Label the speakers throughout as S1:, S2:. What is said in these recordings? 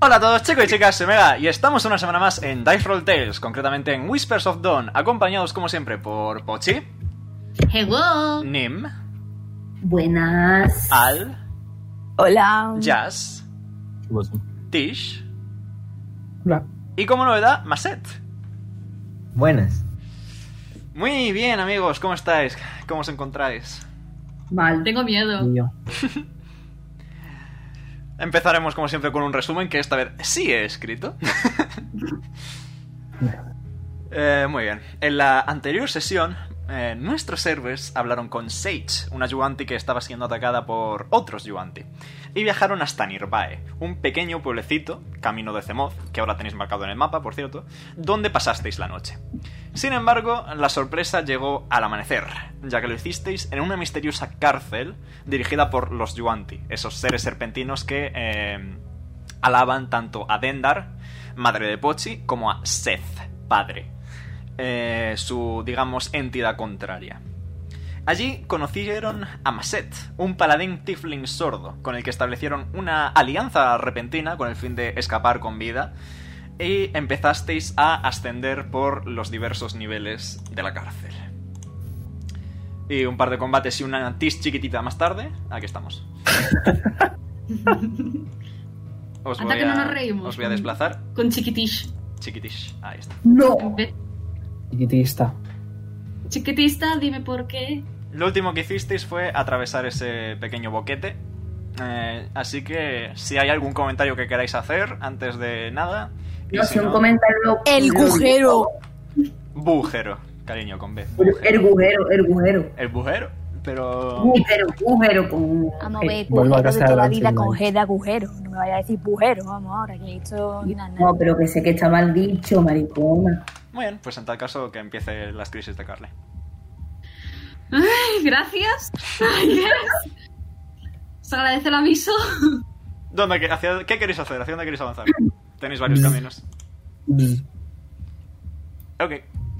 S1: Hola a todos chicos y chicas, soy Mega y estamos una semana más en Dice Roll Tales, concretamente en Whispers of Dawn, acompañados como siempre por Pochi,
S2: Hello. Ah.
S1: Nim,
S2: Buenas.
S1: Al,
S3: Hola.
S1: Jazz, Tish
S4: Hola.
S1: y como novedad, Maset.
S5: Buenas.
S1: Muy bien amigos, ¿cómo estáis? ¿Cómo os encontráis?
S2: Mal, tengo miedo.
S4: Y yo.
S1: Empezaremos como siempre con un resumen que esta vez sí he escrito. Eh, muy bien. En la anterior sesión, eh, nuestros héroes hablaron con Sage, una Yuanti que estaba siendo atacada por otros Yuanti, y viajaron hasta Nirvae, un pequeño pueblecito, camino de Zemoz, que ahora tenéis marcado en el mapa, por cierto, donde pasasteis la noche. Sin embargo, la sorpresa llegó al amanecer, ya que lo hicisteis en una misteriosa cárcel dirigida por los Yuanti, esos seres serpentinos que eh, alaban tanto a Dendar, madre de Pochi, como a Seth, padre, eh, su, digamos, entidad contraria. Allí conocieron a Maset, un paladín tifling sordo, con el que establecieron una alianza repentina con el fin de escapar con vida, y empezasteis a ascender por los diversos niveles de la cárcel. Y un par de combates y una tis chiquitita más tarde, aquí estamos. Os
S2: Anda
S1: voy,
S2: que no
S1: a,
S2: nos reímos.
S1: os voy a desplazar.
S2: Con chiquitish.
S1: Chiquitish, ahí está.
S4: No.
S2: Ve-
S4: Chiquitista.
S2: Chiquitista, dime por qué.
S1: Lo último que hicisteis fue atravesar ese pequeño boquete. Eh, así que si hay algún comentario que queráis hacer antes de nada. y
S6: No,
S1: si
S6: si un
S1: no,
S6: comentario.
S3: El agujero.
S1: Bujero, cariño, con B.
S6: El
S1: bujero.
S6: agujero, el agujero.
S1: El bujero, pero.
S6: Agujero, agujero con un.
S3: Vamos a ver,
S4: Vuelvo
S3: agujero
S4: a
S3: de
S4: casa
S3: toda la
S4: de
S3: vida con
S4: Lancelot.
S3: G de agujero. No me vaya a decir bujero, vamos ahora, que esto na, na.
S6: No, pero que sé que está mal dicho, maricona.
S1: Muy bien, pues en tal caso que empiece las crisis de Carly.
S2: Ay, Gracias. Ay, yes. Se agradece el aviso.
S1: ¿Dónde, que- hacia- ¿Qué queréis hacer? ¿Hacia dónde queréis avanzar? Tenéis varios caminos. Ok.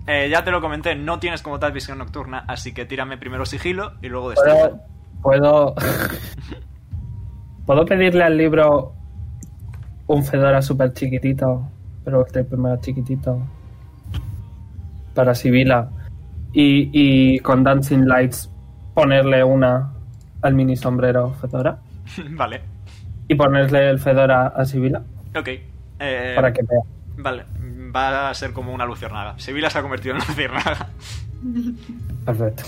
S1: Eh, ya te lo comenté, no tienes como tal visión nocturna, así que tírame primero sigilo y luego destreza.
S4: Puedo. Puedo. Puedo pedirle al libro un Fedora súper chiquitito, pero este primero chiquitito. Para Sibila. Y, y con Dancing Lights ponerle una al mini sombrero Fedora.
S1: vale.
S4: Y ponerle el Fedora a Sibila
S1: Ok. Eh,
S4: para que vea.
S1: Vale, va a ser como una luciérnaga. Sevilla se ha convertido en una luciérnaga.
S4: Perfecto.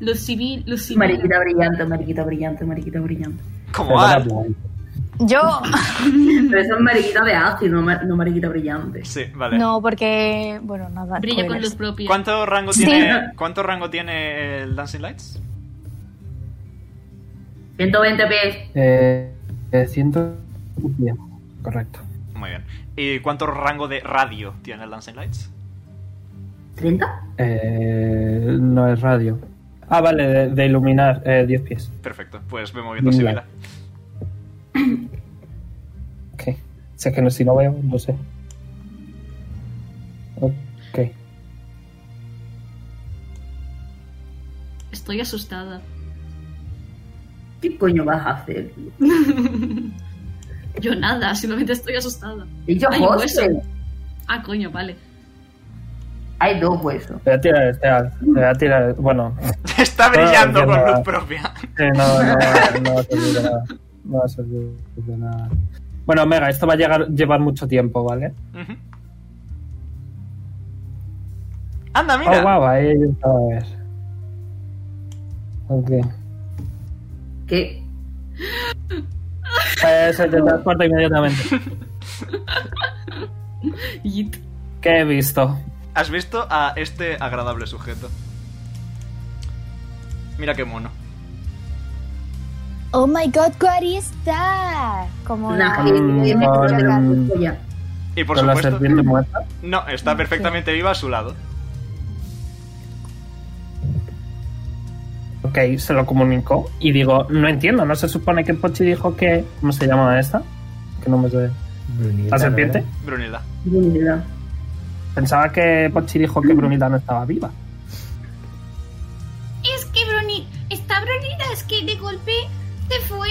S2: Los civil, los civil.
S6: Mariquita brillante, mariquita brillante, mariquita brillante.
S1: Como
S4: Fedora
S1: Al.
S4: blanco.
S3: Yo.
S6: Pero eso es mariquita de ácido, no, mar- no mariquita brillante.
S1: Sí, vale.
S3: No, porque. Bueno, nada. pues,
S2: Brilla con
S3: spoilers.
S2: luz propia.
S1: ¿Cuánto rango
S3: Sí.
S1: tiene cuánto rango tiene el Dancing Lights?
S6: 120 pies.
S4: Eh, eh, 110. Correcto.
S1: Muy bien. ¿Y cuánto rango de radio tiene el Dancing Lights?
S6: ¿30?
S4: Eh, no es radio. Ah, vale, de, de iluminar eh, 10 pies.
S1: Perfecto, pues voy moviendo
S4: Vale.
S1: Sevilla.
S4: Ok. Si es que no, si no veo, no sé. Ok.
S2: Estoy asustada.
S6: ¿Qué coño vas a hacer?
S2: Yo nada, simplemente estoy asustada.
S6: Y yo,
S2: Hay un
S6: José,
S2: hueso. Ah, coño, vale.
S6: hay dos huesos.
S4: Voy a tirar este al. Voy a tirar. Bueno,
S1: Está brillando
S4: Ah,
S1: con
S4: bien,
S1: luz
S4: va.
S1: propia.
S4: eh, no, no, no va a servir de nada. No va a servir de nada. Bueno, Mega, esto va a llegar, llevar mucho tiempo, ¿vale?
S1: Ujú. Anda,
S4: Oh,
S1: mira.
S4: wow, ahí hay un cadáver. Ok.
S6: ¿Qué?
S4: Eh, se te transporta inmediatamente.
S2: Yit.
S4: ¿Qué he visto?
S1: ¿Has visto a este agradable sujeto? Mira qué mono.
S3: Oh my god, what is that? Como la-
S6: Una
S4: Mm,
S6: gente, eh, me
S4: no,
S6: escucha
S4: no,
S6: la
S4: no.
S6: cebolla.
S1: Y por
S4: ¿Con la
S1: supuesto,
S4: serpiente muerta?
S1: no, está perfectamente viva a su lado.
S4: Ok, se lo comunicó y digo, no entiendo, ¿no se supone que Pochi dijo que... ¿Cómo se llama esta? Que no me sé.
S5: Brunilda,
S4: ¿La serpiente?
S1: Brunilda.
S6: Mira.
S4: Pensaba que Pochi dijo que Brunilda no estaba viva.
S7: Es que Bruni está Brunita, es que de golpe se fue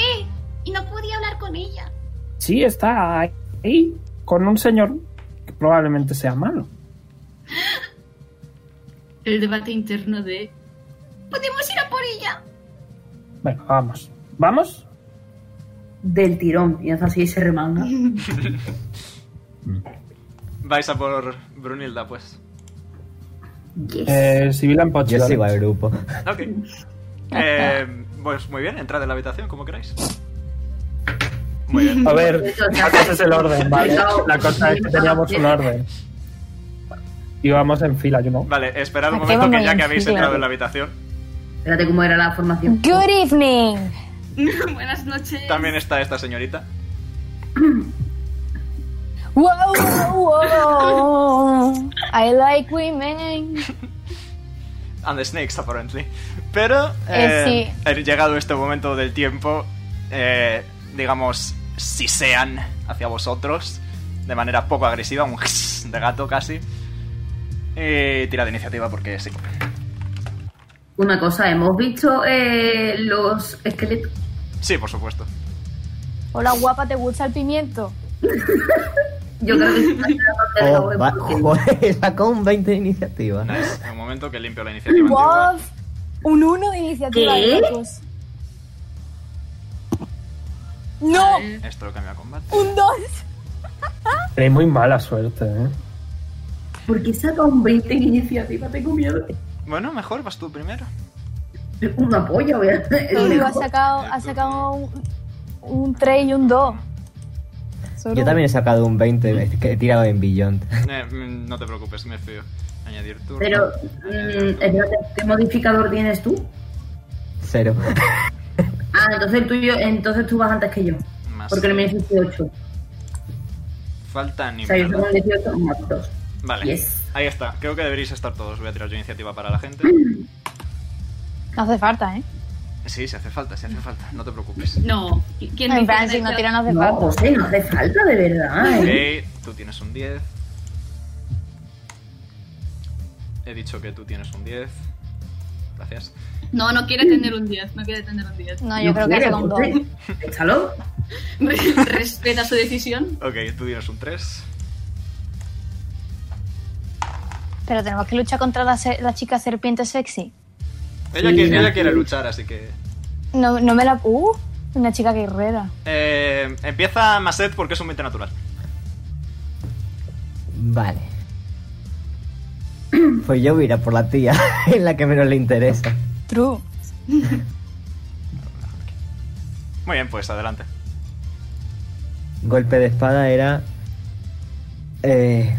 S7: y no podía hablar con ella.
S4: Sí, está ahí con un señor que probablemente sea malo.
S2: El debate interno de. ¡Podemos ir a por ella!
S4: Bueno, vamos. ¿Vamos?
S6: Del tirón. Y hace así y se remanga.
S1: Vais a por Brunilda, pues.
S6: Yes.
S4: Eh, Sibila en
S5: Yo
S4: Pochi.
S5: sigo al grupo.
S1: Ok. Eh, pues muy bien, entrad en la habitación como queráis. Muy bien.
S4: A ver, la cosa es el orden, ¿vale? La cosa es que teníamos un orden. Íbamos en fila, yo no.
S1: Vale, esperad un
S3: Aquí
S1: momento que
S3: vamos
S1: ya
S3: en
S1: que habéis
S3: fila.
S1: entrado en la habitación,
S6: Espérate cómo era la formación.
S3: Good evening.
S2: Buenas noches.
S1: también está esta señorita.
S3: Wow, wow. I like women.
S1: And the snakes, apparently. Pero,
S3: Eh,
S1: eh, he llegado este momento del tiempo, eh, digamos, sisean hacia vosotros de manera poco agresiva, un de gato casi. Y tira de iniciativa porque sí.
S6: Una cosa, hemos visto eh, los esqueletos.
S1: Sí, por supuesto.
S3: Hola guapa, ¿te gusta el pimiento?
S6: Yo creo que sí, la parte de
S5: Oh,
S6: los-
S5: va-
S6: porque-
S5: joder, sacó un 20 de iniciativa.
S1: Nice. Un momento que limpio la iniciativa. antigua.
S3: Wow. Un uno de iniciativa
S6: ¿Qué?
S3: de locos. No,
S1: Esto lo cambia a combate.
S3: un dos.
S4: Tenéis muy mala suerte, ¿eh?
S6: ¿Por qué saca un 20 en iniciativa? Tengo miedo.
S1: Bueno, mejor vas tú primero.
S6: Una polla, voy a
S3: Digo, ha sacado, ha sacado un, un 3 y un 2.
S5: Yo también he sacado un 20, es que he tirado en Beyond.
S1: Eh, mm, no te preocupes, me fío. Añadir turno.
S6: Pero, mm, espérate, ¿qué modificador tienes tú?
S5: Cero.
S6: Ah, entonces el tuyo, entonces tú vas antes que yo.
S1: Más
S6: Porque el mío es 18.
S1: Falta ni
S6: O sea, yo
S1: mierda.
S6: tengo un 18 más 2.
S1: Vale.
S6: Yes.
S1: Ahí está. Creo que deberéis estar todos. Voy a tirar yo iniciativa para la gente.
S3: No hace falta, ¿eh?
S1: Sí, se hace falta, se hace falta. No te preocupes.
S2: No. ¿Quién
S3: En
S2: dice
S3: plan, si no
S2: eso?
S3: tira, no hace
S6: No,
S3: falta.
S6: José, no hace falta, de verdad. ¿eh?
S1: Ok, tú tienes un 10. He dicho que tú tienes un 10. Gracias.
S2: No, no quiere tener un 10. No quiere tener un 10.
S3: No, yo creo que hace
S6: quiere,
S3: con 2.
S6: José. Échalo.
S2: Respeta su decisión.
S1: Ok, tú tienes un 3.
S3: Pero tenemos que luchar contra la, se- la chica serpiente sexy.
S1: Ella,
S6: Sí,
S1: quiere, ella
S6: sí.
S1: quiere luchar, así que.
S3: No, no me la. Uh, una chica guerrera.
S1: Eh, empieza Maset porque es un 20 natural.
S5: Vale. Pues yo voy a ir a por la tía, en la que menos le interesa.
S3: True.
S1: Muy bien, pues adelante.
S5: Golpe de espada era. Eh.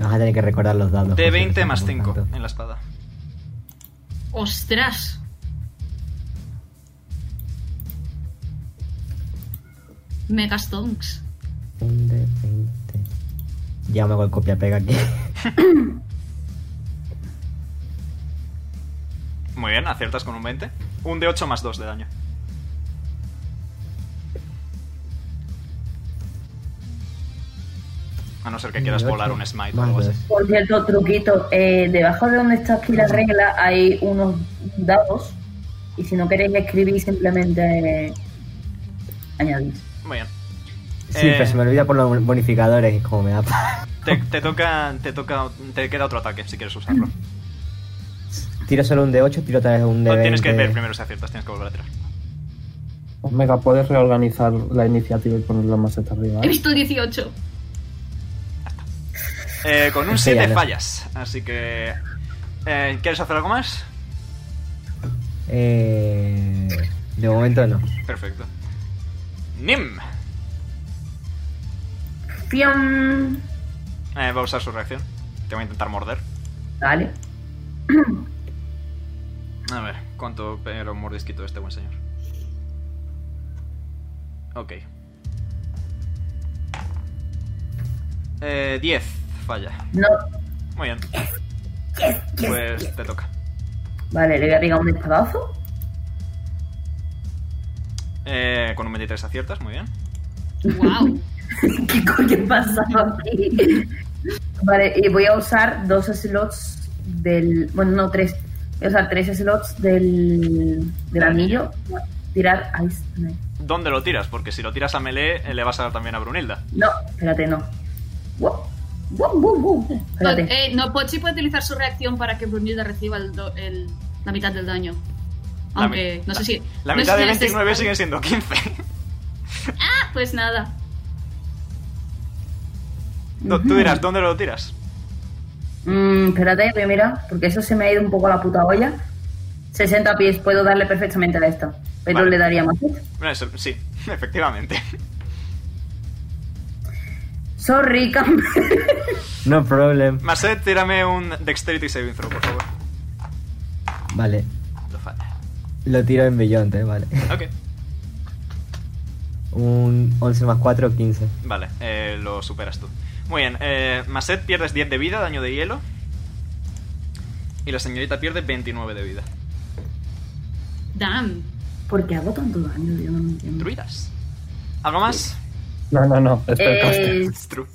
S5: Vas a tener que recordar los dados. José, pues que
S1: T20
S5: son
S1: más
S5: muy
S1: 5
S5: tanto.
S1: en la espada.
S2: Ostras. Megastonks.
S5: Un de 20. Ya me hago el copia-pega aquí.
S1: Muy bien, aciertas con un 20. Un de 8 más 2 de daño. A no ser que quieras
S5: Un de
S1: volar
S5: ocho
S1: un smite o
S5: más
S1: algo así.
S5: dos.
S6: Por cierto, truquito, eh, debajo de donde está aquí la regla hay unos dados y si no queréis escribir simplemente eh, añadís.
S1: Muy bien.
S5: Sí,
S1: Eh.
S5: pero se me olvida por los bonificadores, como me da. pa-
S1: Te, te toca, te toca, te queda otro ataque si quieres usarlo.
S5: Tiro solo un de 8, tiro otra vez un de
S1: No, tienes que
S5: 20.
S1: ver primero si aciertas, tienes que volver a tirar.
S4: Omega, puedes reorganizar la iniciativa y ponerla más hasta arriba.
S2: He
S4: ¿eh?
S2: visto el 18.
S1: Eh, con un
S5: Sí, ya
S1: 7
S5: no.
S1: fallas, así que... eh, ¿Quieres hacer algo más?
S5: Eh, de momento no.
S1: Perfecto. Nim.
S6: ¡Fiam!
S1: Eh, va a usar su reacción. Te va a intentar morder.
S6: Vale.
S1: A ver, ¿cuánto pelo mordisquito de este buen señor? Ok. Eh, 10, falla.
S6: No,
S1: Muy bien. Pues te toca.
S6: vale, le voy a pegar un espadazo.
S1: Eh, con un 23 aciertas, muy bien.
S2: Wow.
S6: ¿Qué coño pasaba aquí? Vale, y voy a usar dos slots del. Bueno, no, tres. Voy a usar tres slots del. del anillo. Tirar Ice Knife.
S1: dónde lo tiras, porque si lo tiras a melee eh, le vas a dar también a Brunilda.
S6: No, espérate, no. Wow, wow, wow, wow.
S2: No,
S6: Espérate.
S2: eh, no, Pochi puede utilizar su reacción para que Brunilda reciba el do- el- la mitad del daño.
S1: La
S2: Aunque,
S1: mi-
S2: no sé si.
S1: La
S2: no
S1: mitad
S2: sé
S1: de
S2: si es
S1: 29
S2: esta-
S1: sigue siendo 15.
S2: Ah, pues nada.
S1: Do- Tú dirás, ¿dónde lo tiras?
S6: Mm, espérate, voy a mirar, porque eso se me ha ido un poco a la puta olla. 60 pies, puedo darle perfectamente a esta, pero
S1: Vale.
S6: le daría más hit.
S1: Bueno, eso- sí, efectivamente.
S6: Sorry, Campbell.
S5: No problem.
S1: Maset, tírame un Dexterity Saving Throw, por favor.
S5: Vale.
S1: Lo falla.
S5: Lo tiro en Beyond, eh, vale.
S1: Ok,
S5: Un 11 más 4, 15.
S1: vale, eh, lo superas tú. Muy bien, eh, Maset pierdes 10 de vida, daño de hielo. Y la señorita pierde 29 de vida.
S2: Damn.
S6: ¿Por qué hago tanto daño? Yo no lo entiendo.
S1: Druidas. ¿Algo más?
S4: No, no, no. Esto es caster.
S6: Eh,
S1: It's true.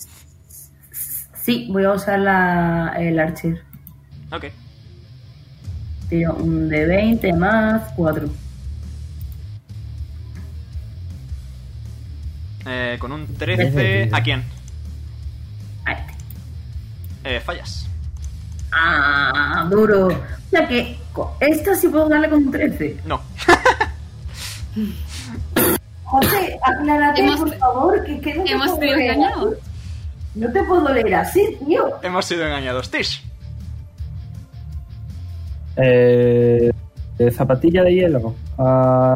S6: sí, voy a usar la, el Archer.
S1: Ok,
S6: Tiro un de 20 más 4.
S1: eh, con un
S5: Trece de
S1: 13...
S5: vida.
S1: ¿A quién?
S6: A este.
S1: Eh, fallas.
S6: Ah, duro. O sea que co- esta sí puedo darle con un 13.
S1: No.
S6: José, aclárate,
S2: Hemos-
S6: por favor, que, que no te
S2: Hemos
S6: puedo
S2: sido
S6: leer
S2: engañados.
S6: así. No te puedo leer así, tío.
S1: Hemos sido engañados. Tish.
S4: Eh, eh, zapatilla de hielo. A,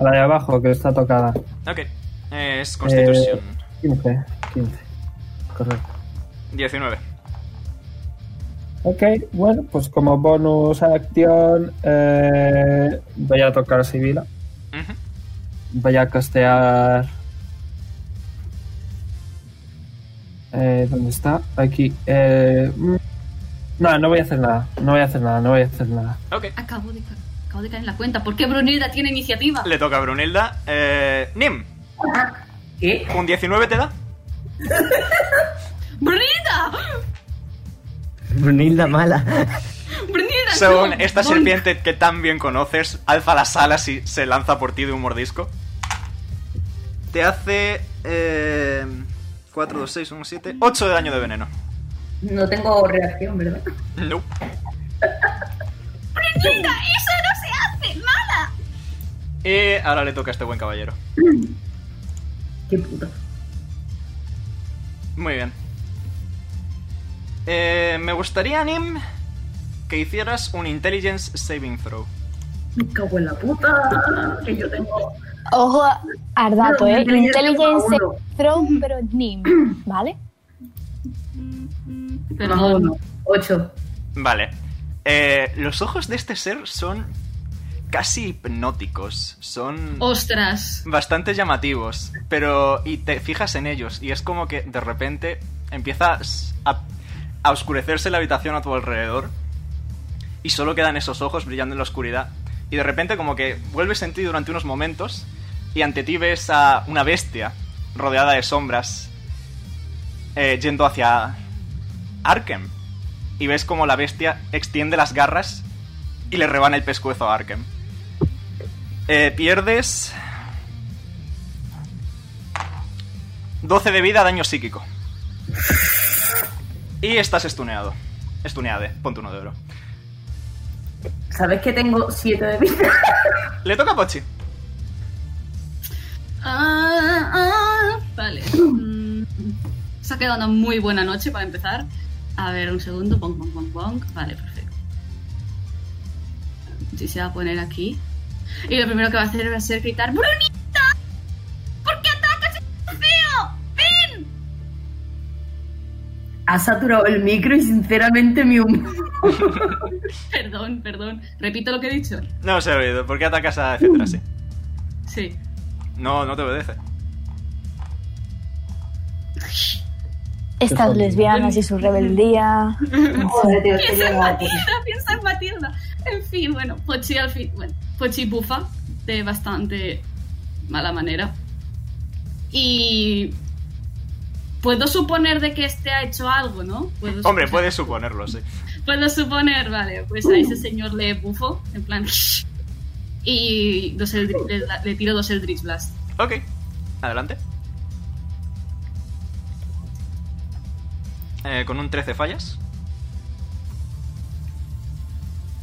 S4: a la de abajo, que está tocada.
S1: Ok. Eh, es Constitution.
S4: Eh, 15, 15. Correcto.
S1: 19.
S4: Ok, bueno, pues como bonus acción eh, voy a tocar a Sibila.
S1: Ujú.
S4: Voy a castear... Eh, ¿Dónde está? Aquí. Eh, mm, no, no voy a hacer nada. No voy a hacer nada, no voy a hacer nada.
S1: Ok.
S2: Acabo de, ca- acabo de caer en la cuenta. ¿Por qué Brunilda tiene iniciativa?
S1: Le toca a Brunilda. Eh, Nim,
S6: ¿Qué?
S1: ¿un 19 te da?
S2: ¡Brunilda!
S5: Brunilda mala.
S2: ¡Brunilda!
S1: Según
S2: no!
S1: esta
S2: Bonk.
S1: serpiente que tan bien conoces, alza las alas y se lanza por ti de un mordisco. Te hace. Eh, 4, 2, 6, 1, 7. 8 de daño de veneno.
S6: No tengo reacción, ¿verdad?
S1: No.
S2: ¡Brunilda! ¡Eso no se hace! ¡Mala!
S1: Y ahora le toca a este buen caballero.
S6: Qué puto.
S1: Muy bien. Eh, me gustaría, Nim, que hicieras un Intelligence Saving Throw.
S6: Me cago en la puta. Que yo tengo.
S3: Ojo a- al dato,
S6: Pero
S3: ¿eh?
S6: mi intelligencia
S3: Intelligence
S6: más uno.
S3: throw, pero nim, ¿vale?
S2: Pero
S6: Más uno. Ocho.
S1: Vale. Eh, los ojos de este ser son casi hipnóticos. Son
S2: Ostras.
S1: bastante llamativos. Pero. Y te fijas en ellos. Y es como que de repente empiezas a, a oscurecerse la habitación a tu alrededor. Y solo quedan esos ojos brillando en la oscuridad. Y de repente, como que vuelves en ti durante unos momentos. Y ante ti ves a una bestia rodeada de sombras. eh, yendo hacia Arkham. Y ves como la bestia extiende las garras y le rebana el pescuezo a Arkham. Eh, pierdes 12 de vida, daño psíquico. Y estás estuneado. Estuneade, ponte uno de oro.
S6: ¿Sabes que tengo siete de vida?
S1: Le toca a Pochi.
S2: Ah, ah, vale. Mm, Se ha quedado una muy buena noche para empezar. A ver, un segundo. Bonk, bonk, bonk, bonk. Vale, perfecto. Sí, se va a poner aquí. Y lo primero que va a hacer va a ser gritar: ¡Brunita! ¿Por qué atacas? ¡Es feo! ¡Ven!
S6: Ha saturado el micro y sinceramente mi humor.
S2: Perdón, perdón. Repito lo que he dicho.
S1: No se ha oído. ¿Por qué atacas a etcétera así?
S2: Sí.
S1: No, no te obedece.
S3: Estas lesbianas y su rebeldía.
S6: Joder, tío,
S2: Piensa en
S6: lleva-
S2: Matilda, piensa en Matilda. En fin, bueno, Pochi al fin, bueno, Pochi bufa de bastante mala manera. Y puedo suponer de que este ha hecho algo, ¿no? Puedo
S1: Hombre,
S2: suponer-
S1: puedes suponerlo, sí.
S2: Puedo suponer, vale, pues a ese señor le bufo, en plan Y dos Eldritch- le, da- le tiro dos Eldritch Blast.
S1: Ok, adelante. Eh, con un 13 fallas.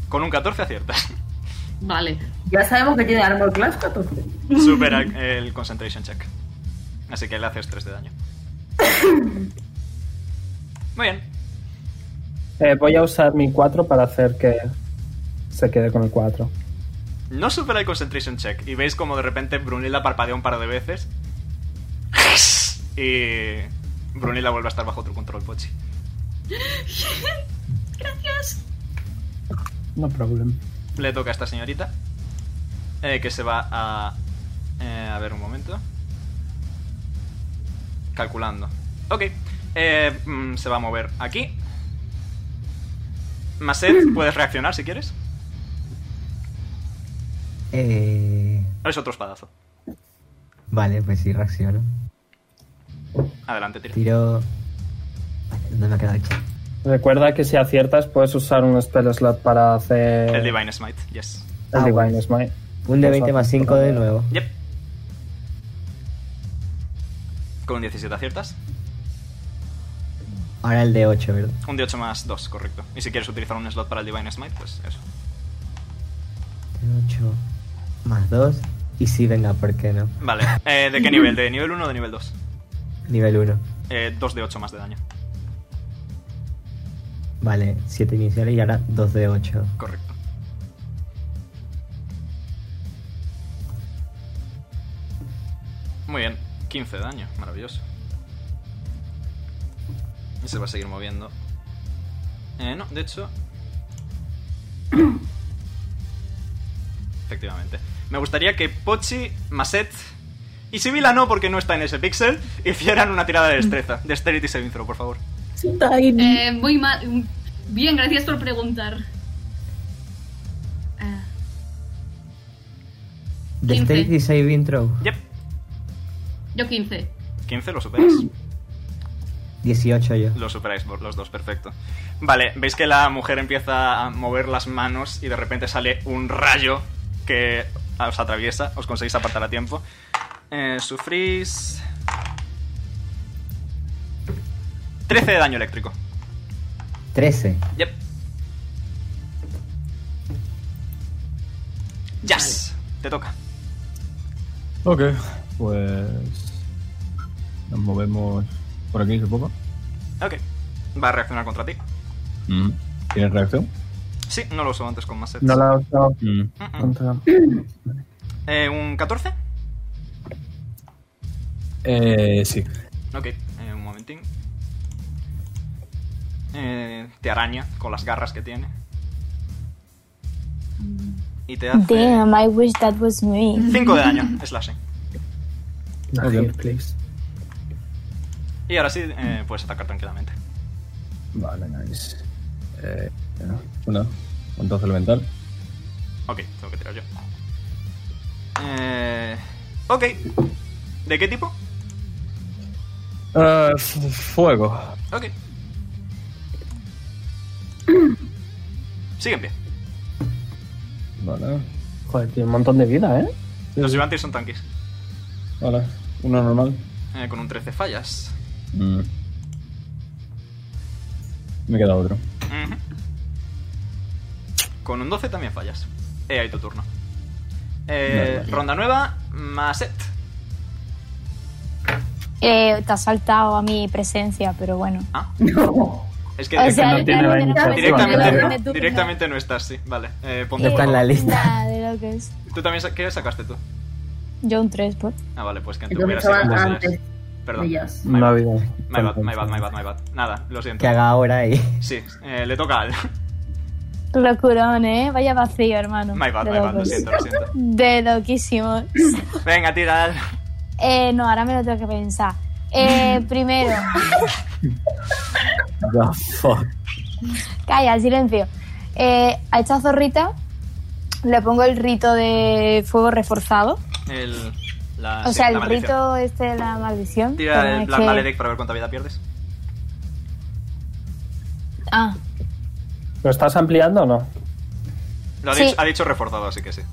S1: Con un 14 aciertas.
S2: Vale.
S6: Ya sabemos que tiene armor class 14.
S1: Supera el concentration check. Así que le haces 3 de daño. Muy bien.
S4: Eh, voy a usar mi 4 para hacer que se quede con el 4.
S1: No supera el concentration check. Y veis como de repente Brunilda parpadea un par de veces. Y. Brunilda vuelve a estar bajo tu control, Pochi.
S2: Gracias.
S4: No problem.
S1: Le toca a esta señorita. eh, que se va a. eh, a ver un momento. Calculando. Ok. eh, mm, se va a mover aquí. Maset, puedes reaccionar si quieres.
S5: Eh,
S1: Es otro espadazo.
S5: vale, pues sí, reacciono.
S1: Adelante, tira.
S5: Tiro. Vale, ¿dónde me ha quedado hecho?
S4: Recuerda que si aciertas puedes usar un spell slot para hacer
S1: El Divine Smite, yes.
S5: Ah,
S4: el Divine
S5: bueno.
S4: Smite.
S5: Un de 20 más 5 de nuevo.
S1: Yep. Con un 17 aciertas.
S5: Ahora el de 8, ¿verdad?
S1: Un de 8 más 2, correcto. Y si quieres utilizar un slot para el Divine Smite, pues eso.
S5: De 8 más 2. Y sí, venga, ¿por qué no?
S1: Vale. eh, ¿De qué nivel? ¿De nivel 1 o de nivel 2?
S5: Nivel 1.
S1: Eh, 2 de 8 más de daño.
S5: Vale, 7 iniciales y ahora 2 de 8.
S1: Correcto. Muy bien, 15 de daño, maravilloso. Y se va a seguir moviendo. Eh, no, de hecho... Efectivamente. Me gustaría que Pochi, Maset y Sibila no, porque no está en ese pixel, hicieran una tirada de destreza. Dexterity saving throw, por favor.
S2: Eh, muy mal. Bien, gracias por preguntar. Eh,
S5: Dexterity Saving Throw.
S1: Yep,
S2: yo 15.
S1: 15 lo superas.
S5: 18 yo.
S1: Lo superáis por los dos, perfecto. Vale, veis que la mujer empieza a mover las manos y de repente sale un rayo que os atraviesa, os conseguís apartar a tiempo. Eh, sufrís... 13 de daño eléctrico.
S5: 13.
S1: Yep. Jazz, te toca.
S7: Ok, pues. Nos movemos por aquí, supongo.
S1: Ok. Va a reaccionar contra ti.
S7: Mm. ¿Tienes reacción?
S1: Sí, no lo usó antes con más sets.
S4: No la he usado
S7: Mm.
S1: Mm, mm.
S4: contra...
S1: Eh, ¿Un 14?
S7: Eh, sí.
S1: Ok, eh, un momentín. Eh, te araña con las garras que tiene. Y te hace
S3: Damn, I wish that was me.
S1: 5 de daño, slashing.
S7: Ok.
S4: Nahir, please.
S1: Y ahora sí, eh, puedes atacar tranquilamente.
S7: Vale, nice. Eh, una. Entonces elemental.
S1: Ok, tengo que tirar yo. Eh, ok. ¿De qué tipo?
S7: Eh, f- fuego.
S1: Ok. Sigue en pie.
S7: Vale.
S4: Joder, tiene un montón de vida, ¿eh?
S1: Los Ivantis son tanques.
S7: Vale. Uno normal.
S1: Eh, con un 13 fallas.
S7: Mm. Me queda otro.
S1: Ujú. Con un 12 también fallas. Eh, ahí tu turno. Eh,
S7: Vale.
S1: Ronda nueva, Maset.
S3: Eh, te has saltado a mi presencia, pero bueno.
S1: Ah,
S6: No.
S1: es que
S3: O
S1: directa-
S3: sea,
S4: no tiene
S3: claro,
S4: la
S3: directamente-
S7: iniciativa.
S3: directamente tú,
S1: directamente,
S3: ¿no?
S1: directamente no estás, sí. Vale, eh, ponte
S5: No está en la
S1: por-
S5: lista.
S3: Nada de lo que es.
S1: ¿Tú también sa- qué sacaste tú?
S3: Yo un 3, por.
S1: Ah, vale, pues que antes
S6: Entonces
S1: hubiera sido
S6: estaban
S1: antes de
S6: antes
S1: ellas.
S6: de
S1: Perdón.
S6: ellas.
S1: My
S4: No ha
S1: bad.
S4: habido.
S1: My bad, my bad, my bad, my bad. Nada, lo siento.
S5: Que haga ahora y.
S1: Sí, eh, le toca al.
S3: Locurón, ¿eh? Vaya vacío, hermano.
S1: My bad,
S3: de
S1: my bad, lo
S3: locos.
S1: siento, lo siento.
S3: De loquísimo.
S1: Venga, tira al.
S3: Eh, no, ahora me lo tengo que pensar. Eh, primero,
S7: The fuck.
S3: calla, silencio. Eh, a esta zorrita le pongo el rito de fuego reforzado.
S1: El, la,
S3: o
S1: Ah, sí,
S3: sea,
S1: la
S3: el
S1: maldición.
S3: rito este de la maldición. pero
S1: Tira el
S3: es
S1: Black
S3: que-
S1: Maledec para ver cuánta vida pierdes.
S3: Ah,
S4: ¿Lo estás ampliando o no?
S1: Lo ha,
S3: Sí.
S1: dicho, ha dicho reforzado, así que sí.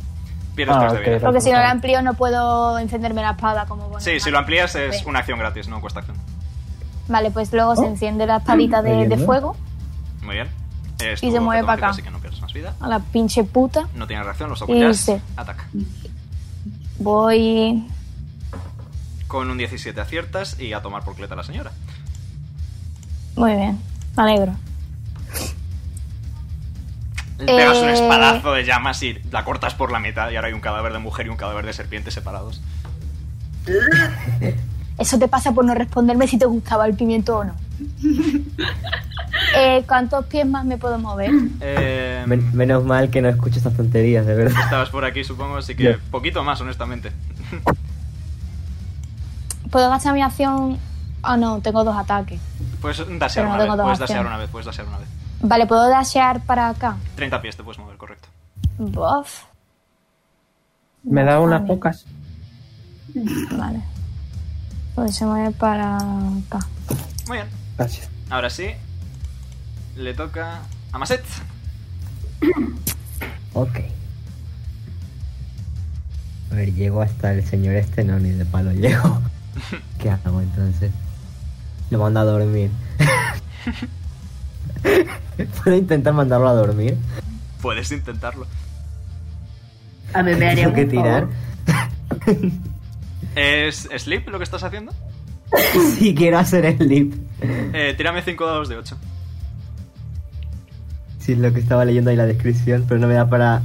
S1: Pierdes
S4: Ah,
S1: tres de
S4: ok,
S1: vida.
S4: vale.
S3: Porque si no la amplío no puedo encenderme la espada como bueno.
S1: Sí, si lo amplías es
S3: Sí.
S1: una acción gratis, no cuesta acción.
S3: Vale, pues luego se enciende la espadita de- de,
S7: Leyendo.
S3: fuego
S1: Muy bien. Es
S3: Y
S1: tu
S3: se mueve
S1: automático,
S3: para acá.
S1: Así que no pierdes más vida.
S3: a la pinche puta.
S1: No tiene reacción, los
S3: Y
S1: apoyas.
S3: se-
S1: Ataca.
S3: Voy...
S1: Con un 17 aciertas y a tomar por cleta a la señora.
S3: Muy bien, me alegro.
S1: Le pegas un
S3: Eh.
S1: espadazo de llamas y la cortas por la mitad y ahora hay un cadáver de mujer y un cadáver de serpiente separados.
S3: Eso te pasa por no responderme si te gustaba el pimiento o no. Eh, ¿Cuántos pies más me puedo mover?
S1: Eh,
S5: Men- menos mal que no escucho estas tonterías, de verdad.
S1: estabas por aquí, supongo, así que
S7: Bien.
S1: poquito más, honestamente.
S3: ¿Puedo gastar mi acción? Ah, no, tengo dos ataques.
S1: Puedes dasear
S3: Pero no
S1: una vez,
S3: tengo otra
S1: puedes dasear
S3: opción.
S1: una vez, puedes dasear una vez.
S3: Vale, ¿puedo dashear para acá?
S1: 30 pies te puedes mover, correcto.
S3: Buff.
S4: Me da unas
S3: Vale.
S4: pocas.
S3: Vale. Pues se mueve para acá.
S1: Muy bien.
S4: Gracias.
S1: Ahora sí. Le toca a Maset.
S5: Ok. A ver, llego hasta el señor este, no, ni de palo llego. ¿Qué hago entonces? Lo mando a dormir. ¿Puedo intentar mandarlo a dormir?
S1: Puedes intentarlo.
S6: A mí me haría
S5: Tengo
S6: un
S5: que tirar.
S6: favor.
S1: ¿Es Sleep lo que estás haciendo?
S5: Si quiero hacer el leap.
S1: Eh, tírame 5 dados de 8.
S5: Si es lo que estaba leyendo ahí la descripción, pero no me da para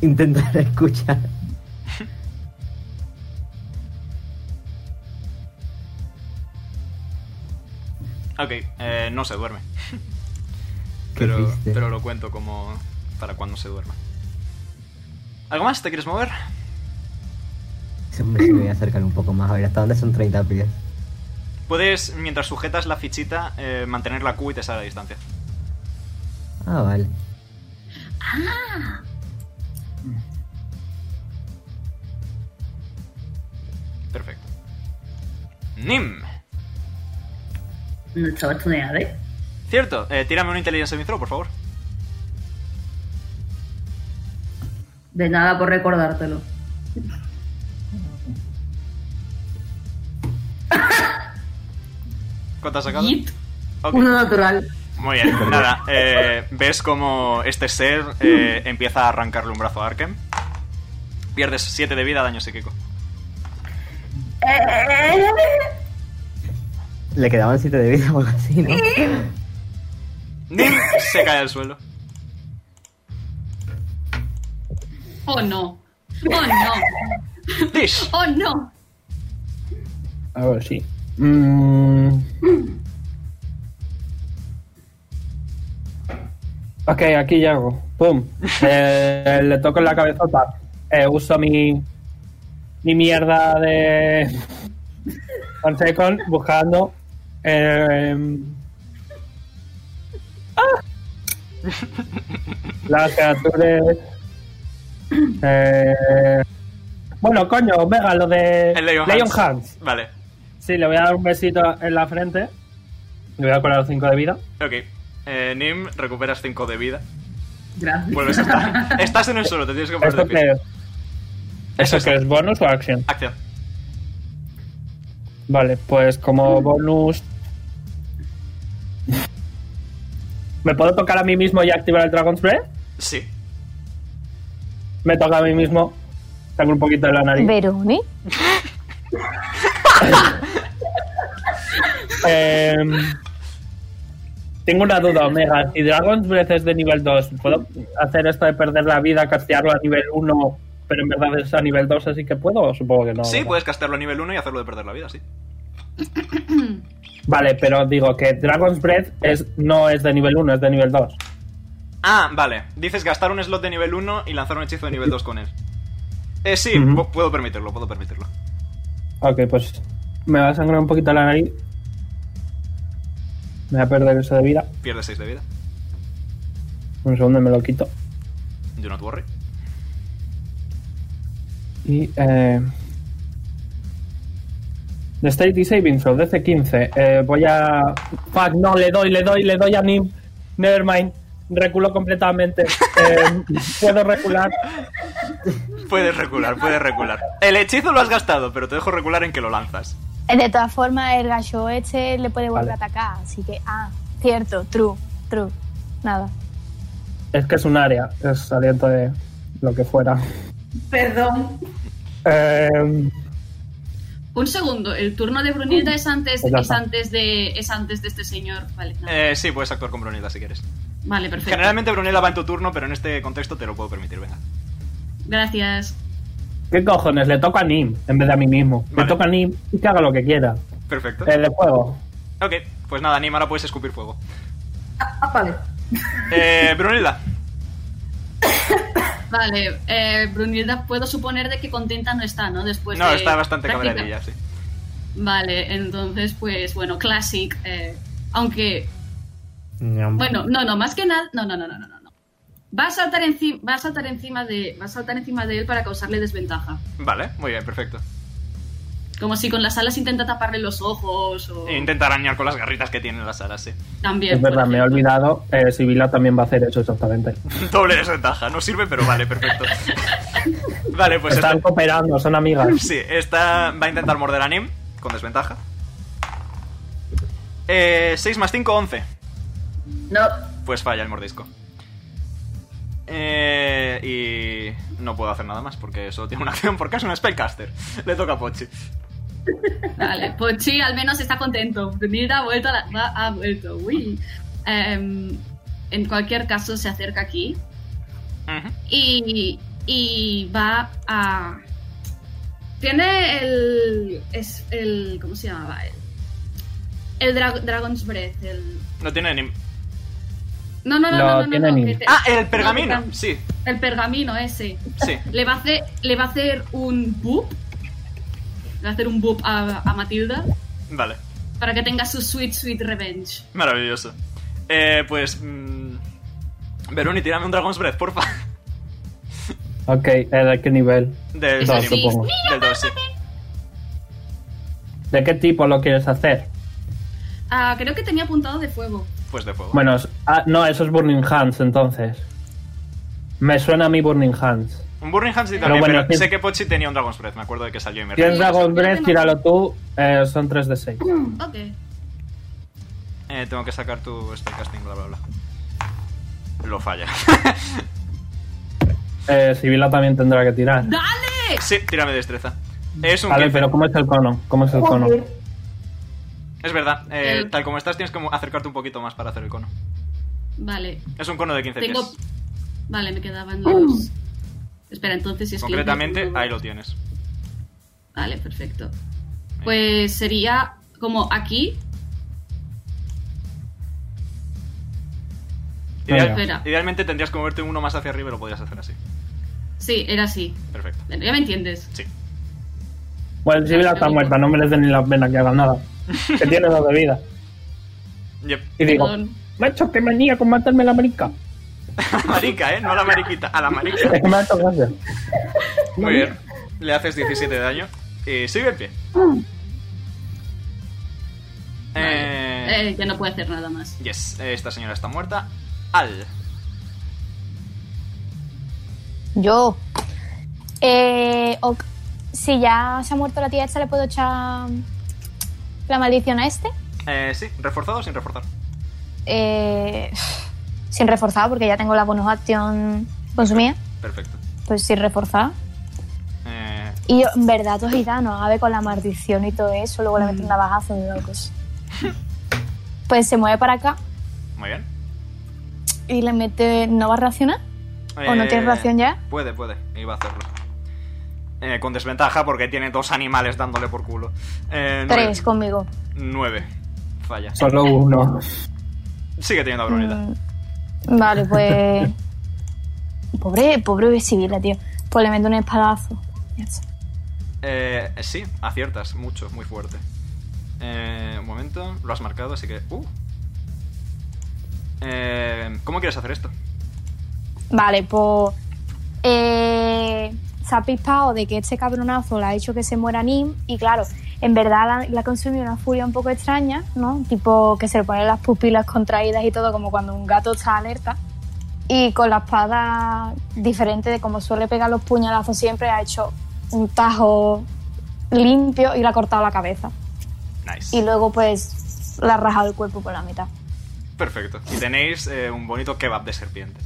S5: intentar escuchar.
S1: Ok, eh, no se duerme.
S5: Qué
S1: Pero,
S5: triste.
S1: pero lo cuento como para cuando se duerma. ¿Algo más? ¿Te quieres mover?
S5: Ese hombre se me voy a acercar un poco más. A ver, ¿hasta dónde son 30 pies?
S1: Puedes, mientras sujetas la fichita, eh, mantener la Q y te sale a la distancia.
S5: Ah, vale.
S1: Perfecto. Nim.
S6: No estaba estuneada, ¿eh?
S1: Cierto, eh, tírame un Intelligence Saving Throw, por favor.
S6: De nada por recordártelo.
S1: ¿Cuánto has sacado?
S2: Yeet.
S1: Ok.
S6: Uno natural.
S1: Muy bien, nada. eh, Ves como este ser eh, empieza a arrancarle un brazo a Arkem. Pierdes 7 de vida, daño psíquico.
S6: Eh,
S5: Le quedaban 7 de vida o algo así, ¿no?
S1: Nim se cae al suelo.
S2: Oh no. Oh no.
S1: Tish.
S2: Oh no.
S4: A ver, sí. Mm. Ok, aquí llego. ¡Pum! Eh, le toco en la cabezota. Eh, uso mi. Mi mierda de. One second, buscando. eh, ¡ah! Las criaturas. Eh, bueno, coño, venga, lo de.
S1: El Leon, Hands.
S4: Hands.
S1: Vale.
S4: Sí, le voy a dar un besito en la frente. Le voy a curar 5 de vida.
S1: Ok. Eh, Nim, recuperas 5 de vida.
S6: Gracias.
S1: Vuelves a estar. Estás en el suelo, te tienes que poner de
S4: ¿Esto qué
S1: pie.
S4: es? ¿Eso qué es? ¿Bonus o acción?
S1: Acción.
S4: Vale, pues como bonus. ¿Me puedo tocar a mí mismo y activar el Dragon's Breath?
S1: Sí.
S4: Me toca a mí mismo. Saco un poquito de la nariz.
S3: Veroni.
S4: Em, tengo una duda, Omega. Si Dragon's Breath es de nivel 2, ¿puedo hacer esto de perder la vida, castearlo a nivel 1, pero en verdad es a nivel 2, así que puedo? Supongo que no.
S1: sí,
S4: ¿verdad?
S1: puedes castearlo a nivel 1 y hacerlo de perder la vida, sí.
S4: Vale, pero digo que Dragon's Breath es, no es de nivel 1, es de nivel 2.
S1: Ah, vale. Dices gastar un slot de nivel 1 y lanzar un hechizo de nivel 2 con él. Eh, sí,
S4: Ujú.
S1: pu- puedo permitirlo, puedo permitirlo.
S4: Ok, pues me va a sangrar un poquito la nariz. Me voy a perder eso de vida.
S1: Pierdes 6 de vida.
S4: Un segundo y me lo quito.
S1: Do not worry.
S4: Y... Eh, The State is Saving Throw, DC15. Eh, voy a... Fuck, no, le doy, le doy, le doy a Nim. Nevermind. Reculo completamente. Eh, puedo recular.
S1: Puedes recular, puedes recular. El hechizo lo has gastado, pero te dejo recular en que lo lanzas.
S3: Eh, De todas formas, el gacho este le puede volver
S4: Vale.
S3: a atacar, así que, ah, cierto, true, true. Nada.
S4: Es que es un área, es saliendo de lo que fuera.
S6: Perdón.
S4: Eh,
S2: Un segundo, el turno de Brunilda es antes,
S4: Pues ya
S2: es
S4: está.
S2: antes de es antes de este señor. Vale, no.
S1: Eh, sí, puedes actuar con Brunilda si quieres.
S2: vale perfecto.
S1: Generalmente Brunilda va en tu turno, pero en este contexto te lo puedo permitir, venga.
S2: Gracias.
S4: ¿Qué cojones? Le toca a Nim en vez de a mí mismo.
S1: Vale. Pues-
S4: Le toca a Nim y que haga lo que quiera.
S1: Perfecto.
S4: El de fuego.
S1: Ok, pues nada, Nim, ahora puedes escupir fuego.
S6: Ah, vale.
S1: Eh, Brunilda.
S2: Vale, eh, Brunilda, puedo suponer de que contenta no está, ¿no? Después
S1: No,
S2: de
S1: está bastante
S2: práctica.
S1: cabreadilla, sí.
S2: Vale, entonces, pues bueno, Classic. eh, aunque
S5: Ñam.
S2: Bueno, no, no, más que nada. No, no, no, no, no, no, no. Va a saltar encima, va a saltar encima de. Va a saltar encima de él para causarle desventaja.
S1: Vale, muy bien, perfecto.
S2: Como si con las alas intenta taparle los ojos o.
S1: Intenta arañar con las garritas que tiene en las alas, sí.
S2: También.
S4: Es verdad,
S2: por
S4: me he
S2: ejemplo.
S4: olvidado. Eh, Sibila también va a hacer eso exactamente.
S1: Doble desventaja, no sirve, pero vale, perfecto. Vale, pues
S4: Están
S1: está.
S4: cooperando, son amigas.
S1: Sí, esta va a intentar morder a Nim, con desventaja. Eh, 6 más 5, 11.
S6: No,
S1: Pues falla el mordisco. Eh, y no puedo hacer nada más porque solo tiene una acción porque es un spellcaster. Le toca a Pochi.
S2: Vale, pues sí, al menos está contento. Brunilda ha vuelto a la. va- Ha vuelto, uy. Em, en cualquier caso, se acerca aquí
S1: Ujú.
S2: y. Y va a. Tiene el. Es el. ¿Cómo se llamaba? El, el Dra- Dragon's Breath, el.
S1: No tiene Nim.
S2: No, no, no,
S4: Lo
S2: no, no,
S4: tiene
S2: no,
S4: ni-
S2: que te-
S1: Ah, el
S2: no,
S1: pergamino.
S2: pergam-
S1: Sí,
S2: el pergamino ese.
S1: sí.
S2: Le va a hacer, le va a hacer un boop. Le va a hacer un boop a, a Matilda
S1: Vale.
S2: para que tenga su sweet, sweet revenge.
S1: Maravilloso. Eh, pues. mm, Veruni, tírame un Dragon's Breath, porfa.
S4: Ok, eh, ¿de qué nivel?
S1: Del
S2: Eso
S4: Dos,
S1: Nim.
S2: sí.
S4: supongo.
S1: Del dos, sí.
S4: ¿De qué tipo lo quieres hacer?
S2: Ah, creo que tenía apuntado de fuego.
S1: Pues de fuego.
S4: Bueno, es- ah, no, eso es Burning Hands entonces. Me suena a mí Burning Hands.
S1: Un Burning Hands sí
S4: Pero
S1: también,
S4: bueno,
S1: pero
S4: sí.
S1: sé que Pochi tenía un Dragon's Breath, me acuerdo de que salió y me reí.
S4: Tienes
S2: Sí, eso
S4: Dragon
S2: creo que
S4: Breath,
S2: no.
S4: tíralo tú. eh, son 3 de 6.
S2: Ok.
S1: Eh, tengo que sacar tu spellcasting, bla, bla, bla. Lo falla.
S4: Eh, Sibila también tendrá que tirar.
S2: ¡Dale!
S1: sí, tírame destreza. Es un
S4: Vale,
S1: 15.
S4: pero ¿cómo es el cono? ¿Cómo es el cono?
S6: joder.
S1: Es verdad, eh,
S2: El-
S1: tal como estás tienes que mo- acercarte un poquito más para hacer el cono.
S2: Vale,
S1: Es un cono de 15
S2: tengo.
S1: pies.
S2: Vale, me quedaban los. Espera, entonces si es que-
S1: Concretamente, ahí lo tienes.
S2: Vale, perfecto. Pues sería como aquí.
S1: Ideal-
S2: Espera.
S1: idealmente tendrías que moverte uno más hacia arriba y lo podrías hacer así.
S2: Sí, era así.
S1: Perfecto.
S2: Bueno, ya me entiendes.
S1: Sí.
S4: Bueno, Sibila está muerta, no merece ni la pena que haga nada. Que tiene dos de vida.
S1: Yep.
S4: Y digo,
S2: Perdón.
S4: macho, qué manía con matarme la marica.
S1: marica, ¿eh? No a la mariquita, a la marica.
S4: Es que me ha hecho gracia.
S1: Muy bien. Le haces 17 de daño y sigue en pie. Eh,
S2: Eh, ya no puede hacer nada más.
S1: yes, esta señora está muerta. Al.
S3: Yo. Eh, ok. Si ya se ha muerto la tía esta, ¿le puedo echar la maldición a este?
S1: Eh, sí, reforzado o sin reforzar.
S3: Eh, sin reforzar, porque ya tengo la bonus action consumida.
S1: Perfecto.
S3: Pues sin reforzar.
S1: Eh,
S3: Y yo, en verdad, todos gitanos, a ver, con la maldición y todo eso, luego le meten un navajazo de locos. Pues se mueve para acá
S1: muy bien.
S3: y le mete. ¿No va a reaccionar? ¿O no
S1: Eh,
S3: tiene reacción ya?
S1: Puede, puede. Iba a hacerlo. Eh, con desventaja porque tiene dos animales dándole por culo. Eh, nueve.
S3: Tres conmigo.
S1: Nueve. Falla.
S4: Solo uno.
S1: Sigue teniendo a Brunilda.
S3: Mm, Vale, pues. pobre, pobre civila, tío. Pues le meto un espadazo. Ya está.
S1: Eh, sí, aciertas mucho, muy fuerte. Eh, un momento, lo has marcado, así que... Uh. Eh, ¿Cómo quieres hacer esto?
S3: Vale, pues. eh, se ha pispado de que este cabronazo le ha hecho que se muera Nim. Y claro, en verdad la- la ha consumido una furia un poco extraña, ¿no? Tipo que se le ponen las pupilas contraídas y todo, como cuando un gato está alerta. Y con la espada, diferente de como suele pegar los puñalazos siempre, ha hecho un tajo limpio y le ha cortado la cabeza.
S1: Nice.
S3: Y luego, pues, le ha rajado el cuerpo por la mitad.
S1: Perfecto. Y tenéis eh, un bonito kebab de serpiente.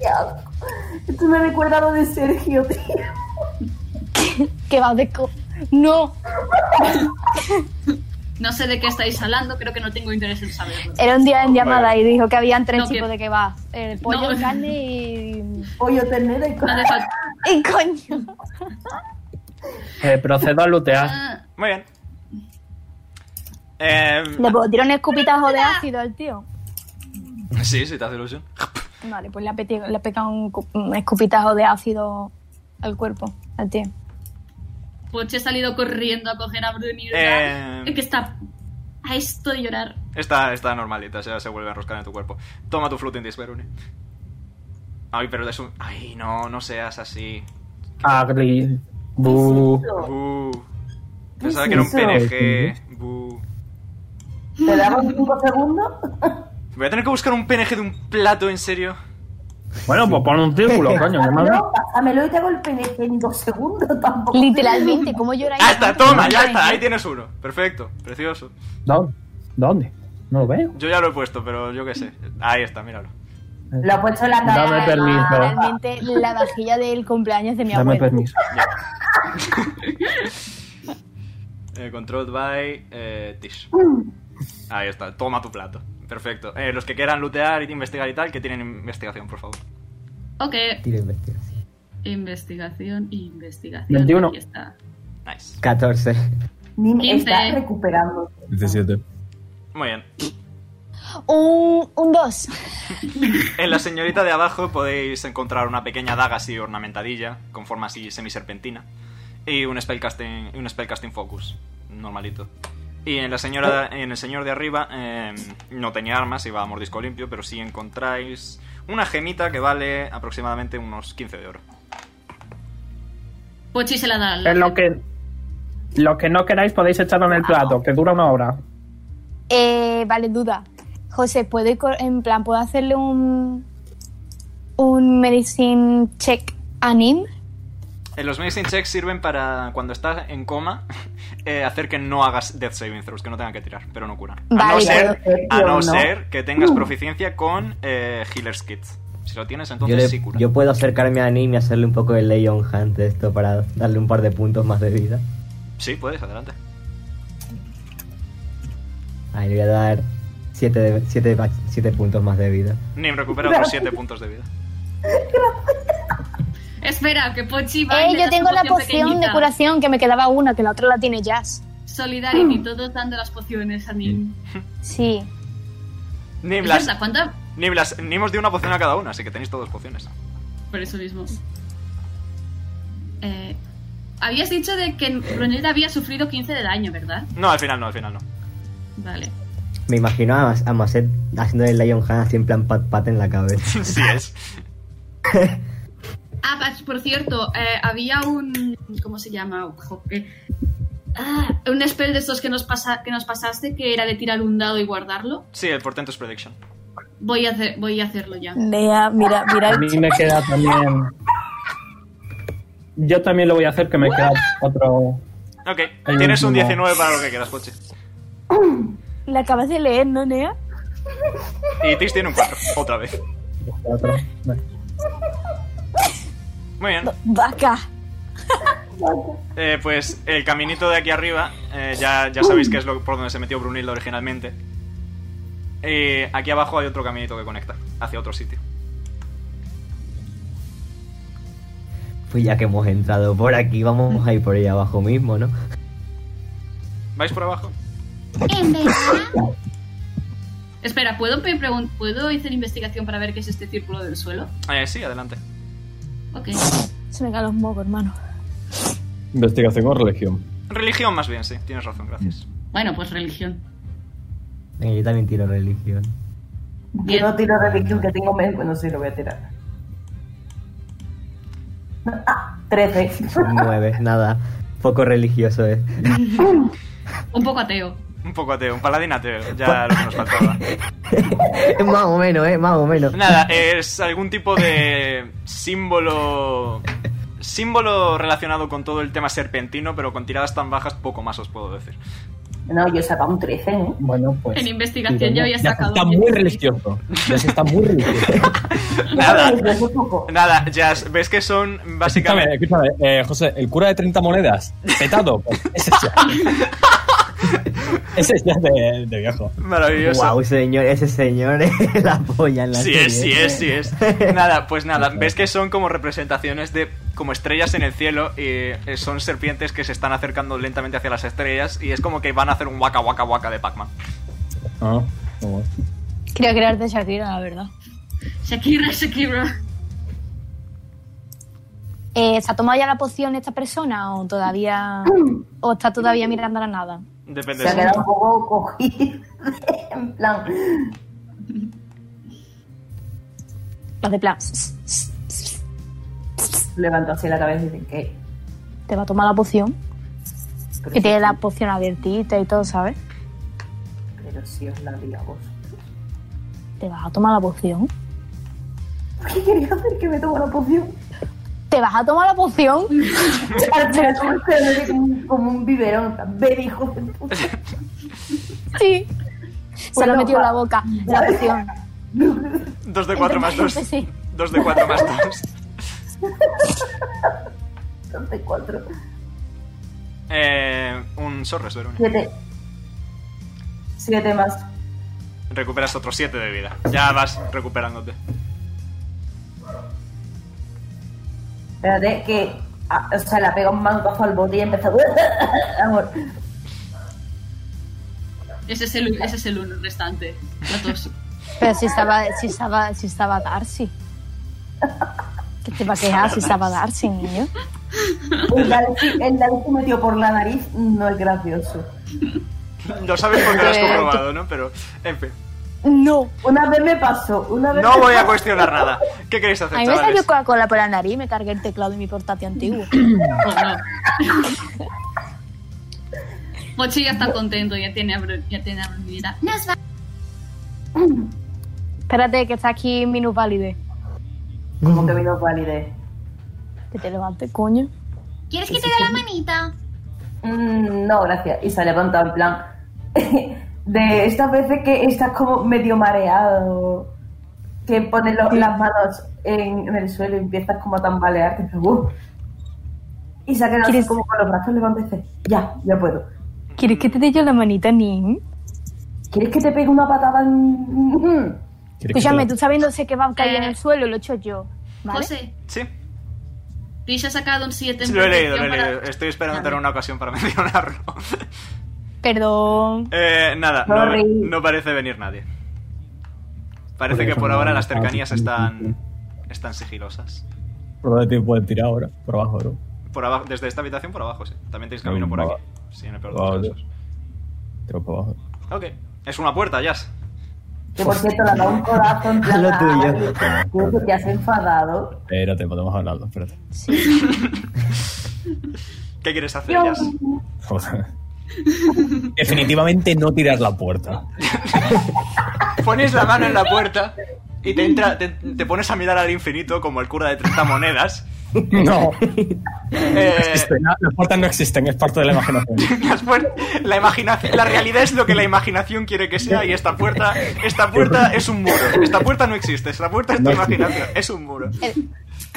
S6: Qué asco. Esto me recuerda a lo de Sergio, tío.
S3: Que va de co. ¡No!
S2: No sé de qué estáis hablando, creo que no tengo interés en saberlo.
S3: Era un día en llamada y dijo que habían tres
S2: No, que-
S3: tipos de kebab. El pollo,
S2: No.
S3: carne y...
S6: Pollo ternera y
S2: No hace falta.
S3: ¡Y coño!
S4: Eh, procedo a lootear.
S2: Ah,
S1: Muy bien. Eh,
S3: Le puedo tirar un escupitajo de ácido al tío.
S1: sí, sí, te hace ilusión.
S3: Vale, pues le ha, peti- le ha pegado un, cu- un escupitajo de ácido al cuerpo, al tío.
S2: Pochi ha Pues salido corriendo a coger a Bruno y
S1: Eh.
S2: llorar. Es que está a esto de llorar.
S1: Está, está normalita, se, se vuelve a enroscar en tu cuerpo. Toma tu Floating Disperune. Ay, pero es un... Ay, no, no seas así.
S4: Agri. Bu.
S1: Buh.
S6: ¿Qué
S1: Pensaba
S6: es
S1: que era un
S6: eso?
S1: PNG. Buh.
S6: ¿Te damos 5 segundos?
S1: Voy a tener que buscar un PNG de un plato, en serio.
S4: Bueno, pues pon un círculo, coño. que más da.
S6: Pásamelo, pásamelo y te hago el PNG en 2 segundos tampoco.
S3: Literalmente, ¿cómo llora?
S1: ¡Ya está! ¡Toma! ¡Ya está! Ahí tienes uno. Perfecto. Precioso.
S4: ¿Dónde? ¿Dónde? No lo veo.
S1: Yo ya lo he puesto, pero yo qué sé. Ahí está, míralo.
S6: Lo ha puesto en la cara.
S4: Dame permiso.
S3: Realmente la vajilla del cumpleaños de mi
S4: Dame
S3: abuela.
S4: permiso.
S1: Eh, controlled by eh, Tish. Ahí está. Toma tu plato. Perfecto. Eh, los que quieran lootear y investigar y tal, que tienen investigación, por favor.
S2: Ok.
S5: Tiro investigación.
S2: Investigación, investigación.
S4: 21.
S2: Aquí está.
S1: Nice.
S5: 14.
S6: Nim
S2: Quince.
S6: está recuperando.
S7: 17.
S1: Muy bien.
S3: Un, un dos.
S1: En la señorita de abajo podéis encontrar una pequeña daga así ornamentadilla, con forma así semiserpentina, y un spellcasting, y un spellcasting focus, normalito. Y en la señora, en el señor de arriba eh, no tenía armas, iba a mordisco limpio, pero sí encontráis una gemita que vale aproximadamente unos 15 de oro.
S2: Pochi se la da. al-
S4: Es lo que. Lo que no queráis podéis echarlo en el plato, que dura una hora.
S3: Eh, vale, duda. José, ¿puedo ir co- en plan, puedo hacerle un un medicine check a Nim?
S1: Eh, los medicine checks sirven para cuando estás en coma eh, hacer que no hagas death saving throws, que no tenga que tirar, pero no curar. A no
S3: Vale.
S1: ser, a
S6: Pero
S1: no
S6: no.
S1: ser que tengas proficiencia con eh, healer's kit. Si lo tienes,
S5: Yo,
S1: entonces
S5: le-
S1: sí cura.
S5: yo puedo acercarme a Nim y hacerle un poco de Lay on Hunt de esto para darle un par de puntos más de vida.
S1: Sí, puedes, adelante.
S5: Ahí le voy a dar 7 de, siete ba- siete puntos más de vida.
S1: Nim recupera otros 7 puntos de vida.
S2: Espera, que Pochi va. y
S3: Eh,
S2: le
S3: yo
S2: da
S3: tengo
S2: su
S3: la poción
S2: pequeñita.
S3: de curación que me quedaba una, que la otra la tiene Jazz.
S2: Solidarity,
S3: Mm.
S2: todos dando las pociones a Nim.
S3: Sí.
S1: Nim,
S2: ¿Es
S1: las,
S2: verdad? ¿Cuánta?
S1: Nim, las- Nim os dio una poción a cada una, así que tenéis todas pociones.
S2: Por eso mismo. Eh, habías dicho de que Brunilda había sufrido 15 de daño, ¿verdad?
S1: No, al final no, al final no.
S2: Vale.
S5: Me imagino a, Mas- a Maset haciendo el Lay on Hunt así en plan pat pat en la cabeza.
S1: sí es.
S2: Ah, pas- por cierto, eh, había un. ¿Cómo se llama? Ojo, que- Ah, un spell de estos que nos, pasa, que nos pasaste que era de tirar un dado y guardarlo.
S1: Sí, el portentus prediction.
S2: Voy a, hacer, voy a hacerlo ya.
S3: Mira, mira, mira.
S4: A mí me queda también. Yo también lo voy a hacer, que me queda otro.
S1: Ok,
S4: Hay
S1: tienes un
S4: un
S1: 19 para lo que quieras, Pochi.
S3: La acabas de leer, ¿no, Nea?
S1: Y Tis tiene un 4, otra vez.
S4: otro.
S1: Muy bien,
S3: Vaca.
S1: eh, pues el caminito de aquí arriba, eh, ya, ya sabéis que es lo, por donde se metió Brunilda originalmente. Eh, aquí abajo hay otro caminito que conecta hacia otro sitio.
S5: Pues ya que hemos entrado por aquí, vamos a ir por ahí abajo mismo, ¿no?
S1: ¿Vais por abajo?
S2: Espera, ¿puedo, pe- pregun- ¿puedo hacer investigación para ver qué es este círculo del suelo?
S1: Eh, sí, adelante.
S2: Ok.
S3: Se me caen los mocos, hermano.
S7: Investigación o religión.
S1: Religión más bien, sí, tienes razón, gracias.
S2: Bueno, pues religión.
S5: Eh, Yo también tiro religión.
S6: Yo no
S2: Bien.
S6: tiro religión que tengo menos. Bueno, sí, lo voy a tirar. Ah, 13.
S5: ¿eh? Son nueve, nada. Poco religioso es.
S2: Un poco ateo.
S1: Un poco ateo, un paladín ateo, ya lo que nos faltaba.
S5: más o menos, eh, más o menos.
S1: Nada, es algún tipo de símbolo. Símbolo relacionado con todo el tema serpentino, pero con tiradas tan bajas poco más os puedo decir.
S6: No, yo he sacado un 13, ¿eh?
S4: Bueno, pues.
S2: En investigación
S4: sí,
S2: ya había
S7: Ya
S2: sacado.
S7: está
S2: un
S7: muy
S2: 16.
S7: religioso. Ya está muy religioso.
S1: Nada,
S6: Hace poco.
S1: nada, Jazz, ves que son
S7: Escúchame,
S1: básicamente.
S7: escúchame, eh, José, el cura de 30 monedas, petado. pues, ese es ya. Ese es ya de, de viejo.
S1: Maravilloso.
S5: Wow, señor, ese señor es la polla en la
S1: Sí
S5: serie. ¿eh?
S1: es, sí es, sí es. Nada, pues nada, ves que son como representaciones de como estrellas en el cielo y eh, son serpientes que se están acercando lentamente hacia las estrellas y es como que van a hacer un waka waka waka de Pac-Man.
S7: Ah, bueno.
S3: Quería crear de Shakira, la verdad.
S2: Shakira, Shakira.
S3: Eh, ¿Se ha tomado ya la poción esta persona o todavía o está todavía mirando a la nada?
S1: Depende
S6: Se
S1: de
S6: ha quedado un poco cogido. en plan.
S3: Los de plan,
S6: Levanto así la cabeza y dice que.
S3: te va a tomar la poción y tiene la poción abiertita y todo, ¿sabes?
S6: Pero si os la digo a vos.
S3: Te vas a tomar la poción.
S6: ¿Por qué quería hacer que me tomo la poción?
S3: ¿Te vas a tomar la poción?
S6: Pero como, pero como un- como un biberón. en plan, Ven, hijo de puta.
S3: Sí. Se
S6: Pues
S3: lo ha
S6: no,
S3: metido en
S6: va.
S3: la boca, la poción.
S1: 2 de 4 más 2.
S3: Sí.
S1: 2 de 4 más 2.
S6: Entonces, cuatro.
S1: Eh, un sorres, Verónica.
S6: Siete. Siete más.
S1: Recuperas otros 7 de vida. Ya vas recuperándote.
S6: Espérate, que. ah, o sea, la pega un manotazo al bote y empieza. Amor.
S2: Ese es el, ese es el uno restante. Los dos.
S3: Pero si estaba, si estaba, si estaba Darcy. ¿Qué te va a quejar si estaba Darcy, niño?
S6: El Darcy, el Darcy metió por la nariz. No es gracioso.
S1: Lo sabes porque lo has
S3: Eh,
S1: comprobado, ¿no? Pero, en fin.
S3: No.
S6: Una vez me pasó. Una vez
S1: No
S6: me
S1: voy a
S6: pasó.
S1: cuestionar nada. ¿Qué queréis hacer,
S3: A mí me
S1: chavales?
S3: salió Coca-Cola por la nariz y me cargué el teclado de mi portátil antiguo.
S2: Oh, no. Mochi ya está contento, ya tiene, abro- ya tiene habilidad. Nos va.
S3: Espérate, que está aquí Minus Valide.
S6: Como que vino validez.
S3: Que te levantes, coño.
S8: ¿Quieres
S7: Pues
S8: que te dé la manita?
S6: Mm, no, gracias. Y se ha levantado en plan. De estas veces que estás como medio mareado, que pones lo- las manos en, en el suelo y empiezas como a tambalearte. pero, uh. y se ha quedado así
S3: ¿Quieres-
S6: como con los brazos levantados y dice, ya, ya puedo.
S3: ¿Quieres que te dé yo la manita, Nin?
S6: ¿Quieres que te pegue una patada en...?
S7: ¿Quieres que
S3: Escúchame,
S7: te-
S3: tú sabiéndose que va a caer en
S2: Eh.
S3: el suelo, lo he hecho yo. ¿Vale?
S2: José,
S1: Sí,
S2: Pish ha sacado un 7
S1: lo he leído, lo he leído. Estoy esperando tener una ocasión para mencionarlo.
S3: Perdón.
S1: Eh, nada, no,
S6: Sorry.
S1: no parece venir nadie. Parece que por ahora las cercanías están, están sigilosas.
S7: ¿Por dónde te pueden tirar ahora? Por abajo, ¿no?
S1: Por abajo, desde esta habitación por abajo, sí. También tenéis camino por aquí. Sí, en el peor de
S7: Vale.
S1: los casos.
S7: Tiro por abajo.
S1: Ok. Es una puerta, Jazz.
S6: Que por cierto, le ha dado un codazo en plan...
S5: Lo tuyo.
S6: "Ay, creo que te has enfadado.
S7: Espérate, podemos hablarlo, espérate.
S1: ¿Qué quieres hacer, Jazz?
S7: Joder. Definitivamente no tirar la puerta.
S1: Pones la mano en la puerta y te, entra, te, te pones a mirar al infinito como el cura de 30 monedas.
S7: No.
S1: Eh,
S7: Existe, no, las puertas no existen, es parte de la imaginación.
S1: las puer- la, imaginación, la realidad es lo que la imaginación quiere que sea y esta puerta, esta puerta es un muro. Esta puerta no existe, esta puerta es tu
S7: No existe.
S1: imaginación, es un muro.
S3: ¿El,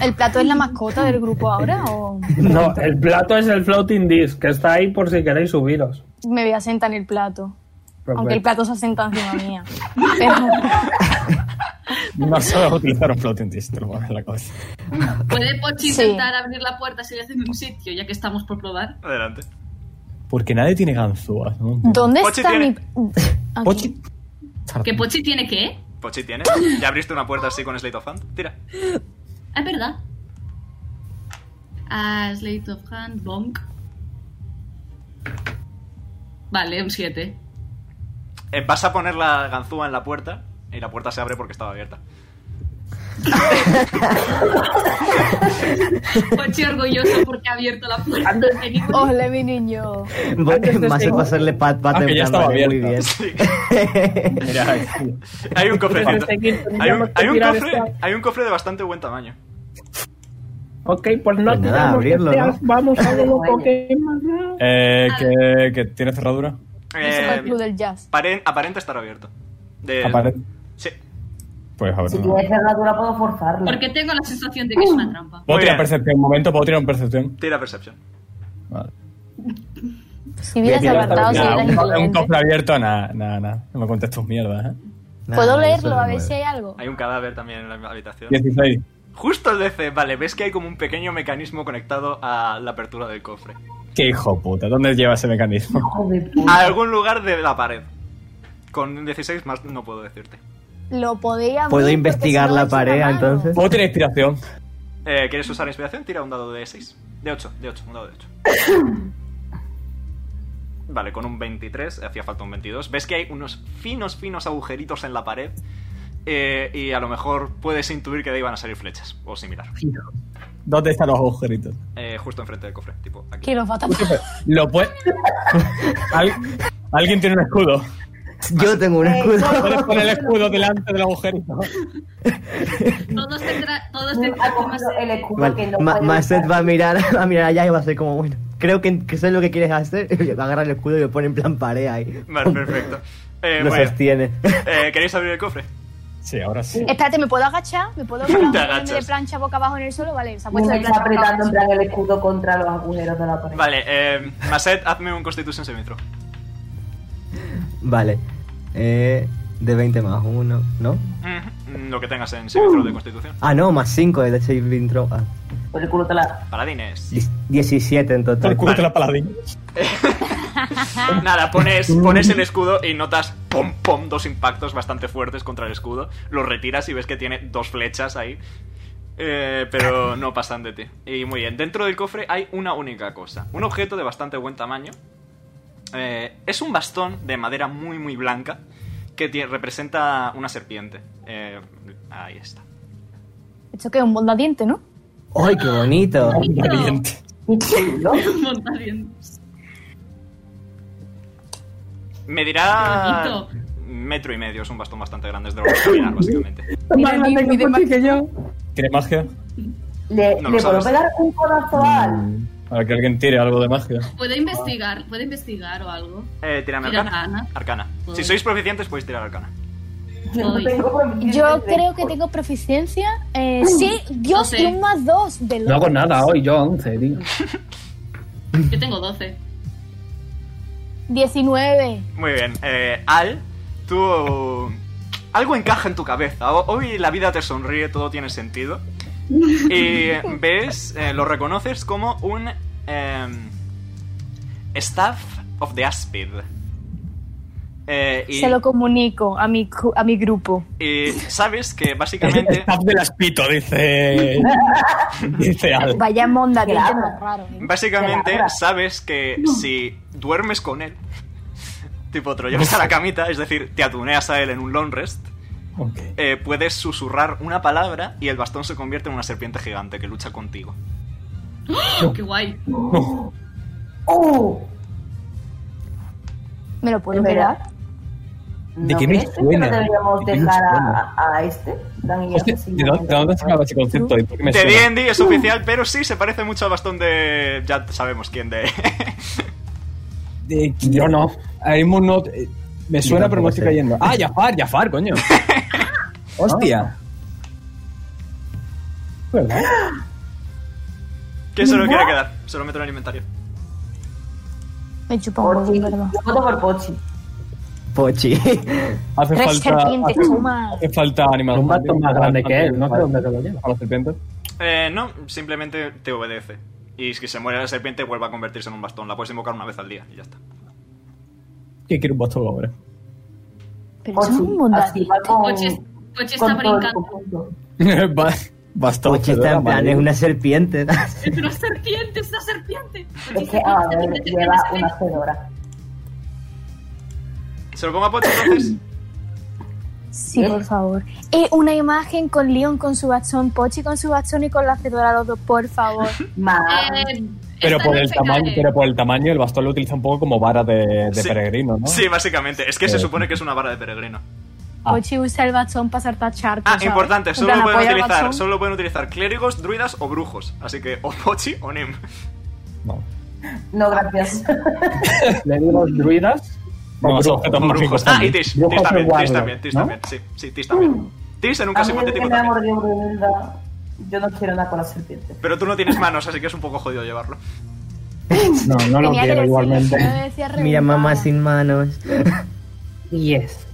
S3: el plato es la mascota del grupo ahora o
S4: No, el plato es el floating disc, que está ahí por si queréis subiros.
S3: me voy a sentar en el plato? Aunque el
S4: Perfecto.
S3: plato se ha sentado encima mía. Pero-
S7: No solo utilizar un floating disk, te lo pongo en la cabeza.
S1: eh.
S2: ¿Puede Pochi
S3: Sí.
S2: intentar abrir la puerta si le hacen un sitio, ya que estamos por probar?
S1: Adelante.
S7: Porque nadie tiene ganzúas, ¿no?
S3: ¿Dónde
S1: Pochi
S3: está
S1: tiene-
S3: mi...? Aquí.
S7: Pochi.
S2: ¿Que Pochi tiene qué?
S1: Pochi tiene. ¿Ya abriste una puerta así con Slate of Hand? Tira.
S2: Ah, es verdad. Ah, Slate of Hand, Bonk. Vale, un 7.
S1: Eh, Vas a poner la ganzúa en la puerta y la puerta se abre porque estaba abierta.
S2: Pochi orgulloso porque ha abierto la puerta. Venimos.
S3: Ole, mi niño.
S4: Antes de
S5: Más
S4: seguir-
S5: a hacerle pat pat
S7: Ah, que ya estaba
S5: ¿eh? muy bien.
S7: abierto.
S5: Mira,
S1: Hay un cofrecito.
S4: Antes de seguir,
S1: Hay
S4: tendríamos
S1: un,
S4: que
S1: hay un
S4: tirar
S1: cofre,
S4: esta-
S1: hay un cofre de bastante buen tamaño.
S4: Ok, pues no
S5: Pues nada,
S4: tiramos
S5: abrirlo,
S4: este,
S5: ¿no?
S4: Vamos a ver los
S6: Bueno.
S4: Pokémon.
S7: Eh, que, que tiene cerradura.
S3: Ese fue
S1: Eh,
S3: el club del jazz.
S1: paren- aparenta estar abierto. De-
S7: Apare-
S1: Sí.
S7: Pues a ver.
S6: Si
S7: no.
S6: tiene cerradura puedo forzarla.
S2: Porque tengo la sensación de que es una trampa.
S7: ¿Puedo
S1: Muy
S7: tirar
S1: bien.
S7: percepción? Un momento, ¿puedo tirar un percepción?
S1: Tira Perception.
S7: Vale.
S3: Si hubieras
S5: Bien, bien,
S3: aguantado, si
S5: bien.
S7: Nah,
S3: eras
S7: un, co- un
S3: inteligente.
S7: cofre abierto, nada, nada, nada. No me contes tus mierdas, ¿eh?
S3: ¿Puedo
S5: nada, eso
S3: leerlo
S5: es
S3: a ver
S5: nuevo.
S3: si hay algo?
S1: Hay un cadáver también en la habitación.
S7: 16.
S1: Justo el DC, vale, ves que hay como un pequeño mecanismo conectado a la apertura del cofre.
S7: Qué hijo puta, ¿dónde lleva ese mecanismo?
S6: Hijo de puta.
S1: A algún lugar de la pared. Con 16 más no puedo decirte.
S3: Lo podía abrir
S5: ¿Puedo
S3: porque
S5: investigar
S3: si no
S5: la
S3: he hecho
S5: pared
S3: una mano.
S5: entonces?
S7: ¿Puedo tirar inspiración?
S1: Eh, ¿Quieres usar inspiración? Tira un dado de 6. De 8, de 8, un dado de 8. Vale, con un 23, hacía falta un 22. Ves que hay unos finos, finos agujeritos en la pared. eh, y a lo mejor puedes intuir que de ahí van a salir flechas o similar.
S7: ¿Dónde están los agujeritos?
S1: Eh, justo enfrente del cofre, tipo aquí.
S3: Que los va a tapar.
S7: Lo puede. Al- Alguien tiene un escudo.
S5: Yo tengo un
S7: Puedes
S5: escudo.
S7: poner el escudo delante del agujerito.
S2: Todos tendrán. Todos
S6: Me
S2: tendrán
S6: ha
S2: más.
S6: cogido el escudo
S5: Vale,
S6: que no
S5: Ma-
S6: puede
S5: Maset
S6: usar.
S5: va a mirar, va a mirar allá y va a ser como, bueno, creo que, que sé lo que quieres hacer. Va a agarrar el escudo y lo pone en plan pared ahí.
S1: Vale, perfecto. Eh,
S5: Lo
S1: bueno,
S5: sostiene.
S1: eh, ¿Queréis abrir el cofre?
S7: Sí, ahora sí.
S1: Eh,
S3: Espérate, ¿me puedo agachar? ¿Me puedo agachar?
S1: Te
S3: ¿Me
S1: agachas.
S3: de plancha boca abajo en el suelo? Vale, se ha
S6: Me
S3: puesto de
S6: está
S3: plancha boca
S6: apretando en
S3: abajo.
S6: plan el escudo contra los agujeros de la pared.
S1: Vale, eh, Maset, hazme un Constitution Semitro.
S5: Vale. Eh, de 20 más 1, ¿no?
S1: Mm, Lo que tengas en Semitro de Constitución.
S5: Ah, no, más 5 de Save Intro. Ah,
S6: Por el culo te la.
S1: Paladines.
S5: 17 en
S7: Por el
S5: total.
S7: culo de la paladina.
S1: Nada, pones, pones el escudo y notas pom pom dos impactos bastante fuertes contra el escudo. Lo retiras y ves que tiene dos flechas ahí. Eh, pero no pasan de ti. Y muy bien, dentro del cofre hay una única cosa. Un objeto de bastante buen tamaño. Eh, es un bastón de madera muy muy blanca que tie- representa una serpiente. Eh, ahí está.
S3: Esto que es un bondadiente, ¿no?
S5: ¡Ay, qué bonito!
S7: Valiente.
S6: ¿Qué chulo?
S2: Monta bien.
S1: Me dirá...
S2: Bonito.
S1: Metro y medio, es un bastón bastante grande, es de lo que vas a caminar, básicamente.
S3: Mira,
S4: Más
S3: mi-
S4: grande
S3: mi
S4: que
S3: demás-
S4: Pochi que yo.
S7: ¿Tiene magia?
S6: Le,
S1: No lo
S6: le puedo
S1: sabes.
S6: pegar un codazo a alguien.
S7: Mm, A ver que alguien tire algo de magia.
S2: Puede investigar, puede investigar o algo.
S1: Eh, tírame
S2: Tira
S1: arcana.
S2: arcana.
S1: Arcana. Si
S2: Voy.
S1: sois proficientes podéis tirar arcana.
S6: Yo no
S2: Voy.
S6: tengo-
S3: Yo creo que tengo proficiencia. Eh, sí, Dios,
S2: Doce.
S3: y un más dos de
S4: No hago
S3: loco.
S4: nada hoy, yo 11, tío.
S2: Yo tengo 12.
S3: 19.
S1: Muy bien. Eh, Al, tú... Algo encaja en tu cabeza. O- Hoy la vida te sonríe, todo tiene sentido. Y ves, eh, lo reconoces como un... em, staff of the Aspid. Eh, y,
S3: Se lo comunico a mi, cu- a mi grupo.
S1: y sabes que básicamente...
S7: Staff del aspito, dice. Dice algo.
S3: Vaya mondadiente
S6: Claro.
S3: más raro. ¿eh?
S1: Básicamente
S6: Palabra.
S1: sabes que si duermes con él, tipo te lo llevas a la camita, es decir, te atuneas a él en un long rest,
S7: Ok.
S1: eh, puedes susurrar una palabra y el bastón se convierte en una serpiente gigante que lucha contigo.
S2: ¡Qué guay!
S6: ¡Uh!
S3: ¿Me lo puedo
S6: Es verdad.
S3: quedar?
S7: ¿De
S6: ¿No
S7: qué me
S6: crees que
S7: suena?
S6: no deberíamos
S7: ¿De qué me
S6: dejar
S7: suena?
S6: a, a este? Tan
S7: Hostia, ¿De dónde, de dónde sacaba ese concepto? ¿Y por qué me
S1: De
S7: suena?
S1: D&D es oficial, pero sí se parece mucho al bastón de... ya sabemos quién de...
S7: Eh, yo no. Ahí no. eh, me suena,
S5: Yo tampoco
S7: pero me estoy
S5: sé.
S7: cayendo. Ah, Jafar, Jafar, coño. Hostia. ¿Verdad?
S1: ¿Quién se lo quiere quedar? Se lo meto en el inventario.
S3: Me chupa un
S6: Pochi.
S3: huevo, ¿verdad?
S6: Yo voto por Pochi.
S5: Pochi.
S7: Hace
S3: Tres
S7: falta.
S3: serpientes,
S7: hace-
S3: toma.
S7: Hace falta animal.
S4: Pero un vato más grande que él, no sé dónde se lo lleva.
S7: A los serpientes.
S1: Eh, no, simplemente te obedece. Y si se muere la serpiente vuelve a convertirse en un bastón. La puedes invocar una vez al día y ya está.
S7: ¿Qué quiere un bastón ahora?
S3: Pero eso es un
S6: Pochi. Así
S3: mondadiente.
S6: va con,
S2: Pochi, es- Pochi está
S6: con todo el
S2: brincando.
S6: conjunto.
S7: Ba- Bastón.
S5: Pochi
S7: de
S5: está
S7: la
S5: en plan,
S7: madre.
S5: es una serpiente.
S2: ¡Es una serpiente! ¡Es una serpiente! Pochi,
S6: Es que, a ver,
S2: serpiente, serpiente,
S6: lleva
S2: serpiente.
S6: una fedora.
S1: ¿Se lo pongo a Pochi entonces?
S3: Sí, por favor. Eh, una imagen con Leon con su bastón, Pochi con su bastón y con la fedora los dos, por favor.
S6: Madre.
S2: Eh,
S7: Pero
S2: esta
S7: por,
S2: no
S7: el
S2: se
S7: tamaño,
S2: cae.
S7: pero por el tamaño, el bastón lo utiliza un poco como vara de, de
S1: Sí.
S7: peregrino, ¿no?
S1: Sí, básicamente. Es que se
S7: Sí.
S1: supone que es una vara de peregrino.
S7: Ah.
S3: Pochi usa el bastón para saltar charcos.
S1: Ah,
S3: ¿sabes?
S1: importante.
S3: En
S1: Solo
S3: plan,
S1: lo pueden
S3: apoya el
S1: utilizar,
S3: bastón.
S1: solo lo pueden utilizar clérigos, druidas o brujos. Así que o Pochi o Nim.
S7: No.
S6: No, gracias.
S4: Le digo los druidas. o
S7: No, son
S4: brujos.
S7: objetos
S1: Brujos.
S7: mágicos
S1: Ah, y
S7: también.
S1: Tis.
S4: Pues Brujos
S1: Tis también, Tis
S4: o warlock,
S1: también, Tis
S4: ¿no? Mm.
S1: también. Sí, sí, Tis también. Tis en un
S6: A
S1: caso
S6: mí es que
S1: hipotético
S6: me ha
S1: también.
S6: mordido una viruela. Yo no quiero nada con las serpientes.
S1: Pero tú no tienes manos, así que es un poco jodido llevarlo.
S4: No, no
S3: Tenía
S4: lo
S3: que
S4: quiero
S3: decirlo,
S4: igualmente.
S3: yo lo decía
S5: Mira,
S3: reventada.
S5: mamá sin manos.
S4: Yes.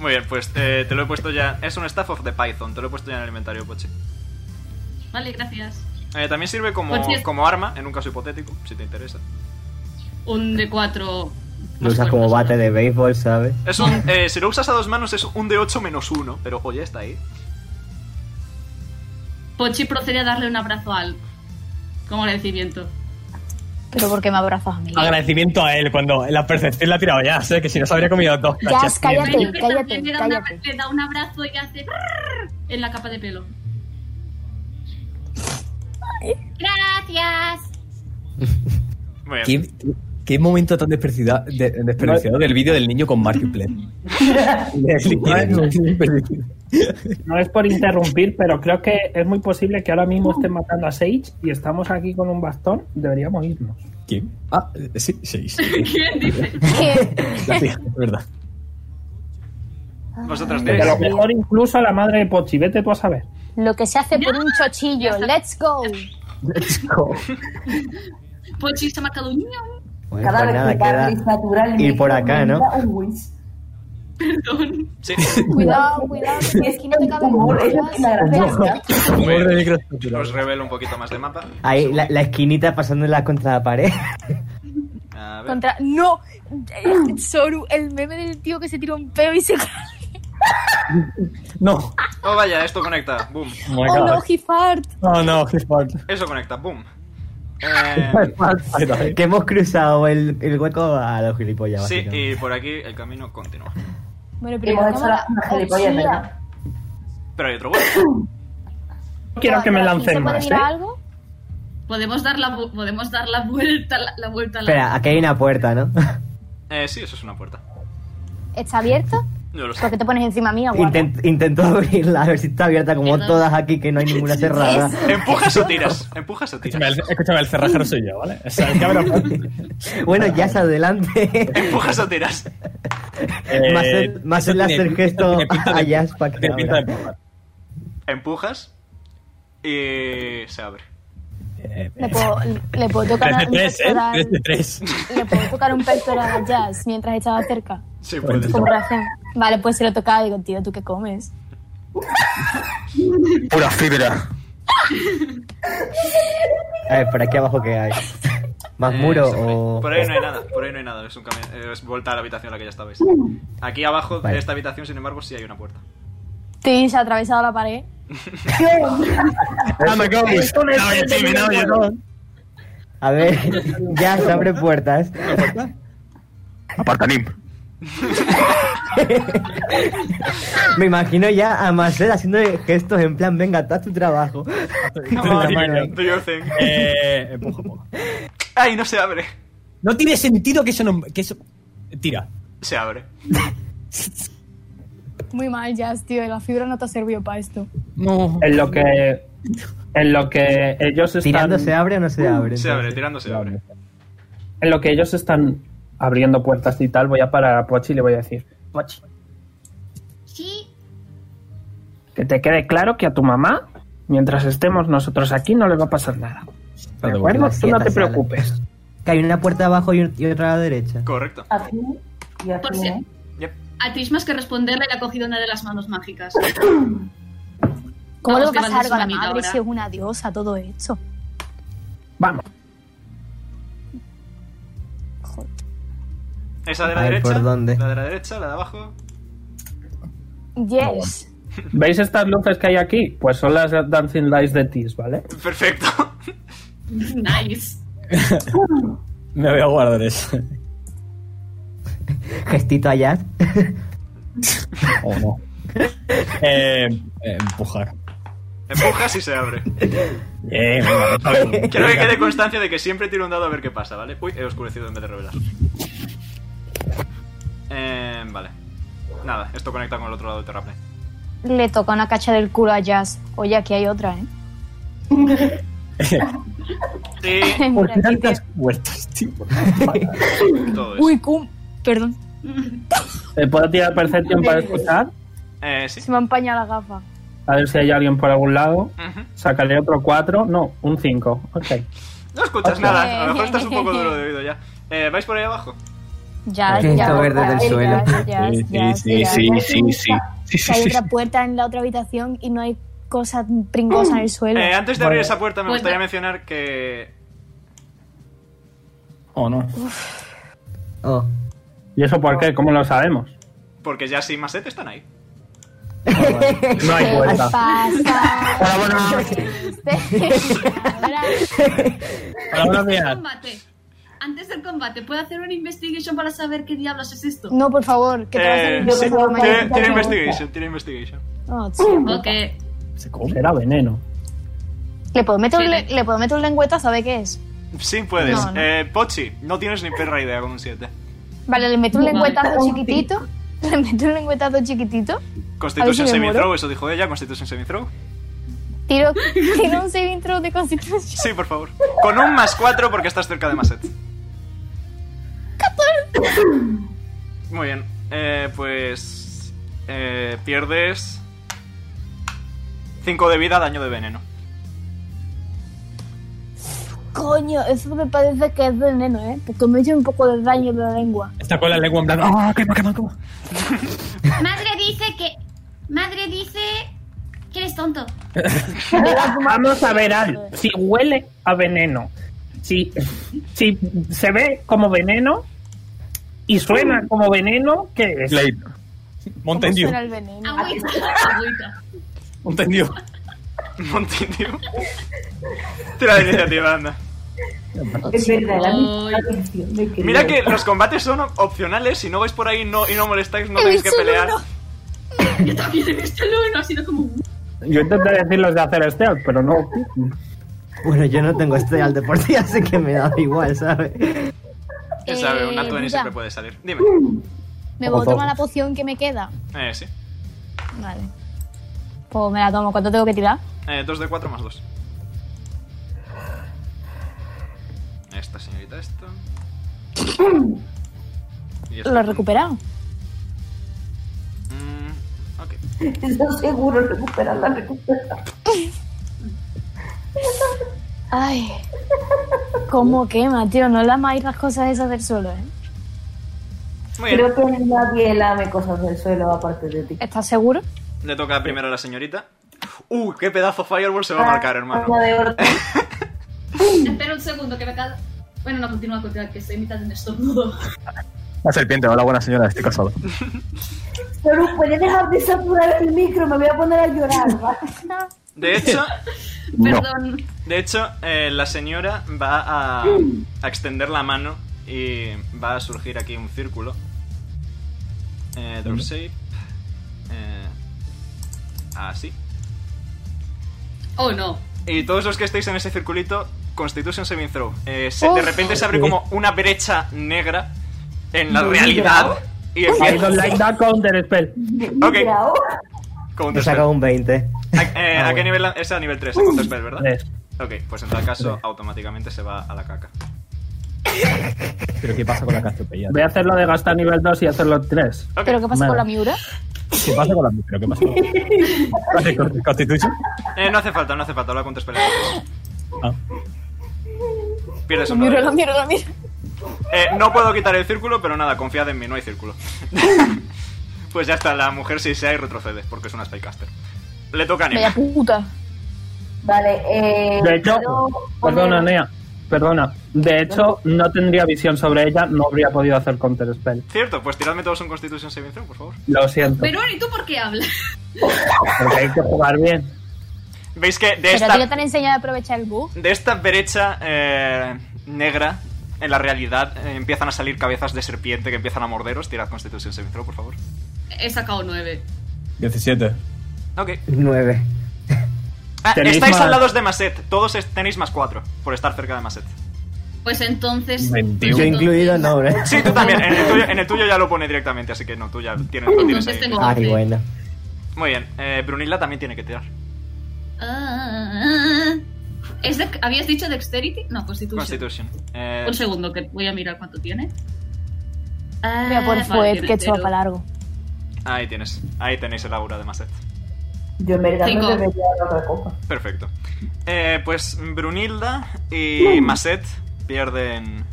S1: Muy bien, pues eh, te lo he puesto ya. Es un staff of the Python, te lo he puesto ya en el inventario, Pochi.
S2: Vale, gracias.
S1: Eh, también sirve como,
S2: Por cierto-
S1: como arma, en un caso hipotético, si te interesa.
S2: Un de cuatro.
S5: Lo
S2: más
S5: usas como
S2: cuerpos.
S5: bate de béisbol, ¿sabes?
S1: Es un, eh, si lo usas a dos manos es un de 8 menos 1, pero oye, está ahí.
S2: Pochi procede a darle un abrazo al. Como agradecimiento.
S3: Pero porque me abrazas a mí.
S1: Ah,
S7: Agradecimiento a él cuando la percepción la ha tirado ya, sé que si no se habría comido dos
S3: Ya,
S7: cachas.
S3: cállate.
S2: Pero yo creo que
S3: cállate,
S2: también le, da una-
S3: cállate.
S2: le da un abrazo y hace. "Brrr" en la capa de pelo.
S8: Gracias.
S1: Muy bien.
S7: ¿Qué, qué momento tan desperdiciado, de- desperdiciado del vídeo del niño con Markiplier.
S4: No es por interrumpir, pero creo que es muy posible que ahora mismo estén matando a Sage y estamos aquí con un bastón. Deberíamos irnos.
S7: ¿Quién? Ah, eh, sí, seis.
S2: ¿Quién dice?
S3: Eh,
S7: La tía, es verdad.
S1: Vosotras
S4: Que
S1: tres.
S4: a Ah. lo mejor incluso a la madre de Pochi. Vete tú a saber.
S3: Lo que se hace por un chochillo. Let's go.
S2: Pochi se ha marcado un niño.
S5: Bueno,
S6: Cada
S5: pues
S6: vez
S5: nada,
S6: que Carly
S5: queda.
S6: satura el
S5: ir
S6: micro,
S5: por acá,
S6: me
S5: ¿no?
S6: da un whiz.
S2: Perdón.
S1: Sí.
S3: Cuidado, cuidado. que por
S6: Es
S3: aquí no te
S6: que
S3: cabe
S6: humor es
S3: nada.
S6: la gracia.
S7: Humor de micro-
S1: eh, Os revelo un poquito más de mapa.
S5: Ahí, la, la esquinita pasándola contra la pared.
S1: A ver.
S3: Contra... ¡No! Eh, Soru, el meme del tío que se tira un peo y se cae.
S7: No.
S1: Oh, vaya, esto conecta. Boom.
S7: Oh,
S3: ¡Oh, no, he fart!
S7: No, no, he's part.
S1: Eso conecta. Boom. Eh,
S5: que hemos cruzado el, el hueco a los gilipollas.
S1: sí,
S5: básicamente.
S1: y por aquí el camino continúa.
S3: Bueno, pero
S6: Hemos
S3: la
S6: hecho
S3: cámara-
S6: la una gilipollas,
S3: Hostia.
S6: ¿verdad?
S1: Pero hay otro hueco.
S4: No quiero que me
S3: ¿Se
S4: lancen
S3: puede
S4: más,
S3: mirar
S4: ¿eh?
S3: algo?
S2: Podemos dar la, vu- podemos dar la vuelta, la, la vuelta a la.
S5: Espera, aquí hay una puerta, ¿no?
S1: Eh, sí, eso es una puerta.
S3: ¿Está abierto?
S1: No lo sé.
S3: ¿Por qué te pones encima mía, guapa?
S5: Intent- intento abrirla a ver si está abierta como
S2: Perdón.
S5: todas aquí que no hay ninguna cerrada.
S1: Empujas o tiras. Empujas o
S7: Escúchame,
S1: tiras.
S7: el- escúchame, el cerrajero soy yo, ¿vale? O sea, el que abre la puerta.
S5: bueno, ya se adelante.
S1: Empujas o tiras.
S7: Eh,
S5: Más el- más el
S7: eso tiene-
S5: láser
S7: eso
S5: gesto
S7: tiene pinta de-
S5: a Jazz para que
S7: tiene pinta
S5: abra.
S7: de empujar.
S1: Empujas y se abre.
S7: Eh,
S3: ¿Le puedo, le puedo tocar
S7: 3 de
S3: un
S7: 3, ¿eh?
S3: pectoral?
S7: 3 de 3.
S3: ¿Le puedo tocar un pectoral a Jazz mientras estaba cerca?
S1: Sí, puedes.
S3: Con razón. Vale, pues se lo tocaba y digo, tío, ¿tú qué comes?
S7: Pura fibra.
S5: A ver, por aquí abajo que hay. Más
S1: Eh,
S5: muro
S1: se abre.
S5: o.
S1: Por ahí no hay nada, por ahí no hay nada. Es, un cami- eh, es vuelta a la habitación a la que ya estabais. Aquí abajo de
S5: Vale.
S1: esta habitación, sin embargo, sí hay una puerta.
S3: Sí, se ha atravesado la pared.
S7: Oh my god. Now you see me, now you don't.
S5: A ver, Jazz abre puertas.
S9: Aparta Nim.
S5: Me imagino ya a Marcel haciendo gestos en plan: venga, haz tu trabajo.
S1: Come
S5: La mano ahí.
S1: on, do your thing.
S7: Eh, empuja, empuja.
S1: ¡Ay, no se abre!
S7: No tiene sentido que eso no. Que eso... Tira.
S1: Se abre.
S3: Muy mal, Jazz, tío. La fibra no te ha servido para esto.
S7: No.
S4: En lo que. En lo que ellos están.
S5: ¿Tirando se abre o no se abre?
S1: Se abre,
S5: entonces?
S1: tirando se abre.
S4: En lo que ellos están abriendo puertas y tal, voy a parar a Pochi y le voy a decir: Pochi,
S8: Sí.
S4: que te quede claro que a tu mamá, mientras estemos nosotros aquí, no le va a pasar nada. ¿De
S5: Pero
S4: acuerdo?
S5: bueno,
S4: Tú no
S5: sí,
S4: te
S5: esta sala.
S4: preocupes.
S5: Que hay una puerta abajo y un- y otra a la derecha.
S1: Correcto.
S6: Aquí y
S2: Por
S6: aquí,
S2: si-
S6: ¿eh?
S1: Yep.
S2: A Tish más que responderle le ha cogido una de las manos mágicas.
S3: ¿Cómo
S2: Vamos,
S3: le va a
S2: que
S3: pasar
S2: mandas
S3: algo a la
S2: una
S3: madre
S2: amiga ahora.
S3: si es una diosa todo esto?
S4: Vamos.
S1: Esa de la
S5: A ver,
S1: derecha.
S5: ¿por dónde?
S1: La de la derecha, la de abajo.
S3: Yes.
S4: ¿Veis estas luces que hay aquí? Pues son las Dancing Lights de Tis, ¿vale?
S1: Perfecto.
S2: nice.
S7: Me voy a guardar eso.
S5: Gestito a Jazz.
S7: O no. Eh, eh, empujar.
S1: Empujas y se abre.
S7: Eh, venga, déjalo.
S1: Quiero que quede constancia de que siempre tiro un dado a ver qué pasa, ¿vale? Uy, he oscurecido en vez de revelar. Eh, vale. Nada, esto conecta con el otro lado del terraplén.
S3: Le toca una cacha del culo a Jazz. Oye, aquí hay otra, ¿eh?
S1: Y
S3: En
S7: Por
S3: principio.
S7: tantas vueltas, tío.
S1: todo eso.
S3: Uy, cum. Perdón,
S4: Eh, ¿Puedo tirar Perception para escuchar?
S1: Eh, sí.
S3: se me ha empañado la gafa.
S4: A ver si hay alguien por algún lado.
S1: Ujú.
S4: Sacaré otro 4. No, un 5. Ok.
S1: No escuchas
S4: Ok.
S1: nada, a lo mejor estás un poco duro de oído ya. Eh, ¿Vais por ahí abajo?
S3: Jazz,
S5: Quinto
S3: Jazz,
S5: verde del
S3: Jazz,
S5: suelo.
S3: Jazz, Jazz,
S7: Sí, sí,
S3: Jazz,
S7: sí,
S3: Jazz.
S7: sí.
S9: sí,
S3: Que Hay otra puerta en la otra habitación y no hay cosa pringosa en el suelo.
S1: Eh, antes de abrir
S4: Vale.
S1: esa puerta me
S3: Pues
S1: gustaría
S2: Bueno.
S1: mencionar que...
S7: ¿O no?
S5: Oh.
S4: ¿Y eso por qué? ¿Cómo lo sabemos?
S1: Porque ya sin Masete están ahí.
S4: No hay
S3: ¿Qué
S4: puerta.
S3: pasa?
S9: Hola, buenas.
S3: Ahora,
S7: Hola, buenos días.
S2: Combate. Antes del combate, ¿puedo hacer una investigation para saber qué diablos es esto?
S3: no, por favor, que te vas a
S1: Eh,
S3: ir.
S1: sí,
S3: por favor,
S1: tiene,
S3: Maya.
S1: tiene investigation, tiene investigation.
S3: Oh, tío.
S2: Ok.
S7: ¿Se come?
S4: Será veneno.
S3: ¿Le puedo meter un,
S2: Tiene-
S3: le- le puedo meter un lengüetazo a ver qué es?
S1: Sí, puedes.
S3: No, no.
S1: Eh, Pochi, no tienes ni perra idea con un 7.
S3: Vale, le meto un
S2: Vale.
S3: lengüetazo chiquitito. Le meto un lengüetazo chiquitito.
S1: Constitution
S3: A ver si me
S1: semi-throw,
S3: muero.
S1: eso dijo ella, Constitution semi-throw.
S3: Tiro, tiro un saving throw de constitución.
S1: Sí, por favor. Con un más 4 porque estás cerca de Maset. Muy bien. Eh, pues. eh, pierdes. 5 de vida, daño de veneno.
S3: Coño, eso me parece que es veneno, ¿eh? Porque me he hecho un poco de daño de la lengua.
S7: Está con la lengua en plan. ¡Ah, quema, quema, quema!
S8: Madre dice que. Madre dice que eres tonto.
S4: Vamos a ver algo. Si huele a veneno, si, si se ve como veneno y suena como veneno, ¿qué es?
S9: Late.
S7: Mountain Dew.
S3: Será el veneno.
S2: Agüita. Agüita.
S7: Mountain Dew.
S1: Montindio. Tira la iniciativa, anda.
S6: Es verdad, la
S2: Ay.
S6: misma atención de que
S1: Mira
S6: yo-
S1: que los combates son opcionales. Si no vais por ahí no, y no molestáis, no
S3: He
S1: tenéis que
S3: visto el
S1: pelear.
S3: uno.
S2: Yo también he visto el uno, ha sido como. "Uh". un-
S4: Yo intenté decirlos de hacer stealth, pero no.
S5: Bueno, yo no tengo este al deporte, así que me da igual, ¿sabes?
S1: Quién sabe, un
S3: Eh,
S1: natural
S3: ya.
S1: siempre puede salir. Dime.
S3: Me voy a
S5: Ojo.
S3: tomar la poción que me queda.
S1: Eh, sí.
S3: Vale. Pues me la tomo. ¿Cuánto tengo que tirar?
S1: Eh, 2 de 4 más 2. Esta señorita, esta. Y esta.
S3: Lo he recuperado.
S1: Mm, ok.
S6: Yo seguro recuperarla, recuperarla.
S3: Ay. ¿Cómo quema, tío? No lamáis las cosas esas del suelo, ¿eh?
S1: Muy bien.
S6: Creo que nadie lame cosas del suelo aparte de ti.
S3: ¿Estás seguro?
S1: Le toca primero a la señorita. Uh, qué pedazo fireball
S10: Ah,
S1: se va a marcar, hermano.
S6: Una Ah, de oro.
S2: Espera un segundo, que me cago. Bueno, no, continúa, continúa, que estoy en mitad de un estornudo.
S9: Una serpiente, hola, buena señora, estoy casado.
S6: Pero puedes dejar de saturar el micro, me voy a poner a llorar. ¿va?
S1: De hecho,
S9: No.
S2: Perdón.
S1: de hecho, eh, la señora va a, a extender la mano y va a surgir aquí un círculo. Eh, door shape. Eh, así.
S2: Oh no.
S1: Y todos los que estéis en ese circulito, Constitution Saving Throw. Eh, se-
S3: Oh.
S1: de repente se abre como una brecha negra en la realidad. Y
S4: I don't
S1: empieza.
S4: like that counter spell.
S1: Ok.
S6: Mira, oh,
S1: Counter spell.
S5: He sacado un 20.
S1: ¿A, eh,
S5: Ah,
S1: ¿a qué
S5: bueno.
S1: nivel? la- Es a nivel 3, el counter spell, ¿verdad?
S4: Tres.
S1: Ok, pues en tal caso, automáticamente se va a la caca.
S7: Pero ¿qué pasa con la castropeya?
S4: Voy a hacerlo de gastar nivel 2 y hacerlo 3.
S1: Ok.
S3: ¿Pero qué pasa
S4: Vale.
S3: con la miura?
S7: ¿Qué pasa con la ¿Pero qué pasa con la Constitution?
S1: Eh, no hace falta, no hace falta, la counter spell.
S7: Ah.
S1: Pierdes
S3: La
S1: un
S3: miura, la
S1: dado.
S3: miura, la miura.
S1: Eh, no puedo quitar el círculo, pero nada, confiad en mí, no hay círculo. pues ya está, la mujer si sea y retrocede, porque es una spellcaster. Le toca a Nemo.
S3: Vaya puta.
S6: Vale, eh.
S4: De hecho,
S6: puedo poner-
S4: perdona, Nea. Perdona. De hecho, no tendría visión sobre ella, no habría podido hacer counter spell.
S1: Cierto, pues tiradme todos un Constitution Saving Throw, por favor.
S4: Lo siento.
S2: Verón, ¿y tú por qué hablas?
S4: Porque hay que jugar bien.
S1: Veis que de
S3: Pero a ti ya
S1: esta,
S3: te han enseñado a aprovechar el bug.
S1: de esta brecha eh, negra, en la realidad, eh, empiezan a salir cabezas de serpiente que empiezan a morderos. Tirad Constitution Saving Throw, por favor.
S2: He sacado nueve.
S7: 17.
S1: Ok.
S5: 9.
S1: Ah,
S7: Tenéis
S1: estáis
S7: más-
S1: al lado de Maset. Todos es- tenéis más 4 por estar cerca de Maset.
S2: Pues entonces. pues
S7: 21.
S5: Yo
S2: entonces-
S5: incluido no, ¿verdad?
S1: Sí, tú también. En el, tuyo, en el tuyo ya lo pone directamente, así que no, tú ya tienes, lo tienes ahí.
S2: Entonces tengo-
S5: Ay, bueno.
S1: Muy bien. Eh, Brunilda también tiene que tirar.
S2: Ah, ¿es de- ¿Habías dicho dexterity? No, constitución.
S1: Constitution. Eh,
S2: Un segundo, que voy a mirar cuánto tiene. Ah,
S3: Voy a por
S2: vale,
S3: Fuez,
S2: tiene
S3: que esto va
S2: cero.
S3: para largo.
S1: ahí tienes. Ahí tenéis el aura de Maset.
S6: Yo en verdad
S2: Cinco.
S6: no debería dar otra copa.
S1: Perfecto. Eh, pues Brunilda y Maset pierden.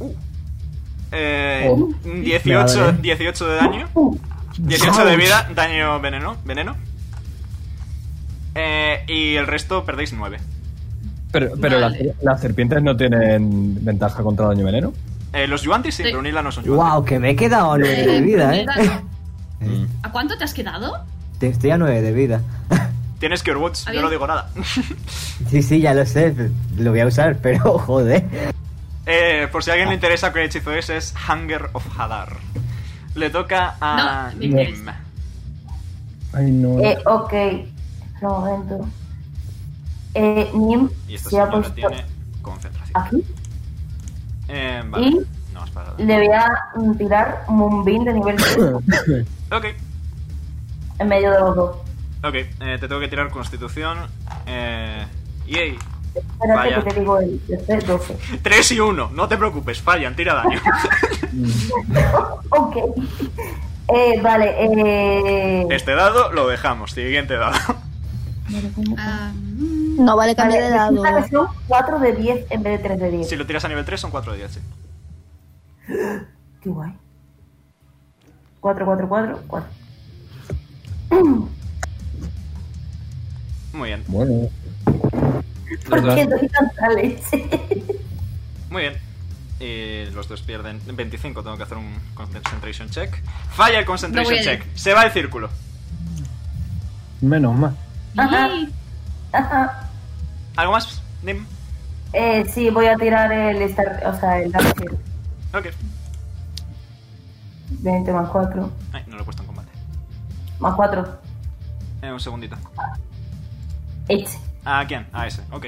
S1: Uh. Eh,
S4: Oh.
S1: 18,
S5: Vale.
S1: 18 de daño. 18 de vida, daño veneno. veneno. Eh, y el resto perdéis 9.
S7: Pero, pero
S2: Vale.
S7: las, las serpientes no tienen ventaja contra daño veneno.
S1: Eh, los Yuantis sí,
S2: Sí.
S1: Brunilda no son Yuantis.
S5: Wow, que me he quedado a 9 de
S2: Eh,
S5: vida, eh.
S2: Brunilda,
S1: Mm.
S2: ¿A cuánto te has quedado?
S5: Te estoy a 9 de vida.
S1: Tienes que Woods, yo
S2: Había-
S1: no digo nada.
S5: Sí, sí, ya lo sé. Lo voy a usar, pero joder.
S1: Eh, por si a alguien le interesa que el hechizo es, es Hunger of Hadar. Le toca a
S2: No, me
S1: Nim.
S2: interesa.
S4: Ay, no.
S6: Eh, ok. Un momento. Eh, Nim
S1: Y esta
S6: se ha
S1: señora
S6: puesto
S1: tiene concentración.
S6: pues, aquí.
S1: Eh, vale.
S6: Y-
S1: No has parado.
S6: Le voy a mm, tirar Moonbeam de nivel 3
S1: Ok,
S6: en medio de los dos.
S1: ok. eh, te tengo que tirar Constitución. Eh, yay.
S6: Espérate
S1: Vaya.
S6: que te digo el tercer 12.
S1: 3 y 1. No te preocupes, fallan, tira daño.
S6: Ok. Eh, vale, eh.
S1: este dado lo dejamos. Siguiente dado.
S2: Ah, mm,
S3: No vale cambiar de eh.
S6: Vale,
S3: dado.
S6: resulta que son 4 de 10 en vez de 3 de 10.
S1: si lo tiras a nivel 3 son 4 de 10. sí.
S6: Qué guay. 4, 4, 4, 4.
S1: Muy bien,
S7: Bueno.
S6: ¿Por
S7: Verdad.
S6: qué doy tanta leche?
S1: muy bien. Y los dos pierden 25. Tengo que hacer un concentration check. Falla el concentration
S2: No voy a ir.
S1: check. Se va el círculo.
S4: Menos mal.
S6: Ajá.
S2: y-
S6: Ajá.
S1: ¿Algo más? Nim.
S6: Eh, sí, voy a tirar el Star. O sea, el Dark Shield.
S1: Ok.
S6: 20 más 4.
S1: Ay, no lo he puesto en combate.
S6: Más 4.
S1: Eh, un segundito.
S6: Eche.
S1: ¿A quién? A ese, ok.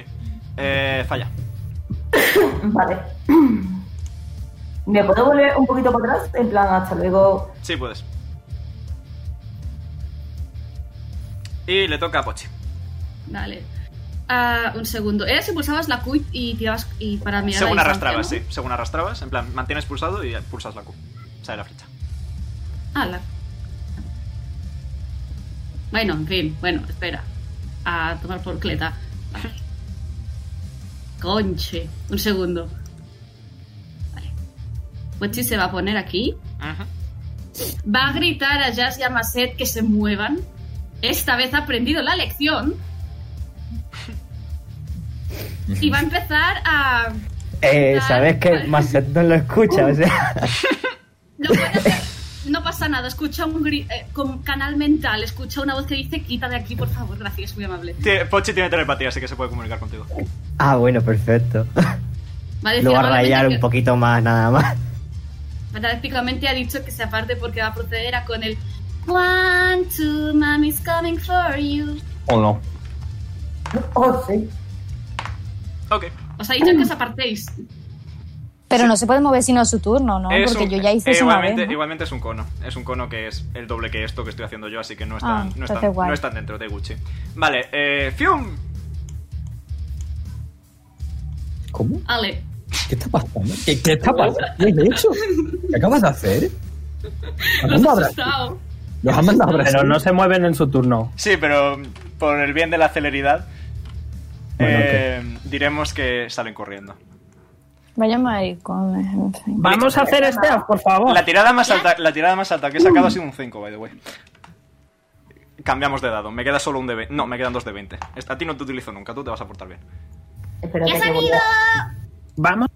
S1: Eh, falla.
S6: Vale. ¿Me puedo volver un poquito para atrás? En plan, hasta luego.
S1: Sí, puedes. Y le toca a Pochi.
S2: Vale. Ah, un segundo. Era si pulsabas la Q y tirabas y para mirar.
S1: Según
S2: la
S1: arrastrabas,
S2: distancia,
S1: sí. Según arrastrabas, en plan, mantienes pulsado y pulsas la Q. Sale la flecha.
S2: ¿no? Ah, la. Bueno, en fin. Bueno, espera. A tomar por cleta. Vale. Conche. Un segundo. Vale. Pochi se va a poner aquí.
S1: Ujú.
S2: Va a gritar a Jazz y a Maset que se muevan. Esta vez ha aprendido la lección. Y va a empezar a.
S5: Eh, Sabes que Macet no lo escucha, o sea.
S2: No, puede hacer- no pasa nada, escucha un gri- eh, con canal mental, escucha una voz que dice quita de aquí, por favor, gracias, muy amable.
S1: Tie- Pochi tiene telepatía, así que se puede comunicar contigo.
S5: Ah, bueno, perfecto.
S2: Va a decir
S5: Lo va a
S2: amablemente
S5: rayar
S2: que-
S5: un poquito más, nada más.
S2: Prácticamente ha dicho que se aparte porque va a proceder a con el One, two, mommy's coming for you.
S7: O no.
S6: Oh, sí.
S1: Ok.
S2: Os ha
S5: Mm.
S2: dicho que os apartéis.
S3: Pero no se puede mover sino su turno, ¿no?
S1: Es
S3: Porque
S1: un-
S3: yo ya hice
S1: eh,
S3: eso una vez.
S1: igualmente,
S3: ¿no?
S1: igualmente es un cono. Es un cono que es el doble que esto que estoy haciendo yo, así que no están,
S3: Ah,
S1: no
S3: entonces
S1: están,
S3: guay.
S1: no están dentro de Gucci. Vale, eh. ¡Fium!
S7: ¿Cómo?
S2: Ale,
S7: ¿Qué está pasando? ¿Qué, qué está pasando? ¿Qué has hecho? ¿Qué acabas de hacer? ¿A
S2: los
S7: dónde
S2: has
S7: habrás?
S2: asustado.
S7: ¿Los has mandado a Brasil?
S4: Pero no se mueven en su turno.
S1: Sí, pero por el bien de la celeridad,
S7: Bueno,
S1: eh, diremos que salen corriendo.
S3: Vaya maricón, en fin.
S4: Vamos a hacer stealth, por favor.
S1: La tirada más alta, la tirada más alta que he sacado ha sido un 5, by the way. Cambiamos de dado, me queda solo un de 20. No, me quedan dos de 20. Esta- A ti no te utilizo nunca, tú te vas a portar bien.
S6: Espérate
S8: ¡Ya has
S6: que voy a-
S8: salido!
S4: Vamos.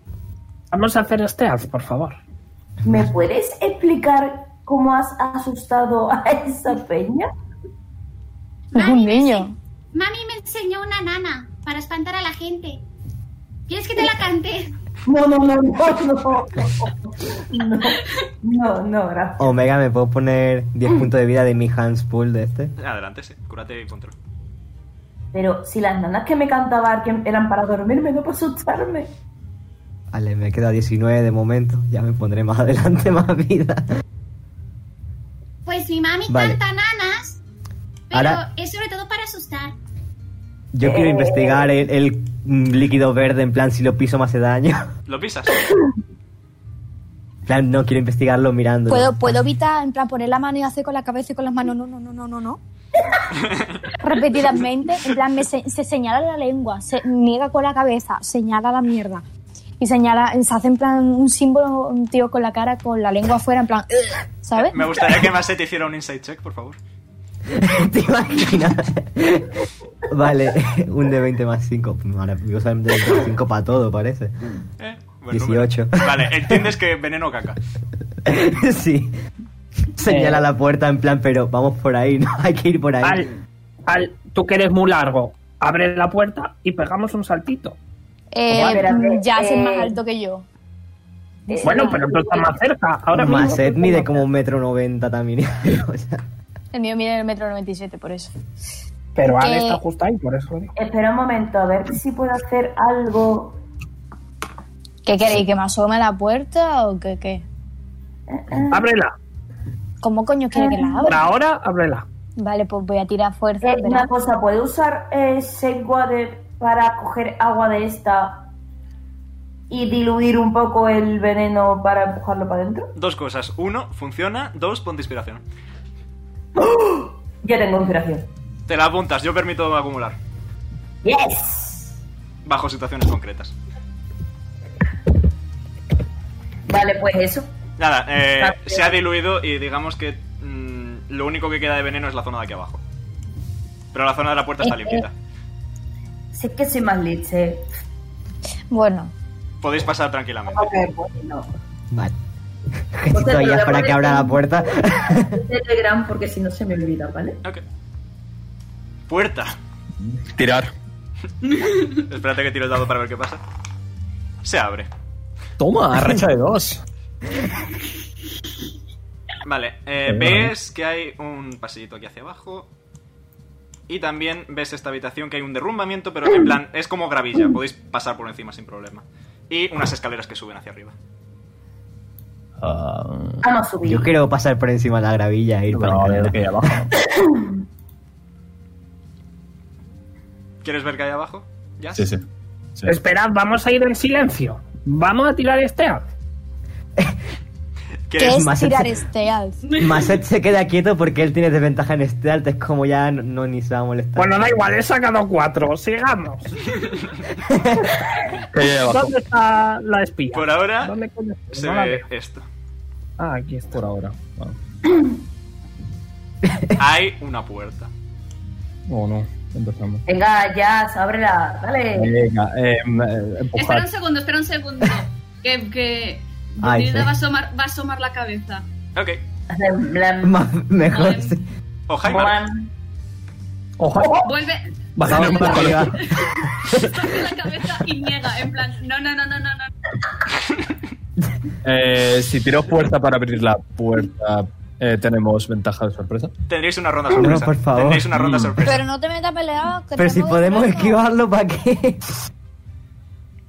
S4: Vamos a hacer stealth, por favor.
S6: ¿Me puedes explicar cómo has asustado a esa peña?
S3: Es un
S8: Mami, me
S3: niño.
S8: Mami me enseñó una nana para espantar a la gente. ¿Quieres que te la cante?
S6: No, no, no, no, no. No, no, no, gracias.
S5: Omega, ¿me puedo poner
S3: Mm.
S5: 10 puntos de vida de mi hands pool de este?
S1: Adelante, sí. Cúrate y control.
S6: Pero si las nanas que me cantaba Arken eran para dormirme, no para asustarme.
S5: Vale, me queda 19 de momento. Ya me pondré más adelante más vida.
S8: Pues mi mami
S5: Vale.
S8: canta nanas, pero
S5: Ahora-
S8: es sobre todo para asustar.
S5: Yo quiero investigar el, el, mm, líquido verde, en plan, si lo piso me hace daño.
S1: ¿Lo pisas?
S5: En plan, no quiero investigarlo mirando.
S3: ¿Puedo, puedo evitar, en plan, poner la mano y hacer con la cabeza y con las manos, no, no, no, no, no, no. Repetidamente, en plan, me se, se señala la lengua, se niega con la cabeza, señala la mierda. Y señala, se hace en plan un símbolo, un tío con la cara, con la lengua afuera, en plan, ¿sabes?
S1: Me gustaría que Maset hiciera un insight check, por favor.
S5: ¿Te imaginas? vale, un de 20 más 5. Ahora voy a usar un de 20 más 5 para todo, parece.
S1: Eh, buen número.
S5: 18.
S1: Vale, entiendes que veneno o caca.
S5: sí. Señala
S4: Eh.
S5: la puerta en plan, pero vamos por ahí, no hay que ir por ahí.
S4: Al, al, tú que eres muy largo, abre la puerta y pegamos un saltito.
S3: Eh,
S6: Ojo, espérate,
S3: ya es
S6: eh.
S3: más alto que yo.
S6: Eh,
S4: Bueno, pero tú estás más cerca. Ahora mismo.
S5: Macet eh, mide como un metro noventa también. O sea,
S3: El mío mide el metro 97, por eso.
S4: Pero Ale
S3: Eh.
S4: está justo ahí, por eso lo digo.
S6: Espera un momento, a ver si puedo hacer algo.
S3: ¿Qué queréis? ¿Que me asome a la puerta o qué? qué?
S4: Ábrela.
S3: ¿Cómo coño quiere que la
S4: Por
S3: abra?
S4: ahora, ábrela.
S3: Vale, pues voy a tirar fuerza.
S6: Eh,
S3: espera.
S6: una cosa, ¿puedo usar eh, Shape Water para coger agua de esta y diluir un poco el veneno para empujarlo para adentro?
S1: Dos cosas. Uno, funciona. Dos, ponte inspiración.
S6: Yo tengo inspiración.
S1: Te la apuntas, yo permito acumular.
S6: ¡Yes!
S1: Bajo situaciones concretas.
S6: Vale, pues eso.
S1: Nada, eh,
S6: Gracias.
S1: se ha diluido y digamos que mm, lo único que queda de veneno es la zona de aquí abajo. Pero la zona de la puerta está
S6: Eh, eh.
S1: limpieta.
S6: Si es que soy más liche.
S3: Bueno,
S1: Podéis pasar tranquilamente.
S6: Ok, bueno.
S5: vale. Estoy
S6: pero
S5: ya
S6: la
S5: para que
S6: puerta-
S5: abra la puerta.
S6: Telegram porque si no se me olvida, ¿vale?
S1: Ok. Puerta.
S9: Tirar.
S1: Espérate que tiro el dado para ver qué pasa. Se abre.
S7: Toma, racha de dos.
S1: Vale, eh,
S7: Eh,
S1: ves que hay un pasillito aquí hacia abajo. Y también ves esta habitación que hay un derrumbamiento, pero en plan, es como gravilla, podéis pasar por encima sin problema. Y unas escaleras que suben hacia arriba.
S7: Ah,
S6: Vamos a subir.
S5: Yo quiero pasar por encima de la gravilla e ir para la
S7: no, veo
S5: escalera.
S7: que hay abajo.
S1: ¿Quieres ver qué hay abajo? ¿Ya?
S9: Sí, sí. sí.
S4: Esperad, vamos a ir en silencio. Vamos a tirar este ad.
S3: ¿qué
S1: ¿Quieres?
S3: es
S5: más
S3: tirar
S5: ese-
S3: este alf?
S5: Macet se queda quieto porque él tiene desventaja en este alto. Es como ya no, no ni se va a molestar.
S4: Bueno, da igual, he sacado cuatro. Sigamos.
S9: ¿Qué hay abajo?
S4: ¿Dónde está la espía?
S1: Por ahora
S4: ¿Dónde coño está?
S1: se
S4: No la
S1: ve
S4: veo.
S1: esto.
S4: Ah, aquí está.
S7: Por ahora. Ah.
S1: Hay una puerta.
S7: No, no. Empezamos.
S6: Venga, ya, ábrela. Dale.
S7: Venga, eh, eh,
S2: Espera
S7: empujar.
S2: un segundo, espera un segundo. que que
S5: Ay,
S2: Brunilda
S5: sí.
S2: va, a asomar, va a asomar la cabeza.
S1: Ok.
S6: Blan,
S5: Ma- mejor
S2: Ay.
S5: sí.
S1: O Jaime.
S6: blan.
S7: Ojo,
S2: Vuelve,
S7: bajamos
S5: Vamos
S7: para
S5: para
S7: arriba.
S5: arriba.
S2: saca la cabeza y niega. En plan, no, no, no, no, no. no.
S9: Eh, si tiro fuerza para abrir la puerta, eh, tenemos ventaja de sorpresa.
S1: Tendréis una ronda sorpresa.
S5: No, por favor.
S1: Tendréis una ronda
S7: Mm.
S1: sorpresa.
S3: Pero no te metas peleado. que
S5: Pero si
S3: estamos
S5: podemos
S3: esperando.
S5: esquivarlo, ¿para qué?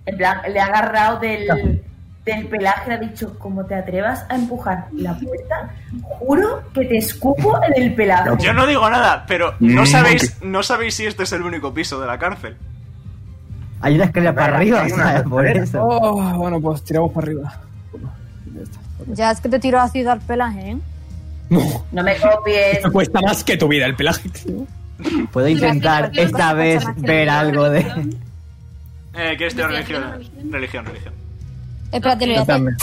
S6: En plan, le ha agarrado del, del pelaje, le ha dicho, como te atrevas a empujar la puerta, juro que te escupo en el pelaje.
S1: Yo no digo nada, pero
S9: Mm,
S1: no sabéis, no sabéis si este es el único piso de la cárcel.
S5: Hay una escalera para arriba, o sea, por eso.
S7: Oh, bueno, pues tiramos para arriba.
S3: Ya es que te tiro así dar pelaje, ¿eh?
S7: No,
S6: No me copies.
S7: me cuesta más que tu vida el pelaje.
S5: Puedo
S3: Imagino
S5: intentar
S3: que
S5: esta
S3: no
S5: vez
S3: pasa más que
S5: ver
S3: nada.
S5: algo de.
S1: Eh, ¿Quieres tirar
S2: Investigación,
S1: religión? Religión, religión.
S3: Espérate, le voy a hacer
S4: También.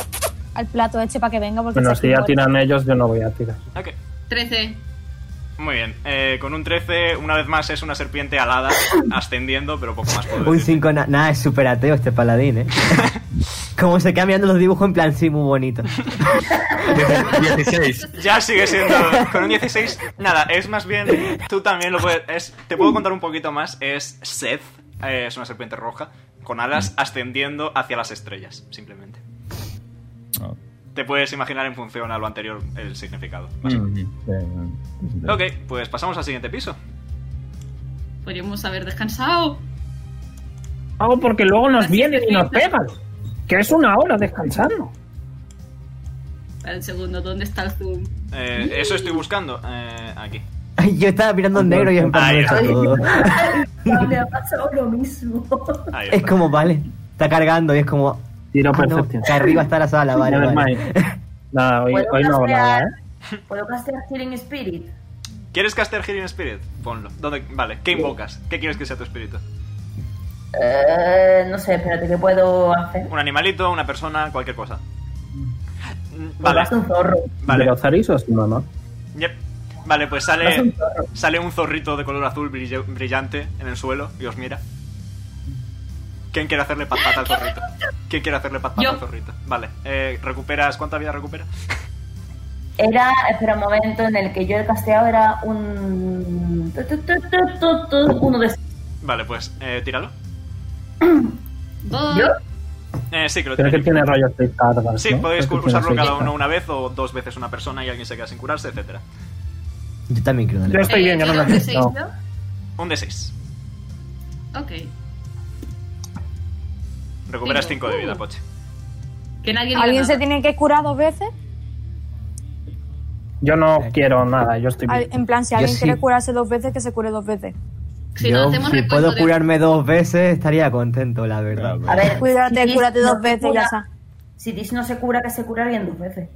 S3: al plato este para que venga porque
S4: Bueno,
S3: se
S4: si ya
S3: esquivó.
S4: tiran ellos, yo no voy a tirar.
S1: Ok.
S2: 13.
S1: Muy bien, eh, con un 13, una vez más es una serpiente alada ascendiendo, pero poco más puedo
S5: Un
S1: decir.
S5: 5, nada, es súper ateo este paladín, ¿eh? Como se cambian los dibujos en plan, sí, muy bonito.
S9: 16.
S1: Ya sigue siendo. Con un 16, nada, es más bien. Tú también lo puedes. es- te puedo contar un poquito más. Es Seth, eh, es una serpiente
S5: Mm.
S9: Ah,
S1: roja, con alas ascendiendo hacia las estrellas, simplemente.
S7: No.
S1: te puedes imaginar en función a lo anterior el significado.
S9: Mm, sí, mm,
S1: Ok, pues pasamos al siguiente piso.
S2: Podríamos haber descansado.
S4: Hago porque luego nos vienen y nos pegan. Que es una hora descansando.
S2: Para el segundo, ¿dónde está el zoom?
S1: Eh,
S5: Mm.
S1: eso estoy buscando. Eh, aquí.
S5: Yo estaba mirando en negro y en plan,
S1: Ahí está.
S5: todo.
S6: Me ha pasado lo mismo.
S1: Ahí
S5: Es
S1: está.
S5: como, vale, está cargando y es como.
S4: Tiro
S5: ah, no,
S4: percepción.
S5: que arriba está la sala, vale.
S4: Never
S5: vale.
S4: mind. Nada, hoy, hoy no hago nada,
S6: castear,
S4: ¿eh?
S6: ¿Puedo castear Healing Spirit?
S1: ¿Quieres castear Healing Spirit? Ponlo. ¿Dónde? Vale, ¿qué invocas? ¿Qué quieres que sea tu espíritu?
S6: Eh, no sé, espérate, ¿qué puedo hacer?
S1: ¿Un animalito, una persona, cualquier cosa? Mm,
S6: Vale.
S1: Vale,
S6: un zorro.
S1: vale.
S4: ¿De los arizos? No, no.
S1: Yep. Vale, pues
S6: Vas
S1: sale,
S6: un zorro.
S1: sale un zorrito de color azul brille- brillante en el suelo y os mira. ¿Quién quiere hacerle pat pat al zorrito? ¿Quién quiere hacerle pat pat
S2: Yo.
S1: al zorrito? Vale, eh, recuperas. ¿Cuánta vida recuperas?
S6: Era, espera un momento, en el que yo he casteado era un... tu, tu, tu, tu, tu, tu, Uno de...
S1: Vale, pues eh, tíralo.
S2: Voy.
S6: ¿Yo?
S1: Eh, sí, que lo
S4: Creo que
S1: tiene.
S4: tiene rayos de tardas.
S1: Sí,
S4: ¿no?
S1: podéis
S4: Creo que
S1: usarlo
S4: tiene
S1: cada
S4: seis
S1: uno una vez o dos veces una persona y alguien se queda sin curarse, etcétera.
S5: Yo también creo,
S4: Yo
S5: dale.
S4: estoy bien, yo no
S2: ¿dónde
S4: necesito.
S2: seis,
S1: Un de 6.
S2: yo? Ok.
S1: Recuperas
S2: Cinco.
S1: 5 de vida,
S2: Uh.
S1: Poche.
S2: Que nadie diga
S3: ¿Alguien
S2: nada.
S3: se tiene que curar dos veces?
S4: Yo no quiero nada, yo estoy
S3: Al-
S4: bien.
S3: En plan, si
S5: Yo
S3: alguien
S5: sí.
S3: quiere curarse dos veces, que se cure dos veces.
S2: Si no
S5: Yo,
S2: hacemos
S5: si
S2: recuento
S5: puedo
S2: de-
S5: curarme dos veces, estaría contento, la verdad.
S9: Claro,
S6: A ver,
S3: Cuídate,
S6: Tis
S3: cúrate
S6: no
S3: dos
S6: se
S3: veces,
S6: cura-
S3: ya está.
S6: Si Tis no se cura, que se cura alguien dos veces.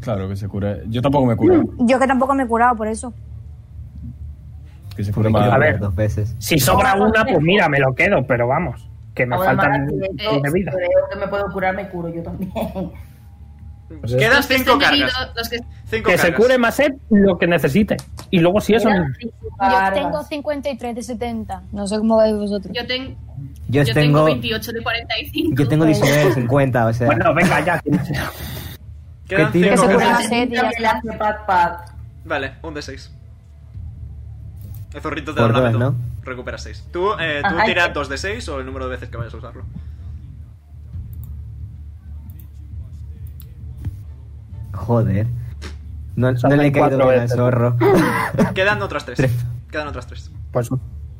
S9: claro que se cure. Yo tampoco me curo.
S3: Yo que tampoco me he curado por eso.
S9: Que se cure
S5: Porque
S9: más.
S5: quiero
S4: A ver.
S5: ver dos veces.
S4: Si sobra una, pues mira, me lo quedo, pero vamos, que me
S6: Ahora,
S4: faltan
S6: Mara, que-
S4: dos de
S6: eh,
S4: vida.
S6: Creo que me puedo curar, me curo yo también.
S4: Pues es-
S1: Quedan
S2: los que
S1: 5
S2: estén
S1: cargas.
S2: heridos, los que-
S1: 5
S4: que
S1: cargas.
S4: se cure más lo que necesite. Y luego si eso...
S6: Mira,
S4: no-
S3: Yo
S6: Vargas.
S3: tengo 53 de 70. No sé cómo vais vosotros.
S2: Yo, ten-
S5: Yo,
S2: yo tengo
S5: tengo,
S2: 28 de 45.
S5: yo tengo 19 de 50, o sea.
S4: Bueno, venga ya. que-
S1: Quedan
S5: que tire-
S1: cinco
S3: que se cure
S1: cargas.
S3: más sed y ya
S6: También
S3: está.
S6: hace pat, pat.
S1: Vale, un de 6. El zorrito te da
S5: Por
S1: una
S5: dos,
S1: vez.
S5: ¿no?
S1: Recuperas 6. Tú, eh, tú
S6: Ajá,
S1: tiras
S6: Ah, sí.
S1: 2 de 6 o el número de veces que vayas a usarlo.
S5: Joder. No, no le
S4: Son
S5: he caído
S4: cuatro
S5: bien al
S4: veces.
S5: zorro.
S1: Quedan otras 3.
S5: Tres.
S1: Quedan otras 3.
S4: Pues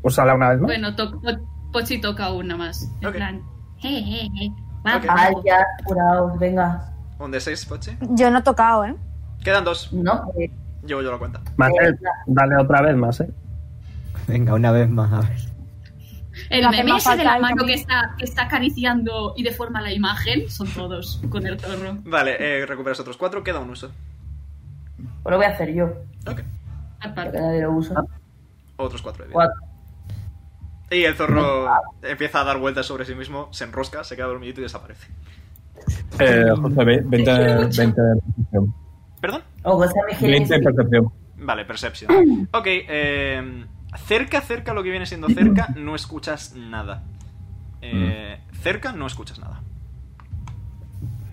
S4: úsala una vez más.
S2: Bueno, to- Po- Pochi toca una más. En
S1: Ok.
S2: plan,
S8: Eh, eh, eh.
S1: Ok.
S8: Vamos.
S2: Ah.
S6: Ay, ya, curaos, venga.
S1: Un de 6, Poche.
S3: Yo no he tocado, ¿eh?
S1: Quedan 2.
S6: No, eh,
S1: Llevo yo la cuenta.
S4: Marcel, dale otra vez más, ¿eh?
S5: Venga, una vez más, a ver.
S2: el
S3: No hace
S2: meme
S3: más
S2: ese de
S3: falta
S2: la
S3: el
S2: mano
S3: cam-
S2: que está, que está acariciando y deforma la imagen son todos con el zorro.
S1: Vale, eh, recuperas otros 4. Queda un uso.
S6: pues lo voy a hacer yo,
S1: Ok.
S6: porque
S2: Aparte.
S6: nadie lo usa.
S1: Otros 4 de vida.
S6: Cuatro.
S1: Y el zorro empieza a dar vueltas sobre sí mismo, se enrosca, se queda dormidito y desaparece.
S9: Eh, José, ve- 20 20 percepción.
S1: ¿Perdón?
S6: Ojo, esa es mi
S9: 20
S6: healing
S9: percepción.
S1: Vale, Perception. Ok, eh, cerca, cerca, lo que viene siendo cerca, no escuchas nada. Eh, Cerca, no escuchas nada.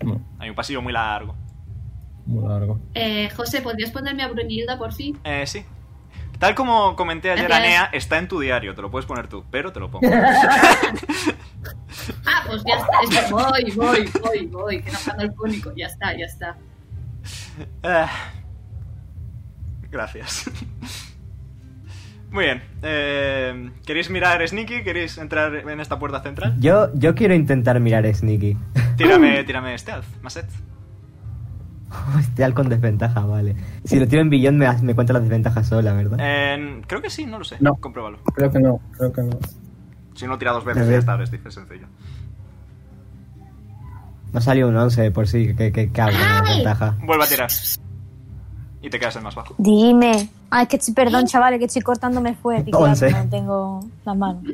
S9: No,
S1: Hay un pasillo muy largo.
S9: Muy largo.
S2: Eh, José, ¿podrías ponerme a Brunilda por fin?
S1: Eh, sí. Tal como comenté ayer,
S2: Gracias.
S1: Anea, está en tu diario, te lo puedes poner tú, pero te lo pongo.
S2: Ah, pues ya está. Es que voy, voy, voy, voy. Que no gana el público. Ya está, ya está.
S1: Ah. Gracias. Muy bien. eh, ¿Queréis mirar Sneaky? ¿Queréis entrar en esta puerta central?
S5: Yo, yo quiero intentar mirar Sneaky.
S1: Tírame, tírame stealth, Maset.
S5: Hostia, con desventaja, vale. Si lo tiro en billón me, me cuenta las desventajas sola, ¿verdad?
S1: Eh, creo que sí, no lo sé.
S4: No.
S1: Compruébalo.
S4: Creo que no, creo que no.
S1: Si no tira dos veces,
S5: Ujú.
S1: ya está, les dice sencillo.
S5: No salió un 11 de por sí, que, que, que hago con la desventaja.
S1: Vuelve a tirar. Y te quedas el más bajo.
S3: Dime. Ah, es que estoy- perdón, chavales, que estoy cortándome fuerte. y claro,
S5: Once.
S3: no tengo las manos.